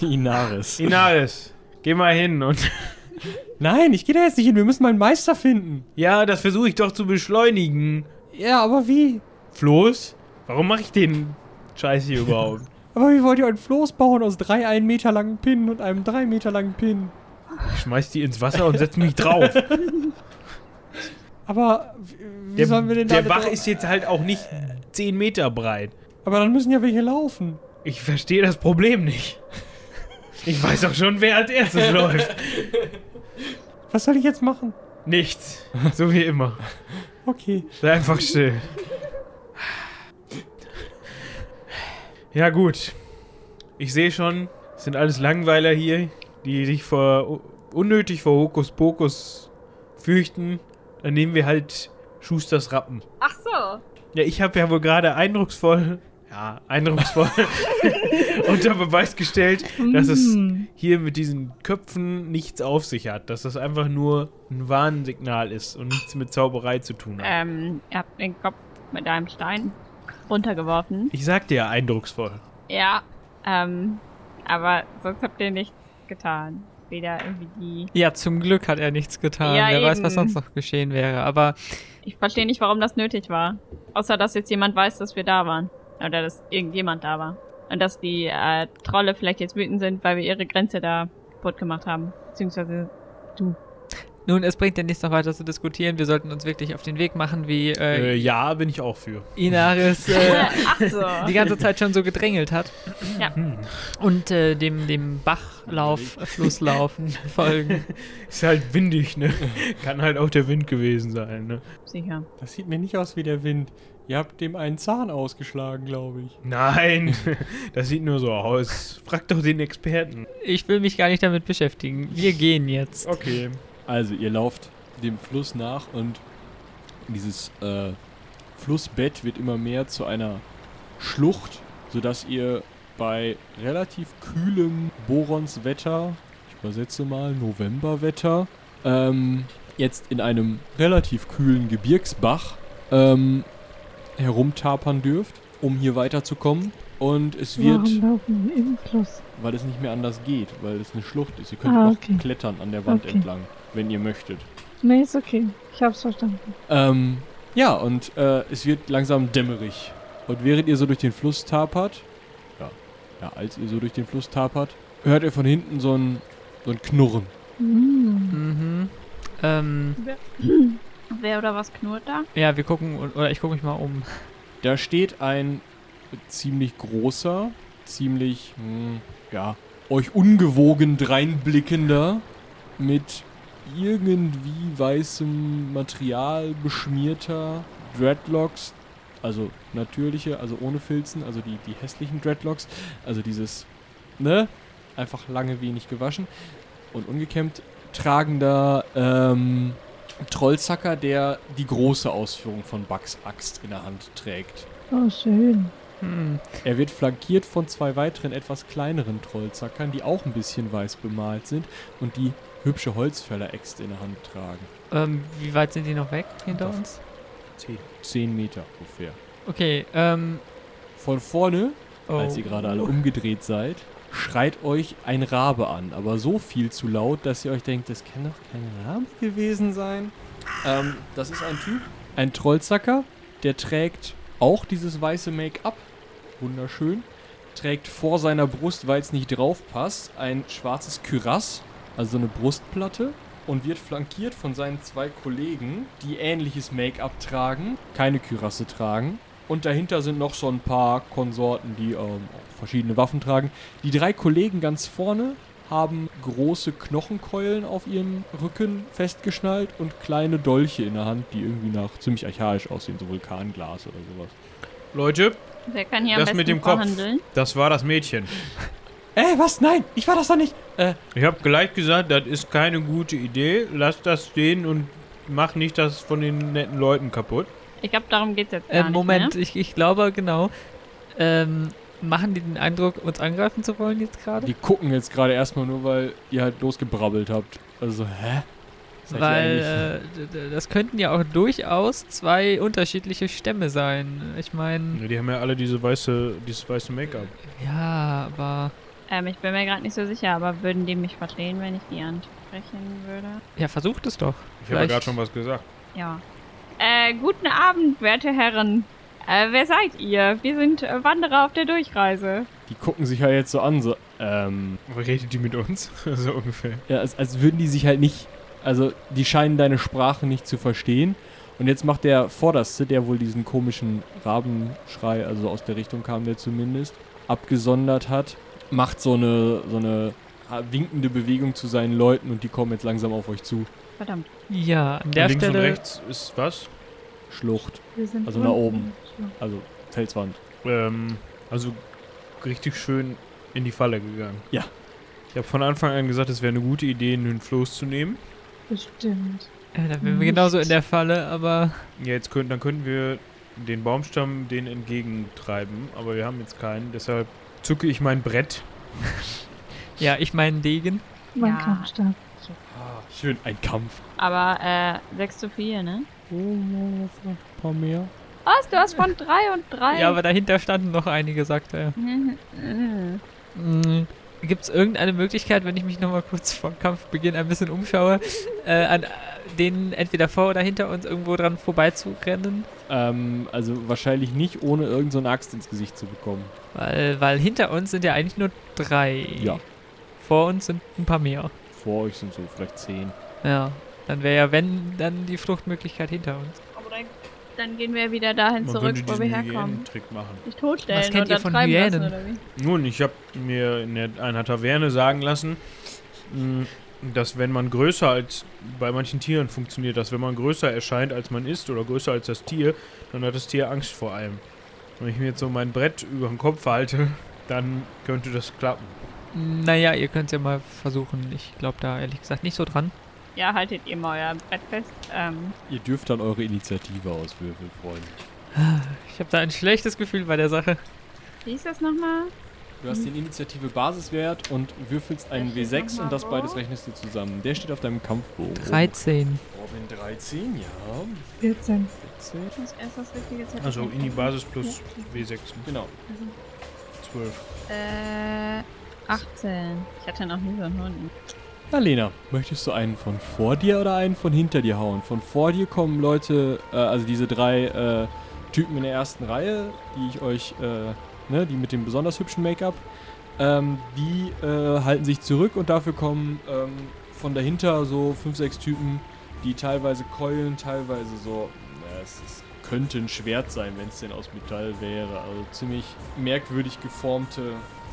Speaker 6: Inaris.
Speaker 7: Inaris, geh mal hin und
Speaker 6: Nein, ich gehe da jetzt nicht hin. Wir müssen meinen Meister finden.
Speaker 7: Ja, das versuche ich doch zu beschleunigen.
Speaker 6: Ja, aber wie?
Speaker 7: Floß? Warum mache ich den Scheiß hier überhaupt?
Speaker 6: Aber wie wollt ihr einen Floß bauen aus drei einen Meter langen Pinnen und einem drei Meter langen Pin?
Speaker 7: Ich schmeiß die ins Wasser und setz mich drauf.
Speaker 6: Aber wie
Speaker 7: Der,
Speaker 6: sollen wir denn da
Speaker 7: der
Speaker 6: mit
Speaker 7: Bach
Speaker 6: drauf-
Speaker 7: ist jetzt halt auch nicht 10 Meter breit.
Speaker 6: Aber dann müssen ja welche laufen.
Speaker 7: Ich verstehe das Problem nicht. Ich weiß auch schon, wer als erstes läuft.
Speaker 6: Was soll ich jetzt machen?
Speaker 7: Nichts. So wie immer.
Speaker 6: Okay.
Speaker 7: Sei einfach still. Ja, gut. Ich sehe schon, es sind alles Langweiler hier, die sich vor unnötig vor Hokuspokus fürchten. Dann nehmen wir halt Schusters Rappen.
Speaker 5: Ach so.
Speaker 7: Ja, ich habe ja wohl gerade eindrucksvoll, ja, eindrucksvoll unter Beweis gestellt, dass es hier mit diesen Köpfen nichts auf sich hat. Dass das einfach nur ein Warnsignal ist und nichts mit Zauberei zu tun hat.
Speaker 5: Ähm, ihr habt den Kopf mit einem Stein runtergeworfen.
Speaker 7: Ich sagte ja eindrucksvoll.
Speaker 5: Ja, ähm, aber sonst habt ihr nichts getan. Weder irgendwie die.
Speaker 8: Ja, zum Glück hat er nichts getan.
Speaker 5: Ja,
Speaker 8: Wer weiß, was
Speaker 5: eben.
Speaker 8: sonst noch geschehen wäre. Aber
Speaker 5: Ich verstehe nicht, warum das nötig war. Außer, dass jetzt jemand weiß, dass wir da waren. Oder dass irgendjemand da war. Und dass die äh, Trolle vielleicht jetzt wütend sind, weil wir ihre Grenze da kaputt gemacht haben. Beziehungsweise du.
Speaker 8: nun, es bringt ja nichts noch weiter zu diskutieren. Wir sollten uns wirklich auf den Weg machen, wie äh,
Speaker 7: Äh, ja, bin ich auch für.
Speaker 8: Inaris äh,
Speaker 5: Ach so.
Speaker 8: die ganze Zeit schon so gedrängelt hat.
Speaker 5: Ja.
Speaker 8: Und äh, dem, dem Bachlauf, Flusslauf folgen.
Speaker 7: Ist halt windig, ne? Kann halt auch der Wind gewesen sein, ne?
Speaker 5: Sicher.
Speaker 6: Das sieht mir nicht aus wie der Wind. Ihr habt dem einen Zahn ausgeschlagen, glaube ich.
Speaker 7: Nein, das sieht nur so aus. Frag doch den Experten.
Speaker 8: Ich will mich gar nicht damit beschäftigen. Wir gehen jetzt.
Speaker 7: Okay.
Speaker 1: Also, ihr lauft dem Fluss nach und dieses äh, Flussbett wird immer mehr zu einer Schlucht, sodass ihr bei relativ kühlem Boronswetter, ich übersetze mal Novemberwetter, ähm, jetzt in einem relativ kühlen Gebirgsbach ähm, herumtapern dürft, um hier weiterzukommen. Und es wird
Speaker 4: Warum laufen wir im Fluss?
Speaker 1: weil es nicht mehr anders geht, weil es eine Schlucht ist. Ihr könnt
Speaker 4: Ah,
Speaker 1: noch
Speaker 4: okay.
Speaker 1: klettern an der Wand
Speaker 4: Okay.
Speaker 1: entlang, wenn ihr möchtet.
Speaker 4: Nee, ist okay. Ich hab's verstanden.
Speaker 1: Ähm, ja, und äh, es wird langsam dämmerig. Und während ihr so durch den Fluss tapert, ja, ja, als ihr so durch den Fluss tapert, hört ihr von hinten so ein, so ein Knurren.
Speaker 4: Hm.
Speaker 8: Mhm. Ähm,
Speaker 5: Wer oder was knurrt da?
Speaker 8: ja, wir gucken, oder ich gucke mich mal um.
Speaker 1: Da steht ein ziemlich großer, ziemlich, hm, ja, euch ungewogen dreinblickender, mit irgendwie weißem Material beschmierter Dreadlocks, also natürliche, also ohne Filzen, also die, die hässlichen Dreadlocks, also dieses, ne, einfach lange wenig gewaschen und ungekämmt tragender, ähm, Trollzacker, der die große Ausführung von Bugs Axt in der Hand trägt.
Speaker 4: Oh, schön.
Speaker 8: Hm.
Speaker 1: Er wird flankiert von zwei weiteren etwas kleineren Trollzackern, die auch ein bisschen weiß bemalt sind und die hübsche Holzfälleräxte in der Hand tragen.
Speaker 8: Ähm, wie weit sind die noch weg hinter
Speaker 1: Doch.
Speaker 8: uns?
Speaker 1: Zehn. Zehn Meter ungefähr.
Speaker 8: Okay, ähm.
Speaker 1: Von vorne,
Speaker 8: Oh.
Speaker 1: als ihr gerade alle umgedreht seid, schreit euch ein Rabe an, aber so viel zu laut, dass ihr euch denkt, das kann doch kein Rabe gewesen sein. Ähm, das ist ein Typ, ein Trollzacker, der trägt auch dieses weiße Make-up, wunderschön, trägt vor seiner Brust, weil es nicht drauf passt, ein schwarzes Kürass, also eine Brustplatte und wird flankiert von seinen zwei Kollegen, die ähnliches Make-up tragen, keine Kürasse tragen. Und dahinter sind noch so ein paar Konsorten, die ähm, auch verschiedene Waffen tragen. Die drei Kollegen ganz vorne haben große Knochenkeulen auf ihren Rücken festgeschnallt und kleine Dolche in der Hand, die irgendwie nach ziemlich archaisch aussehen, so Vulkanglas oder sowas.
Speaker 7: Leute,
Speaker 5: Wer kann hier am
Speaker 7: das
Speaker 5: besten
Speaker 7: mit dem Kopf.
Speaker 5: verhandeln?
Speaker 7: Das war das Mädchen.
Speaker 1: Äh,
Speaker 6: Ey, was? Nein, ich war das doch nicht.
Speaker 7: Ich habe gleich gesagt, das ist keine gute Idee. Lass das stehen und mach nicht das von den netten Leuten kaputt.
Speaker 5: Ich glaube, darum geht's jetzt gar
Speaker 8: Ähm,
Speaker 5: nicht.
Speaker 8: Moment,
Speaker 5: Ne?
Speaker 8: ich, ich glaube, genau. Ähm, machen die den Eindruck, uns angreifen zu wollen jetzt gerade?
Speaker 1: Die gucken jetzt gerade erstmal nur, weil ihr halt losgebrabbelt habt. Also, hä? Seid ihr eigentlich-
Speaker 8: Weil äh, d- d- das könnten ja auch durchaus zwei unterschiedliche Stämme sein. Ich meine,
Speaker 7: Hm. Ja, die haben ja alle diese weiße, dieses weiße Make-up.
Speaker 8: ja, aber
Speaker 5: Ähm, ich bin mir gerade nicht so sicher, aber würden die mich verdrehen, wenn ich die ansprechen würde?
Speaker 8: Ja, versucht es doch.
Speaker 7: Ich habe ja gerade schon was gesagt.
Speaker 5: Ja. Äh, guten Abend, werte Herren. Äh, wer seid ihr? Wir sind äh, Wanderer auf der Durchreise.
Speaker 6: Die gucken sich halt jetzt so an, so, ähm.
Speaker 7: Redet die mit uns? so ungefähr.
Speaker 6: Ja, als, als würden die sich halt nicht. Also, die scheinen deine Sprache nicht zu verstehen. Und jetzt macht der Vorderste, der wohl diesen komischen Rabenschrei, also aus der Richtung kam der zumindest, abgesondert hat, macht so eine, so eine winkende Bewegung zu seinen Leuten und die kommen jetzt langsam auf euch zu.
Speaker 5: Verdammt.
Speaker 8: Ja, an der
Speaker 7: Links
Speaker 8: Stelle.
Speaker 7: und rechts ist was?
Speaker 6: Schlucht.
Speaker 1: Wir sind
Speaker 6: Also nach
Speaker 1: unten.
Speaker 6: oben. Also Felswand.
Speaker 7: Ähm, also richtig schön in die Falle gegangen.
Speaker 6: Ja.
Speaker 7: Ich habe von Anfang an gesagt, es wäre eine gute Idee, einen Floß zu nehmen.
Speaker 1: Bestimmt.
Speaker 8: Äh, da wären wir genauso in der Falle, aber
Speaker 7: Ja, jetzt könnten, dann könnten wir den Baumstamm den entgegentreiben, aber wir haben jetzt keinen, deshalb zücke ich mein Brett.
Speaker 8: ja, ich meine Degen.
Speaker 1: Mein
Speaker 5: Ja.
Speaker 1: Kampfstab.
Speaker 6: Ah, Schön, ein Kampf.
Speaker 5: Aber äh, 6 zu 4, ne?
Speaker 6: Oh, ein paar mehr.
Speaker 5: Was? Du hast von 3 und 3.
Speaker 8: Ja, aber dahinter standen noch einige, sagt er. Mhm. Gibt es irgendeine Möglichkeit, wenn ich mich nochmal kurz vor Kampfbeginn ein bisschen umschaue, äh, an äh, denen entweder vor oder hinter uns irgendwo dran vorbeizurennen?
Speaker 6: Ähm, also wahrscheinlich nicht, ohne irgendeine so eine Axt ins Gesicht zu bekommen.
Speaker 8: Weil, weil hinter uns sind ja eigentlich nur drei.
Speaker 6: Ja.
Speaker 8: Vor uns sind ein paar mehr.
Speaker 6: Vor euch sind so vielleicht zehn.
Speaker 8: Ja. Dann wäre ja, wenn, dann die Fluchtmöglichkeit hinter uns.
Speaker 5: Aber dann, dann gehen wir wieder dahin zurück, wo wir herkommen.
Speaker 7: Hyänentrick machen.
Speaker 5: Dich totstellen
Speaker 8: Was kennt
Speaker 5: und
Speaker 8: ihr
Speaker 5: dann
Speaker 8: von
Speaker 5: treiben lassen,
Speaker 8: Hyänen?
Speaker 5: oder wie?
Speaker 7: Nun, ich habe mir in der- einer Taverne sagen lassen, mh, dass wenn man größer als bei manchen Tieren funktioniert, dass wenn man größer erscheint als man ist oder größer als das Tier, dann hat das Tier Angst vor allem. Wenn ich mir jetzt so mein Brett über den Kopf halte, dann könnte das klappen.
Speaker 8: Naja, ihr könnt es ja mal versuchen. Ich glaube da ehrlich gesagt nicht so dran.
Speaker 5: Ja, haltet ihr mal euer Brett fest. Ähm,
Speaker 6: Ihr dürft dann eure Initiative auswürfeln, Freunde.
Speaker 8: Ich habe da ein schlechtes Gefühl bei der Sache.
Speaker 5: wie ist das nochmal?
Speaker 6: Du hast den Initiative Basiswert und würfelst einen
Speaker 5: Der steht
Speaker 6: W6
Speaker 5: noch mal
Speaker 6: und das
Speaker 5: wo?
Speaker 6: beides rechnest du zusammen. Der steht auf deinem Kampfbogen.
Speaker 8: 13.
Speaker 6: Robin 13, ja.
Speaker 1: 14.
Speaker 6: 14.
Speaker 5: Ich muss erst das richtige Zettel
Speaker 7: Also in die
Speaker 5: finden.
Speaker 7: Basis plus W6,
Speaker 6: Genau.
Speaker 7: 12.
Speaker 5: Äh, 18. Ich hatte noch nie so einen Hund. Hm,
Speaker 6: Na Lena, möchtest du einen von vor dir oder einen von hinter dir hauen? Von vor dir kommen Leute, äh, also diese drei äh, Typen in der ersten Reihe, die ich euch, äh, ne, die mit dem besonders hübschen Make-up, ähm, die äh, halten sich zurück und dafür kommen ähm, von dahinter so fünf, sechs Typen, die teilweise keulen, teilweise so, na, es ist, könnte ein Schwert sein, wenn es denn aus Metall wäre. Also ziemlich merkwürdig geformte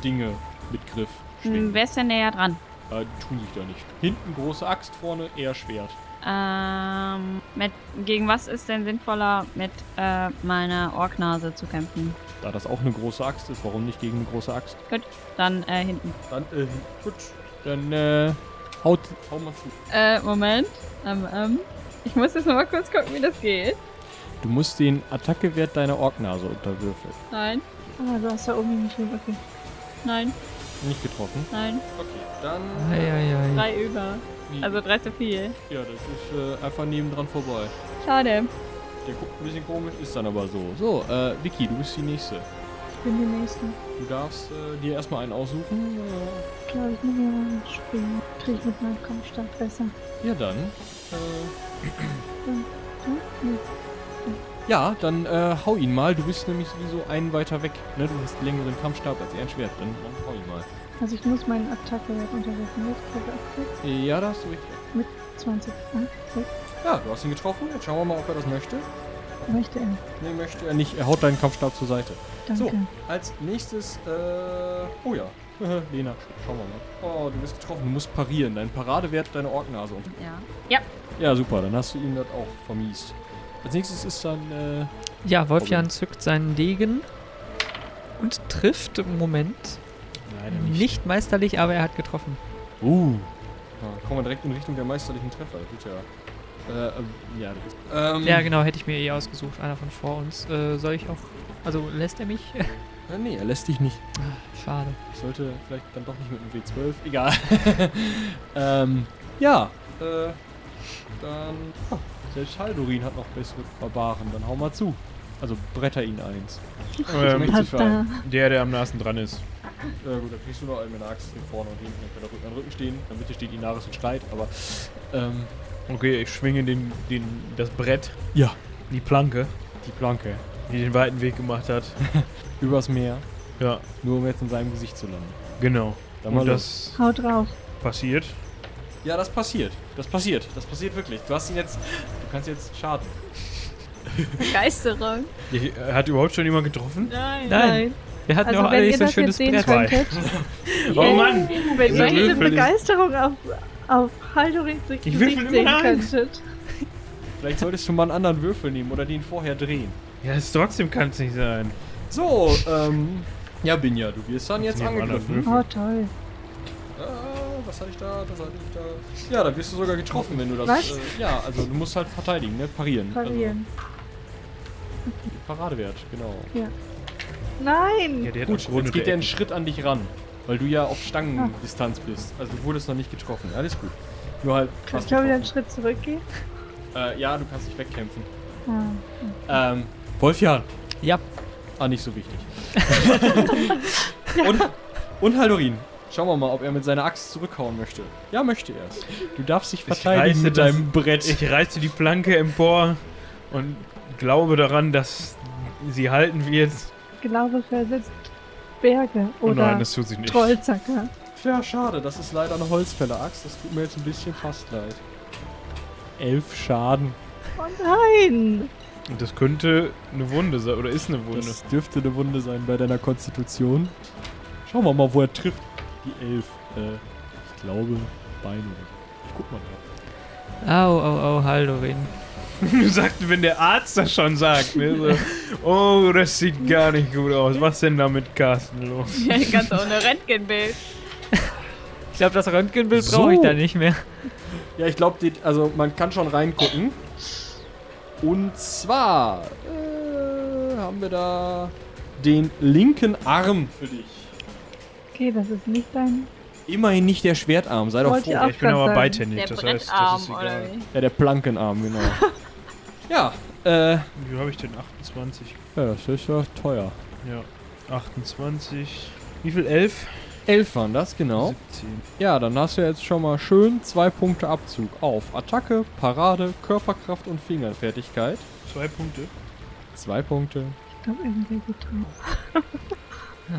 Speaker 6: Dinge mit Griff.
Speaker 5: Hm,
Speaker 6: schwingen.
Speaker 5: wer ist denn näher dran?
Speaker 6: Äh, die tun sich da nicht. Hinten große Axt, vorne eher Schwert.
Speaker 5: Ähm, mit, gegen was ist denn sinnvoller, mit äh, meiner Orknase zu kämpfen?
Speaker 6: Da das auch eine große Axt ist, warum nicht gegen eine große Axt?
Speaker 5: Dann äh, hinten.
Speaker 6: Dann, äh, gut. Dann, äh, haut, hau mal zu.
Speaker 5: Äh, Moment. Ähm, ähm. Ich muss jetzt nochmal kurz gucken, wie das geht.
Speaker 6: Du musst den Attackewert deiner Orknase unterwürfeln.
Speaker 5: Nein,
Speaker 1: Ah, du hast da oben nicht viel. Okay.
Speaker 5: nein,
Speaker 6: Nicht getroffen.
Speaker 5: nein.
Speaker 6: Okay, dann.
Speaker 7: Hm.
Speaker 8: Eieiei.
Speaker 5: Drei über. Also drei zu viel.
Speaker 6: ja, das ist äh, einfach nebendran vorbei.
Speaker 5: Schade.
Speaker 6: Der guckt ein bisschen komisch, ist dann aber so. So, äh, Vicky, du bist die Nächste.
Speaker 1: Ich bin die Nächste.
Speaker 6: Du darfst äh, dir erstmal einen aussuchen. Äh,
Speaker 1: Ich glaube, ich nehme mir mal einen Springen. Kriege ich mit meinem Kampfstab besser.
Speaker 6: ja, dann. Äh,
Speaker 1: Hm? Nee.
Speaker 6: Ja, dann äh, hau ihn mal. Du bist nämlich sowieso einen weiter weg. Ne? Du hast einen längeren Kampfstab als er ein Schwert. Dann, dann hau ihn mal.
Speaker 1: Also ich muss meinen Attacke-Wert unterwerfen. Jetzt kriege ich
Speaker 6: Ja, da hast du richtig.
Speaker 1: 20. Ah, okay.
Speaker 6: Ja, du hast ihn getroffen. Jetzt schauen wir mal, ob er das möchte.
Speaker 1: Möchte er.
Speaker 6: Ne, möchte er nicht. Er haut deinen Kampfstab zur Seite.
Speaker 1: Danke.
Speaker 6: So. Als nächstes, äh. Oh ja. Lena, schauen wir mal. Oh, du bist getroffen. Du musst parieren. Dein Paradewert, deine Orknase.
Speaker 5: Ja.
Speaker 6: Ja, super. Dann hast du ihm das auch vermiest. Als nächstes ist dann, äh.
Speaker 8: Ja, Wolfjan zückt seinen Degen und trifft im Moment.
Speaker 6: Leider
Speaker 8: nicht. meisterlich, aber er hat getroffen.
Speaker 6: Uh. Ja, kommen wir direkt in Richtung der meisterlichen Treffer. Gut, ja. Äh, ähm, ja. das ist- Ähm,
Speaker 8: Ja, genau, hätte ich mir eh ausgesucht. Einer von vor uns. Äh, soll ich auch. Also lässt er mich?
Speaker 6: Äh, nee, er lässt dich nicht.
Speaker 8: Schade.
Speaker 6: Ich sollte vielleicht dann doch nicht mit einem W12. Egal. ähm, ja. Äh, dann. Oh, selbst Haldorin hat noch bessere Barbaren. Dann hau mal zu. Also bretter ihn eins.
Speaker 7: Ähm,
Speaker 1: Also
Speaker 6: Möchtest du für einen?
Speaker 7: der, der am nahesten dran ist.
Speaker 6: Ja gut, dann kriegst du noch einen mit einer Axt hier vorne und hinten. Dann kann er Rücken an Rücken stehen. In der Mitte steht Inaris und schreit, aber. Ähm,
Speaker 7: Okay, ich schwinge den, den, das Brett.
Speaker 6: Ja.
Speaker 7: Die Planke.
Speaker 6: Die Planke.
Speaker 7: Die den weiten Weg gemacht hat.
Speaker 6: Übers Meer.
Speaker 7: Ja.
Speaker 6: Nur um jetzt in seinem Gesicht zu landen.
Speaker 7: Genau.
Speaker 6: Dann mal
Speaker 7: Und
Speaker 6: los.
Speaker 7: das
Speaker 1: Hau drauf.
Speaker 7: passiert.
Speaker 6: Ja, das passiert. Das passiert. Das passiert wirklich. Du hast ihn jetzt. Du kannst jetzt schaden.
Speaker 5: Begeisterung.
Speaker 7: Ich, äh, hat überhaupt schon jemand getroffen?
Speaker 5: Nein.
Speaker 8: Nein. Wir hatten
Speaker 1: Also,
Speaker 8: auch
Speaker 1: wenn
Speaker 8: alle
Speaker 1: ihr
Speaker 8: nicht so ein
Speaker 1: das jetzt sehen
Speaker 8: schönes Brett.
Speaker 1: könntet-
Speaker 7: oh Mann!
Speaker 1: Wenn
Speaker 7: Dieser
Speaker 1: ihr diese
Speaker 7: Würfel ist-
Speaker 1: Begeisterung auf, auf Haldorins
Speaker 7: Ich
Speaker 1: Gesicht
Speaker 7: würfel
Speaker 1: sehen
Speaker 7: immer eins.
Speaker 1: könntet.
Speaker 6: Vielleicht solltest du mal einen anderen Würfel nehmen oder den vorher drehen.
Speaker 7: Ja, ist trotzdem kann es nicht sein.
Speaker 6: So, ähm. Ja, Binja, du wirst dann jetzt
Speaker 7: Ich nehm
Speaker 6: angegriffen.
Speaker 1: Oh, toll.
Speaker 6: Äh, was hatte ich da? Das hatte ich da. Ja, da wirst du sogar getroffen, wenn du das.
Speaker 1: Was?
Speaker 6: Äh, ja, also du musst halt verteidigen, ne? Parieren.
Speaker 1: Parieren.
Speaker 6: Also, Paradewert, genau.
Speaker 1: Ja. Nein!
Speaker 7: der
Speaker 6: Gut,
Speaker 7: Grunde
Speaker 6: jetzt geht
Speaker 7: der
Speaker 6: der einen Schritt an dich ran, weil du ja auf Stangendistanz bist. Also du wurdest noch nicht getroffen. Alles gut. Nur halt.
Speaker 1: Kann
Speaker 6: fast
Speaker 1: ich mal wieder einen
Speaker 6: getroffen.
Speaker 1: Schritt zurückgehen?
Speaker 6: Äh, ja, du kannst dich wegkämpfen.
Speaker 1: Ah.
Speaker 6: Ähm, Wolfjan.
Speaker 8: Ja.
Speaker 6: Ah, nicht so wichtig. und, und Haldorin. Schauen wir mal, ob er mit seiner Axt zurückhauen möchte. Ja, möchte er. Du darfst dich verteidigen
Speaker 7: reiße
Speaker 6: mit
Speaker 7: das-
Speaker 6: deinem Brett.
Speaker 7: Ich reiße die Planke empor und glaube daran, dass sie halten wird.
Speaker 1: Glaube versetzt Berge
Speaker 7: oh
Speaker 1: oder
Speaker 7: nein, das tut sie nicht.
Speaker 1: Trollzacker.
Speaker 6: Ja, schade. Das ist leider eine Holzfäller-Axt. Das tut mir jetzt ein bisschen fast leid. Elf Schaden.
Speaker 1: Oh nein!
Speaker 7: Und das könnte eine Wunde sein, oder ist eine Wunde.
Speaker 6: Das dürfte eine Wunde sein bei deiner Konstitution. Schauen wir mal, wo er trifft. Die Elf. Äh, ich glaube, Beine. Ich guck mal drauf.
Speaker 8: Au, au, au, Haldorin.
Speaker 7: Du sagst, wenn der Arzt das schon sagt, ne? So, oh, das sieht gar nicht gut aus. Was denn da mit Carsten los?
Speaker 5: Ja, ganz ohne Röntgenbild.
Speaker 8: Ich glaube, das Röntgenbild
Speaker 6: So.
Speaker 8: brauche ich da nicht mehr.
Speaker 6: Ja, ich glaube, also man kann schon reingucken. Und zwar Ah, äh, haben wir da den linken Arm für dich.
Speaker 1: Okay, das ist nicht dein.
Speaker 6: Immerhin nicht der Schwertarm, sei doch
Speaker 1: Wollte
Speaker 6: froh.
Speaker 1: auch
Speaker 7: Ich bin aber
Speaker 1: gerade
Speaker 7: bei
Speaker 1: sagen.
Speaker 7: Tennis,
Speaker 5: Der
Speaker 7: das heißt,
Speaker 5: Brettarm,
Speaker 7: das ist
Speaker 5: oder
Speaker 7: egal.
Speaker 5: wie?
Speaker 6: Ja, der Plankenarm, genau. ja, äh, ja,
Speaker 7: Wie habe ich denn 28?
Speaker 6: das ist ja teuer.
Speaker 7: Ja, 28. Wie viel? 11?
Speaker 6: Elf waren das,
Speaker 13: Oh.
Speaker 6: genau.
Speaker 7: 17.
Speaker 6: Ja, dann hast du jetzt schon mal schön zwei Punkte Abzug auf Attacke, Parade, Körperkraft und Fingerfertigkeit.
Speaker 7: Zwei Punkte.
Speaker 6: Zwei Punkte.
Speaker 1: Ich glaube, irgendwer geht drauf.
Speaker 8: Äh,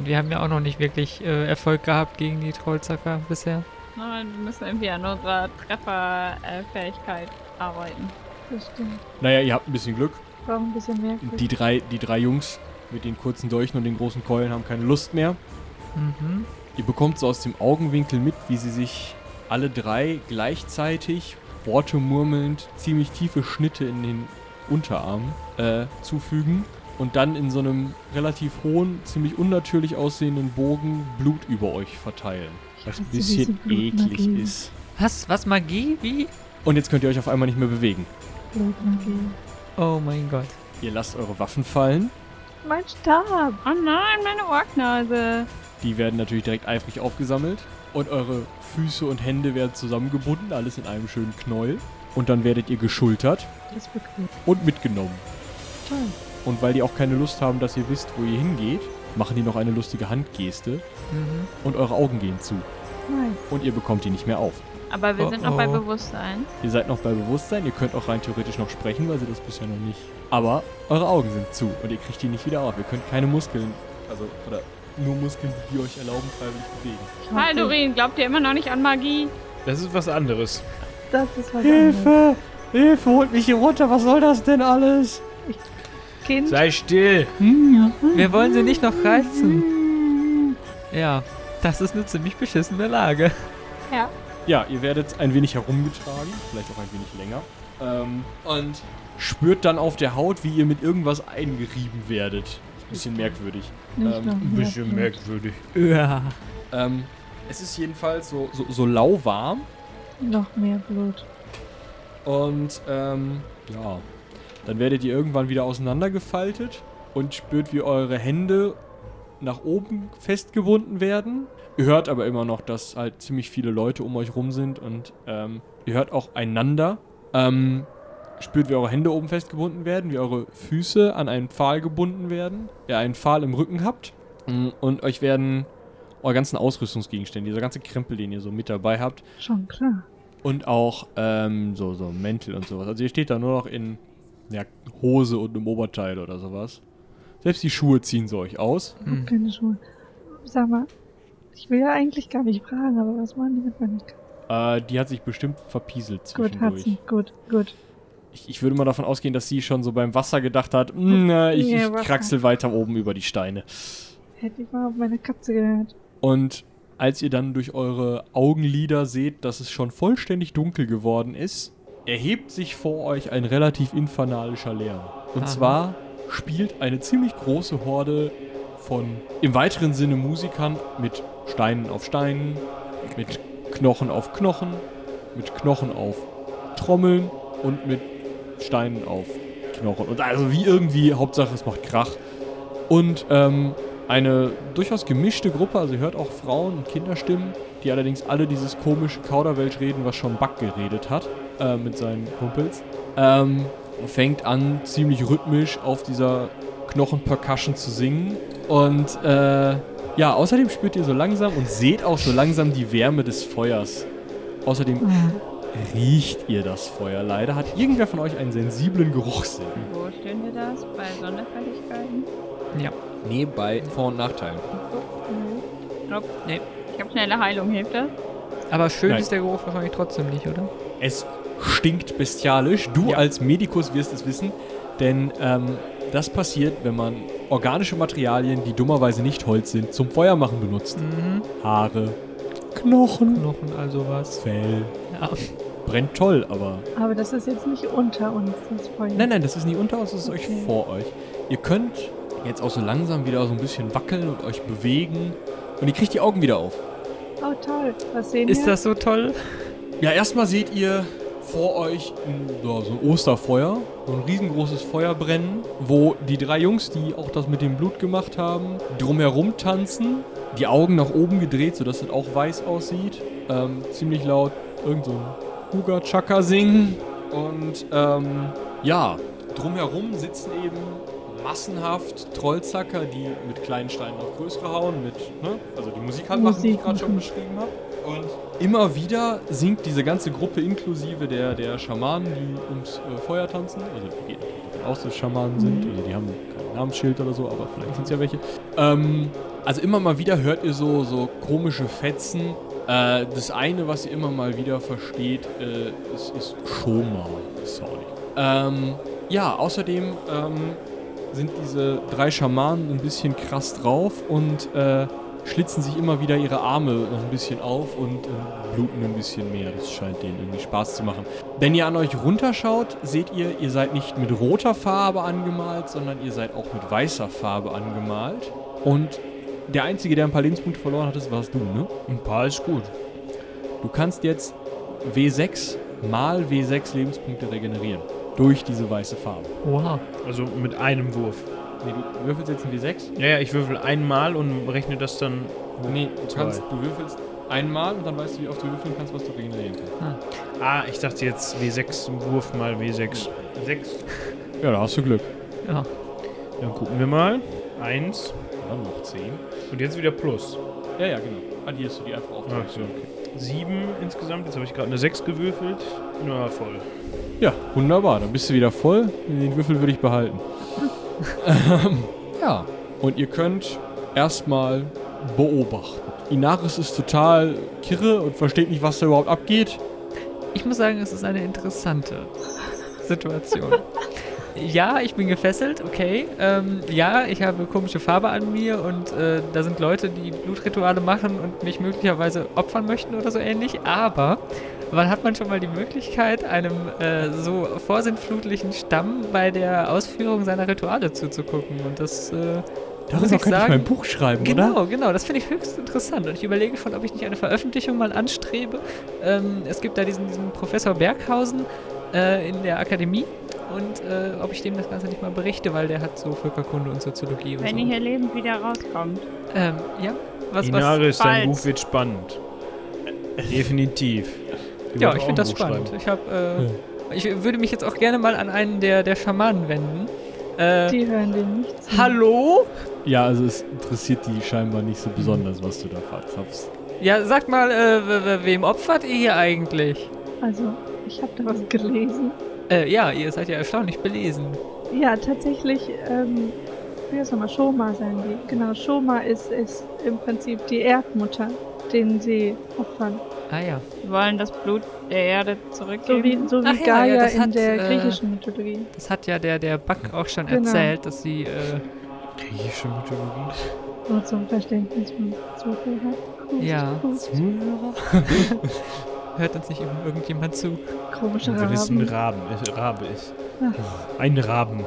Speaker 8: Und wir haben ja auch noch nicht wirklich äh, Erfolg gehabt gegen die Trollzacker bisher.
Speaker 5: Na, Wir müssen irgendwie an unserer Trefferfähigkeit arbeiten.
Speaker 1: Das stimmt.
Speaker 6: Naja, ihr habt ein bisschen Glück.
Speaker 1: Braucht ein bisschen mehr. Glück.
Speaker 6: Die drei, die drei Jungs mit den kurzen Dolchen und den großen Keulen haben keine Lust mehr.
Speaker 8: Mhm.
Speaker 6: Ihr bekommt so aus dem Augenwinkel mit, wie sie sich alle drei gleichzeitig, Worte murmelnd, ziemlich tiefe Schnitte in den Unterarm äh, zufügen und dann in so einem relativ hohen, ziemlich unnatürlich aussehenden Bogen Blut über euch verteilen. Was
Speaker 1: hasse
Speaker 6: ein
Speaker 1: diese
Speaker 6: bisschen eklig
Speaker 1: Blutmagie.
Speaker 6: ist.
Speaker 8: Was? Was? Magie? Wie?
Speaker 6: Und jetzt könnt ihr euch auf einmal nicht mehr bewegen.
Speaker 1: Blutmagie.
Speaker 8: Oh mein Gott.
Speaker 6: Ihr lasst eure Waffen fallen.
Speaker 1: Mein Stab!
Speaker 5: Oh nein, meine Orknase.
Speaker 6: Die werden natürlich direkt eifrig aufgesammelt. Und eure Füße und Hände werden zusammengebunden, alles in einem schönen Knäuel. Und dann werdet ihr geschultert
Speaker 1: Das ist bequem.
Speaker 6: und mitgenommen.
Speaker 1: Toll.
Speaker 6: Und weil die auch keine Lust haben, dass ihr wisst, wo ihr hingeht, machen die noch eine lustige Handgeste
Speaker 8: Mhm.
Speaker 6: und eure Augen gehen zu.
Speaker 1: Nice.
Speaker 6: Und ihr bekommt die nicht mehr auf.
Speaker 5: Aber wir sind
Speaker 8: Oh,
Speaker 5: noch bei
Speaker 8: oh.
Speaker 5: Bewusstsein.
Speaker 6: Ihr seid noch bei Bewusstsein, ihr könnt auch rein theoretisch noch sprechen, weil sie das bisher noch nicht. Aber eure Augen sind zu und ihr kriegt die nicht wieder auf. Ihr könnt keine Muskeln, also, oder nur Muskeln, die die euch erlauben, freiwillig bewegen.
Speaker 1: Ich hoffe,
Speaker 5: Haldorin, glaubt ihr immer noch nicht an Magie?
Speaker 7: Das ist was anderes.
Speaker 1: Das ist was anderes.
Speaker 6: Hilfe, holt mich hier runter, was soll das denn alles?
Speaker 1: Kind,
Speaker 7: Sei still!
Speaker 8: Wir wollen sie nicht noch reizen. Ja, das ist eine ziemlich beschissene Lage.
Speaker 6: Ja, ihr werdet ein wenig herumgetragen, vielleicht auch ein wenig länger. Ähm, und spürt dann auf der Haut, wie ihr mit irgendwas eingerieben werdet. Bisschen merkwürdig.
Speaker 1: nicht
Speaker 6: ähm,
Speaker 1: noch
Speaker 6: ein
Speaker 7: Ein
Speaker 1: mehr
Speaker 7: bisschen
Speaker 1: Blut.
Speaker 7: merkwürdig.
Speaker 8: Ja.
Speaker 6: Ähm, es ist jedenfalls so, so, so lauwarm
Speaker 1: Noch mehr Blut.
Speaker 6: und ähm, ja, dann werdet ihr irgendwann wieder auseinandergefaltet und spürt, wie eure Hände nach oben festgebunden werden. Ihr hört aber immer noch, dass halt ziemlich viele Leute um euch rum sind und ähm, ihr hört auch einander. Ähm, spürt, wie eure Hände oben festgebunden werden, wie eure Füße an einen Pfahl gebunden werden, ihr einen Pfahl im Rücken habt Mm, Und euch werden eure ganzen Ausrüstungsgegenstände, dieser ganze Krempel, den ihr so mit dabei habt.
Speaker 4: Schon klar.
Speaker 6: Und auch ähm, so, so Mäntel und sowas. Also ihr steht da nur noch in ja, Hose und einem Oberteil oder sowas. Selbst die Schuhe ziehen sie euch aus.
Speaker 4: Ich hab keine Schuhe. Sag mal, ich will ja eigentlich gar nicht fragen, aber was machen die mit meiner Katze?
Speaker 6: Äh, die hat sich bestimmt verpieselt
Speaker 4: Gut, hat
Speaker 6: zwischendurch.
Speaker 4: sie. Gut, gut.
Speaker 6: ich, ich würde mal davon ausgehen, dass sie schon so beim Wasser gedacht hat, "Mm, na, ich,
Speaker 4: Ja,
Speaker 6: ich
Speaker 4: Wasser.
Speaker 6: kraxel weiter oben über die Steine.
Speaker 4: Hätte ich mal auf meine Katze gehört.
Speaker 6: Und als ihr dann durch eure Augenlider seht, dass es schon vollständig dunkel geworden ist, erhebt sich vor euch ein relativ infernalischer Lärm. Und
Speaker 14: Aha.
Speaker 6: zwar spielt eine ziemlich große Horde von im weiteren Sinne Musikern mit Steinen auf Steinen, mit Knochen auf Knochen, mit Knochen auf Trommeln und mit Steinen auf Knochen. Und also wie irgendwie, Hauptsache es macht Krach. Und ähm, eine durchaus gemischte Gruppe, also ihr hört auch Frauen und Kinderstimmen, die allerdings alle dieses komische Kauderwelsch reden, was schon Buck geredet hat äh, mit seinen Kumpels. Ähm, und fängt an, ziemlich rhythmisch auf dieser Knochen-Percussion zu singen. Und äh, ja, außerdem spürt ihr so langsam und seht auch so langsam die Wärme des Feuers. Außerdem riecht ihr das Feuer. Leider hat irgendwer von euch einen sensiblen Geruchssinn.
Speaker 5: Wo stehen wir das? Bei Sonderfertigkeiten?
Speaker 8: Ja.
Speaker 14: Nee, bei Vor- und Nachteilen.
Speaker 5: Nope. Nee. Ich habe schnelle Heilung, hilft das?
Speaker 8: Aber schön
Speaker 6: Nein.
Speaker 8: ist der Geruch wahrscheinlich trotzdem nicht, oder?
Speaker 6: Es stinkt bestialisch. Du als Medikus wirst es wissen, denn ähm, das passiert, wenn man organische Materialien, die dummerweise nicht Holz sind, zum Feuermachen benutzt. Haare, Mhm. Knochen.
Speaker 8: Knochen, also was.
Speaker 6: Fell.
Speaker 8: Ja.
Speaker 6: Brennt toll, aber
Speaker 4: Aber das ist jetzt nicht unter uns, das Feuer.
Speaker 6: Nein, nein, das ist nicht unter uns, das ist euch vor euch. Ihr könnt jetzt auch so langsam wieder so ein bisschen wackeln und euch bewegen. Und ihr kriegt die Augen wieder auf.
Speaker 4: Oh toll, was sehen wir?
Speaker 8: so toll?
Speaker 6: Ja, erstmal seht ihr vor euch ein, ja, so ein Osterfeuer, so ein riesengroßes Feuer brennen, wo die drei Jungs, die auch das mit dem Blut gemacht haben, drumherum tanzen, die Augen nach oben gedreht, sodass es auch weiß aussieht, ähm, ziemlich laut irgend so ein Huga-Chaka singen und ähm, ja, drumherum sitzen eben massenhaft Trollzacker, die mit kleinen Steinen auf größere hauen, mit, ne? also die Musik halt machen, die ich
Speaker 14: Musik
Speaker 6: gerade schon
Speaker 14: machen.
Speaker 6: beschrieben habe. Und immer wieder singt diese ganze Gruppe inklusive der, der Schamanen, die ums äh, Feuer tanzen. Also wir gehen davon aus, dass Schamanen sind.
Speaker 14: Mhm.
Speaker 6: Also die haben kein Namensschild oder so, aber vielleicht sind es ja welche. Ähm, also immer mal wieder hört ihr so, so komische Fetzen. Äh, das eine, was ihr immer mal wieder versteht, äh, ist, ist Schoma. Sorry. Ähm, ja, außerdem ähm, sind diese drei Schamanen ein bisschen krass drauf und äh, schlitzen sich immer wieder ihre Arme noch ein bisschen auf und äh, bluten ein bisschen mehr. Das scheint denen irgendwie Spaß zu machen. Wenn ihr an euch runterschaut, seht ihr, ihr seid nicht mit roter Farbe angemalt, sondern ihr seid auch mit weißer Farbe angemalt. Und der Einzige, der ein paar Lebenspunkte verloren hat, warst du, ne? Ein paar ist gut. Du kannst jetzt W6 mal W6 Lebenspunkte regenerieren. Durch diese weiße Farbe.
Speaker 8: Oha.
Speaker 13: Also mit einem Wurf.
Speaker 6: Nee, du würfelst jetzt ein W6?
Speaker 13: Ja, ja, ich würfel einmal und rechne das dann. hoch.
Speaker 6: Nee, du,
Speaker 13: Zwei.
Speaker 6: kannst, du würfelst einmal und dann weißt du, wie oft du würfeln kannst, was du regenerieren kannst.
Speaker 13: Ah, ich dachte jetzt W6 im Wurf mal W6. 6.
Speaker 6: Ja, da hast du Glück.
Speaker 8: Ja.
Speaker 13: Dann gucken wir mal. Eins.
Speaker 6: Dann noch 10.
Speaker 13: Und jetzt wieder plus.
Speaker 6: Ja, ja, genau. Addierst du die einfach auf.
Speaker 13: Ach so, okay. 7 insgesamt. Jetzt habe ich gerade eine 6 gewürfelt. Na, voll.
Speaker 6: Ja, wunderbar. Dann bist du wieder voll. Den Würfel würde ich behalten. ähm, ja. Und ihr könnt erstmal beobachten. Inaris ist total kirre und versteht nicht, was da überhaupt abgeht.
Speaker 8: Ich muss sagen, es ist eine interessante Situation. ja, ich bin gefesselt, okay. Ähm, ja, ich habe komische Farbe an mir und äh, da sind Leute, die Blutrituale machen und mich möglicherweise opfern möchten oder so ähnlich. Aber wann hat man schon mal die Möglichkeit, einem äh, so vorsintflutlichen Stamm bei der Ausführung seiner Rituale zuzugucken? Und das. Äh,
Speaker 6: Darüber
Speaker 8: muss ich
Speaker 6: könnte ich
Speaker 8: sagen-
Speaker 6: mein Buch schreiben, oder?
Speaker 8: Genau, genau, das finde ich höchst interessant. Und ich überlege schon, ob ich nicht eine Veröffentlichung mal anstrebe. Ähm, es gibt da diesen, diesen Professor Berghausen äh, in der Akademie und äh, ob ich dem das Ganze nicht mal berichte, weil der hat so Völkerkunde und Soziologie und
Speaker 5: Wenn
Speaker 8: so.
Speaker 5: ihr hier lebend wieder rauskommt.
Speaker 8: Ähm, ja, was,
Speaker 13: Inaris,
Speaker 8: was?
Speaker 13: dein Buch wird spannend. Definitiv. Wir
Speaker 8: Ja,
Speaker 13: wollen
Speaker 8: ich
Speaker 13: auch
Speaker 8: finde
Speaker 13: ein
Speaker 8: das
Speaker 13: Buch
Speaker 8: spannend.
Speaker 13: schreiben.
Speaker 8: Ich habe, äh, ich würde mich jetzt auch gerne mal an einen der, der Schamanen wenden Äh,
Speaker 15: Die hören dir nicht zu.
Speaker 8: Hallo?
Speaker 6: Ja, also es interessiert die scheinbar nicht so besonders, was du da verzapfst.
Speaker 8: Ja, sag mal, äh, we- we- wem opfert ihr hier eigentlich?
Speaker 15: Also, ich habe da was gelesen.
Speaker 8: Äh, ja, ihr seid ja erstaunlich belesen.
Speaker 15: Ja, tatsächlich, ähm, wie heißt nochmal, Shoma sein die. Genau, Shoma ist, ist im Prinzip die Erdmutter, den sie opfern.
Speaker 8: Ah ja.
Speaker 5: Wir wollen das Blut der Erde
Speaker 15: So wie,
Speaker 5: zurückgeben.
Speaker 15: so wie
Speaker 5: Ach
Speaker 15: Gaia
Speaker 5: ja, das
Speaker 15: in
Speaker 5: hat,
Speaker 15: der
Speaker 5: äh,
Speaker 15: griechischen Mythologie.
Speaker 8: Das hat ja der, der Buck auch schon
Speaker 15: Genau.
Speaker 8: erzählt, dass sie, äh,
Speaker 7: Griechische Mythologie.
Speaker 15: Nur zum Verständnis von Zuhörer. Gut,
Speaker 8: Ja.
Speaker 15: gut.
Speaker 8: hört uns nicht immer irgendjemand zu.
Speaker 15: Komischer
Speaker 7: Wir wissen,
Speaker 15: Raben.
Speaker 7: Raben ist, Rabe ist.
Speaker 15: Ach.
Speaker 7: Ein Raben.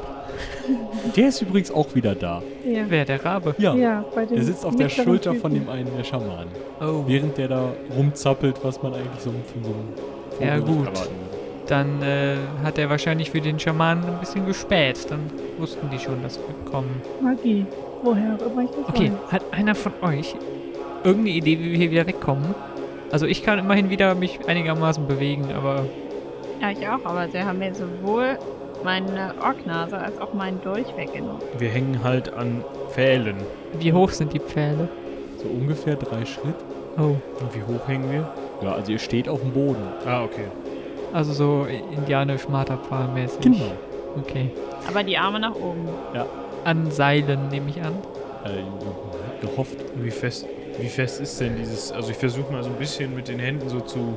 Speaker 6: Der ist übrigens auch wieder da.
Speaker 15: Ja.
Speaker 8: Wer, der Rabe?
Speaker 6: Ja,
Speaker 15: Ja, bei dem
Speaker 6: der sitzt auf der
Speaker 15: mittleren
Speaker 6: Schulter
Speaker 15: Typen.
Speaker 6: von dem einen, der Schaman.
Speaker 8: Oh.
Speaker 6: Während der da rumzappelt, was man eigentlich so von so einem Vogel
Speaker 8: Ja, gut.
Speaker 6: erwarten würde.
Speaker 8: Dann äh, hat er wahrscheinlich für den Schamanen ein bisschen gespäht. Dann wussten die schon, dass wir kommen.
Speaker 15: Magie. Woher auch immer ich das
Speaker 8: Okay,
Speaker 15: weiß.
Speaker 8: hat einer von euch irgendeine Idee, wie wir hier wieder wegkommen? Also ich kann immerhin wieder mich einigermaßen bewegen, aber
Speaker 5: Ja, ich auch, aber sie haben mir sowohl meine Orknase als auch meinen Dolch weggenommen.
Speaker 7: Wir hängen halt an Pfählen.
Speaker 8: wie hoch sind die Pfähle?
Speaker 6: So ungefähr drei Schritt.
Speaker 8: Oh,
Speaker 7: Und wie hoch hängen wir?
Speaker 6: Ja, also ihr steht auf dem Boden.
Speaker 7: Ah, okay.
Speaker 8: also so indianisch Marterpfahl-mäßig.
Speaker 6: Genau.
Speaker 8: Okay.
Speaker 5: Aber die Arme nach oben.
Speaker 6: Ja.
Speaker 8: An Seilen nehme ich an.
Speaker 6: Äh, gehofft.
Speaker 7: Wie fest, wie fest ist denn dieses? Also ich versuche mal so ein bisschen mit den Händen so zu.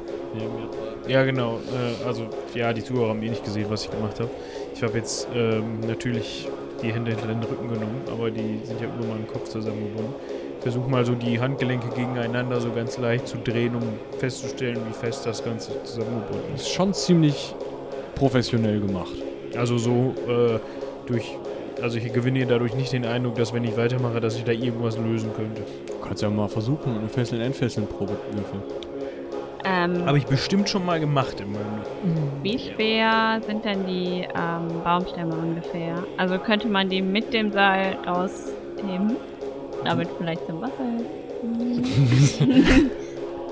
Speaker 7: Ja, genau. Äh, also ja, die Zuhörer haben eh nicht gesehen, was ich gemacht habe. Ich habe jetzt ähm, natürlich die Hände hinter den Rücken genommen, aber die sind ja über meinem Kopf zusammengebunden. Versuche mal so die Handgelenke gegeneinander so ganz leicht zu drehen, um festzustellen, wie fest das Ganze zusammengebunden ist.
Speaker 6: Ist schon ziemlich professionell gemacht.
Speaker 7: Also so äh, durch. Also ich gewinne dadurch nicht den Eindruck, dass wenn ich weitermache, dass ich da irgendwas lösen könnte.
Speaker 6: Du kannst ja mal versuchen, eine Fesseln-Entfesseln-Probe würfeln.
Speaker 5: Ähm,
Speaker 7: Habe ich bestimmt schon mal gemacht in meinem
Speaker 5: wie schwer sind denn die ähm, Baumstämme ungefähr? Also könnte man die mit dem Seil rausheben? Damit vielleicht zum Wasser helfen.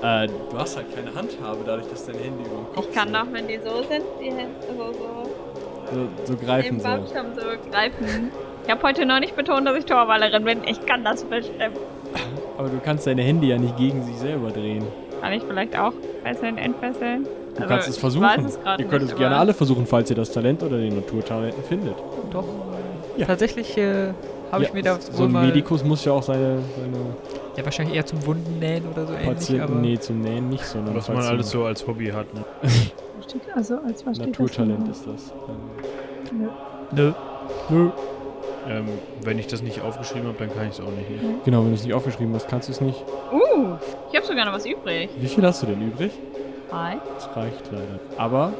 Speaker 16: Äh, du hast halt keine Handhabe, dadurch, dass dein Handy über dem Kopf
Speaker 5: ich kann doch, wenn die so sind, die Hände so, so
Speaker 6: So, so
Speaker 5: den
Speaker 6: greifen so.
Speaker 5: Baumstamm so greifen. Ich habe heute noch nicht betont, dass ich Torwallerin bin. Ich kann das bestimmt.
Speaker 6: Aber du kannst deine Hände ja nicht gegen sich selber drehen.
Speaker 5: Kann ich vielleicht auch fesseln, entfesseln? Also,
Speaker 6: Du kannst es versuchen.
Speaker 5: Ich weiß es gerade
Speaker 6: ihr könnt
Speaker 5: nicht,
Speaker 6: es gerne
Speaker 5: aber-
Speaker 6: alle versuchen, falls ihr das Talent oder den Naturtalenten findet.
Speaker 8: Doch. Tatsächlich äh, habe ich
Speaker 6: Ja,
Speaker 8: mir da
Speaker 6: so
Speaker 8: wohl
Speaker 6: ein
Speaker 8: mal...
Speaker 6: Medikus muss ja auch seine, seine
Speaker 8: Ja, wahrscheinlich eher zum Wunden nähen oder so ähnlich, aber...
Speaker 6: Patienten, nee, zum Nähen nicht, sondern
Speaker 7: Was man
Speaker 6: falls
Speaker 7: alles
Speaker 6: sie-
Speaker 7: so als Hobby hat. Ne?
Speaker 15: Steht, also, als was steht
Speaker 6: Naturtalent
Speaker 15: das?
Speaker 6: ist das.
Speaker 15: denn? Nö.
Speaker 7: Nö. Nö. Ähm, wenn ich das nicht aufgeschrieben habe, dann kann ich es auch nicht. Ne?
Speaker 6: Genau, wenn du es nicht aufgeschrieben hast, kannst du es nicht.
Speaker 5: Uh, ich habe sogar noch was übrig.
Speaker 6: Wie viel hast du denn übrig?
Speaker 5: Hi.
Speaker 6: Das reicht leider. Aber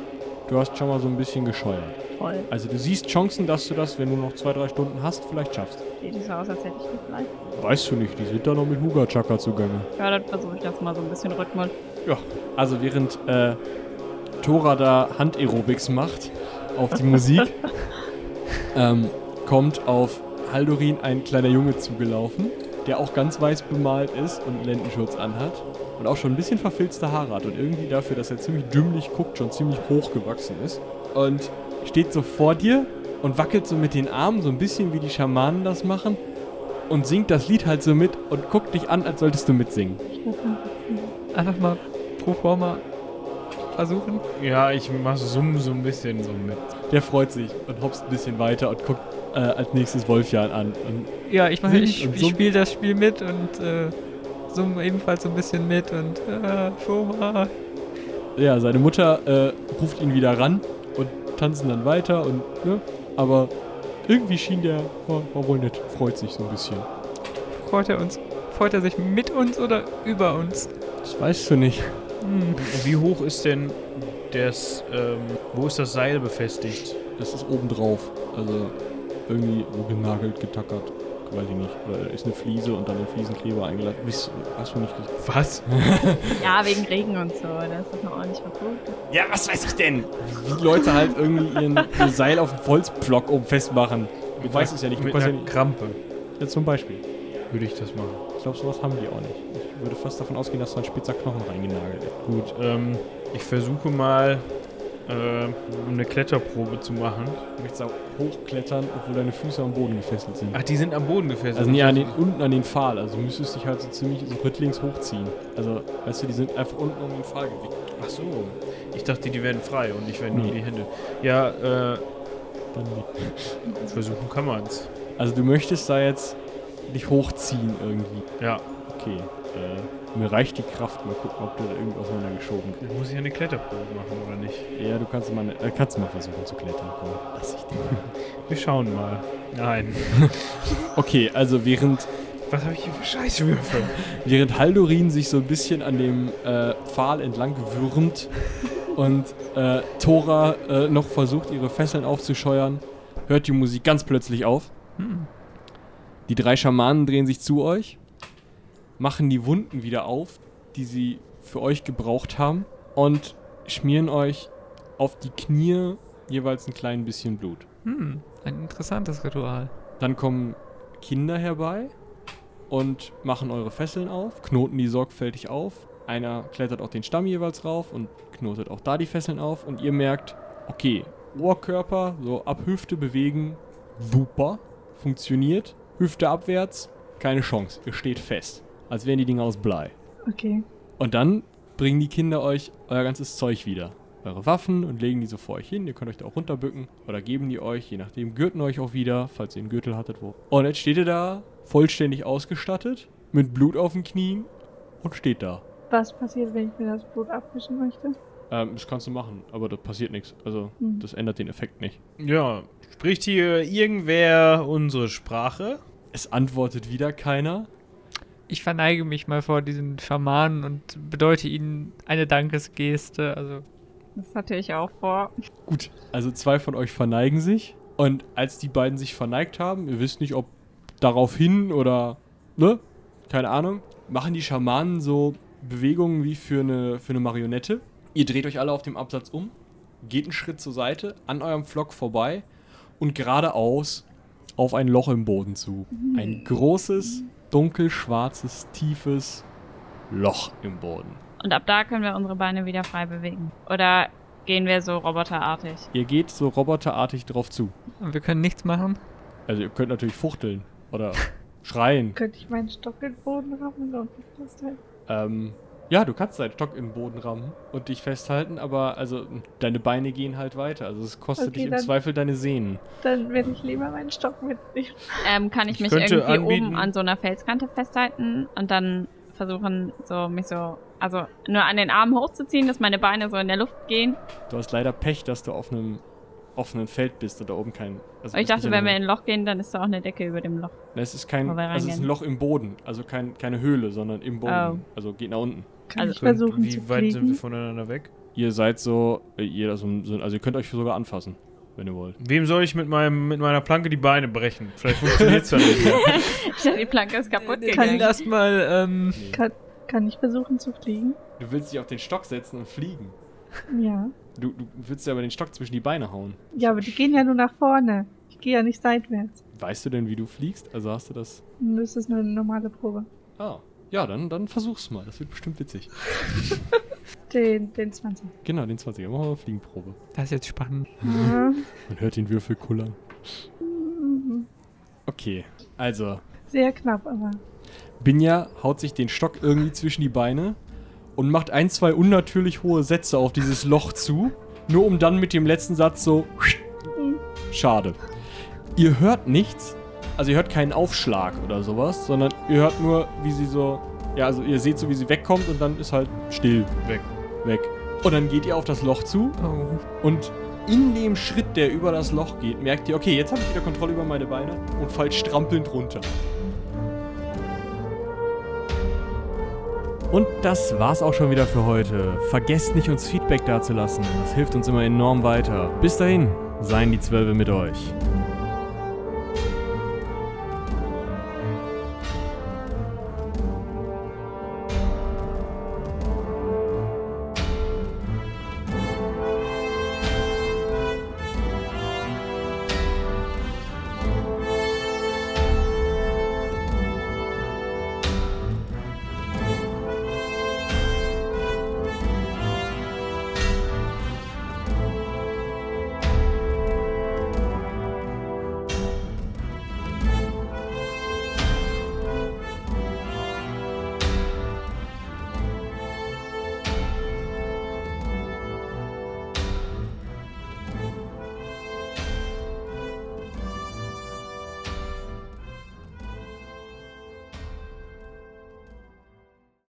Speaker 6: du hast schon mal so ein bisschen gescheuert.
Speaker 5: Toll.
Speaker 6: Also du siehst Chancen, dass du das, wenn du noch zwei, drei Stunden hast, vielleicht schaffst.
Speaker 5: Sieht so aus, als hätte ich gut bleiben.
Speaker 6: Weißt du nicht, die sind da noch mit Huga-Chaka zugange.
Speaker 5: Ja, dann versuche ich das mal so ein bisschen Rhythmus.
Speaker 6: Ja, also während äh, Tora da Handaerobics macht auf die Musik, ähm, kommt auf Haldorin ein kleiner Junge zugelaufen, der auch ganz weiß bemalt ist und einen Lendenschurz anhat und auch schon ein bisschen verfilzte Haare hat und irgendwie dafür, dass er ziemlich dümmlich guckt, schon ziemlich hoch gewachsen ist und steht so vor dir und wackelt so mit den Armen, so ein bisschen wie die Schamanen das machen und singt das Lied halt so mit und guckt dich an, als solltest du mitsingen.
Speaker 8: Einfach mal pro forma versuchen.
Speaker 7: Ja, ich mache Summ so ein bisschen so mit.
Speaker 6: Der freut sich und hopst ein bisschen weiter und guckt äh, als nächstes Wolfjan an. Und
Speaker 8: Ja, ich meine,
Speaker 6: singt
Speaker 8: ich,
Speaker 6: und
Speaker 8: ich
Speaker 6: summt.
Speaker 8: spiele das Spiel mit und äh, summe ebenfalls so ein bisschen mit und äh, schon mal.
Speaker 6: Ja, seine Mutter äh, ruft ihn wieder ran und tanzen dann weiter und, ne? Aber irgendwie schien der, war, war wohl nett, freut sich so ein bisschen.
Speaker 8: freut er uns. Freut er sich mit uns oder über uns?
Speaker 6: Das weißt du nicht.
Speaker 8: Hm.
Speaker 7: Wie hoch ist denn das, ähm, wo ist das Seil befestigt?
Speaker 6: Das ist obendrauf. Also irgendwie so genagelt, getackert. Weiß ich nicht. Oder ist eine Fliese und dann ein Fliesenkleber eingeladen. Wisst- Hast du nicht gesagt?
Speaker 7: Was?
Speaker 5: Ja, wegen Regen und so. Das ist noch ordentlich verflucht.
Speaker 6: Ja, was weiß ich denn? Wie Leute halt irgendwie ihren, ihr Seil auf einen Holzblock oben festmachen. Du weißt es ja nicht. Du
Speaker 7: Mit
Speaker 6: kannst ja
Speaker 7: einer
Speaker 6: nicht-
Speaker 7: Krampe
Speaker 6: Ja, zum Beispiel.
Speaker 7: würde ich das machen.
Speaker 6: Ich glaube, sowas haben die auch nicht. Ich würde fast davon ausgehen, dass da ein spitzer Knochen reingenagelt ist.
Speaker 7: Gut, ähm, ich versuche mal
Speaker 13: äh, um eine Kletterprobe zu machen.
Speaker 6: Du möchtest auch hochklettern, obwohl deine Füße am Boden gefesselt sind.
Speaker 13: Ach, die sind am Boden gefesselt.
Speaker 6: Also nee, an den, unten an den Pfahl. Also du müsstest dich halt so ziemlich so rittlings hochziehen. Also, weißt du, die sind einfach unten um den Pfahl gewickelt.
Speaker 13: Ach so. Ich dachte, die werden frei und ich werde nur
Speaker 6: Nee.
Speaker 13: die Hände. Ja, äh. Dann versuchen kann man's.
Speaker 6: Also du möchtest da jetzt dich hochziehen irgendwie.
Speaker 13: Ja.
Speaker 6: Okay. Äh, mir reicht die Kraft. Mal gucken, ob du da irgendwie auseinandergeschoben kriegst.
Speaker 13: Muss ich eine Kletterprobe machen oder nicht?
Speaker 6: Ja, du kannst mal, eine- äh, kannst mal versuchen zu klettern. Komm, lass ich dir.
Speaker 13: Wir schauen mal. Nein.
Speaker 6: okay, also während.
Speaker 13: Was habe ich hier für Scheißwürfe?
Speaker 6: Während Haldorin sich so ein bisschen an dem äh, Pfahl entlang gewürmt und äh, Tora äh, noch versucht, ihre Fesseln aufzuscheuern, hört die Musik ganz plötzlich auf.
Speaker 8: Hm.
Speaker 6: Die drei Schamanen drehen sich zu euch, machen die Wunden wieder auf, die sie für euch gebraucht haben, und schmieren euch auf die Knie jeweils ein klein bisschen Blut.
Speaker 8: Hm, ein interessantes Ritual.
Speaker 6: Dann kommen Kinder herbei und machen eure Fesseln auf, knoten die sorgfältig auf. Einer klettert auch den Stamm jeweils rauf und knotet auch da die Fesseln auf. Und ihr merkt, okay, Ohrkörper so ab Hüfte bewegen, super, funktioniert. Hüfte abwärts, keine Chance, ihr steht fest. Als wären die Dinger aus Blei.
Speaker 4: Okay.
Speaker 6: Und dann bringen die Kinder euch euer ganzes Zeug wieder. Eure Waffen und legen die so vor euch hin. Ihr könnt euch da auch runterbücken oder geben die euch, je nachdem, gürten euch auch wieder, falls ihr einen Gürtel hattet, wo. Und jetzt steht ihr da, vollständig ausgestattet, mit Blut auf den Knien und steht da.
Speaker 4: Was passiert, wenn ich mir das Blut abwischen möchte?
Speaker 6: Ähm, das kannst du machen, aber da passiert nichts. Also,
Speaker 4: Mhm.
Speaker 6: das ändert den Effekt nicht.
Speaker 13: Ja. Spricht hier irgendwer unsere Sprache?
Speaker 6: Es antwortet wieder keiner.
Speaker 8: Ich verneige mich mal vor diesen Schamanen und bedeute ihnen eine Dankesgeste. Also
Speaker 5: Das hatte ich auch vor.
Speaker 6: Gut, also zwei von euch verneigen sich. Und als die beiden sich verneigt haben, ihr wisst nicht, ob daraufhin oder, ne? Keine Ahnung. Machen die Schamanen so Bewegungen wie für eine, für eine Marionette. Ihr dreht euch alle auf dem Absatz um, geht einen Schritt zur Seite, an eurem Flock vorbei und geradeaus auf ein Loch im Boden zu. Ein großes, dunkelschwarzes, tiefes Loch im Boden.
Speaker 5: Und ab da können wir unsere Beine wieder frei bewegen. Oder gehen wir so roboterartig?
Speaker 6: Ihr geht so roboterartig drauf zu.
Speaker 8: wir können nichts machen.
Speaker 6: Also ihr könnt natürlich fuchteln oder schreien.
Speaker 4: Könnte ich meinen Stock in den Boden rammen und das halt- Teil?
Speaker 6: Ähm, ja, du kannst deinen Stock in den Boden rammen und dich festhalten, aber also deine Beine gehen halt weiter. Also es kostet
Speaker 4: Okay,
Speaker 6: dich im
Speaker 4: dann-
Speaker 6: Zweifel deine Sehnen.
Speaker 4: Dann werde ich lieber meinen Stock mitnehmen.
Speaker 5: Ähm, kann ich,
Speaker 6: Ich
Speaker 5: mich
Speaker 6: könnte
Speaker 5: irgendwie
Speaker 6: anbieten-
Speaker 5: oben an so einer Felskante festhalten und dann versuchen, so mich so, also nur an den Armen hochzuziehen, dass meine Beine so in der Luft gehen.
Speaker 6: Du hast leider Pech, dass du auf einem offenen Feld bist und da oben kein. Also
Speaker 5: Und ich
Speaker 6: bist nicht
Speaker 5: dachte, wenn wir
Speaker 6: einem-
Speaker 5: in ein Loch gehen, dann ist da auch eine Decke über dem Loch.
Speaker 6: Na, es ist kein,
Speaker 5: Wo wir
Speaker 6: also es ist ein
Speaker 5: reingehen.
Speaker 6: Loch im Boden, also kein, keine Höhle, sondern im Boden.
Speaker 5: Oh.
Speaker 6: Also geht nach unten.
Speaker 4: Kann Also- ich versuchen
Speaker 13: Wie
Speaker 4: zu
Speaker 13: weit sind
Speaker 4: fliegen?
Speaker 13: wir voneinander weg?
Speaker 6: Ihr seid so, äh, ihr also, so, also ihr könnt euch sogar anfassen, wenn ihr wollt.
Speaker 13: Wem soll ich mit, meinem, mit meiner Planke die Beine brechen? Vielleicht funktioniert's dann nicht.
Speaker 5: Ich dachte, die Planke ist kaputt
Speaker 8: Kann
Speaker 5: gegangen.
Speaker 8: das mal. Ähm,
Speaker 4: Kann, kann ich versuchen zu fliegen?
Speaker 6: Du willst dich auf den Stock setzen und fliegen.
Speaker 4: Ja.
Speaker 6: Du, du willst dir aber den Stock zwischen die Beine hauen.
Speaker 4: Ja, aber die gehen ja nur nach vorne. Ich gehe ja nicht seitwärts.
Speaker 6: Weißt du denn, wie du fliegst? Also hast du das.
Speaker 4: Und Das ist nur eine normale Probe.
Speaker 6: Ah, ja, dann, dann versuch's mal. Das wird bestimmt witzig.
Speaker 4: Den, den 20.
Speaker 6: Genau, den 20er. Machen wir mal Fliegenprobe.
Speaker 8: Das ist jetzt spannend.
Speaker 4: Mhm.
Speaker 6: Man hört den Würfel kullern.
Speaker 4: Mhm.
Speaker 6: Okay, also,
Speaker 4: Sehr knapp, aber.
Speaker 6: Binja haut sich den Stock irgendwie zwischen die Beine und macht ein, zwei unnatürlich hohe Sätze auf dieses Loch zu, nur um dann mit dem letzten Satz so. Schade. Ihr hört nichts, also ihr hört keinen Aufschlag oder sowas, sondern ihr hört nur, wie sie so. Ja, also ihr seht so, wie sie wegkommt und dann ist halt still.
Speaker 13: Weg.
Speaker 6: Weg. Und dann geht ihr auf das Loch zu
Speaker 8: Oh.
Speaker 6: und in dem Schritt, der über das Loch geht, merkt ihr, okay, jetzt habe ich wieder Kontrolle über meine Beine und fallt strampelnd runter. Und das war's auch schon wieder für heute. Vergesst nicht, uns Feedback dazulassen. Das hilft uns immer enorm weiter. Bis dahin, seien die Zwölfe mit euch.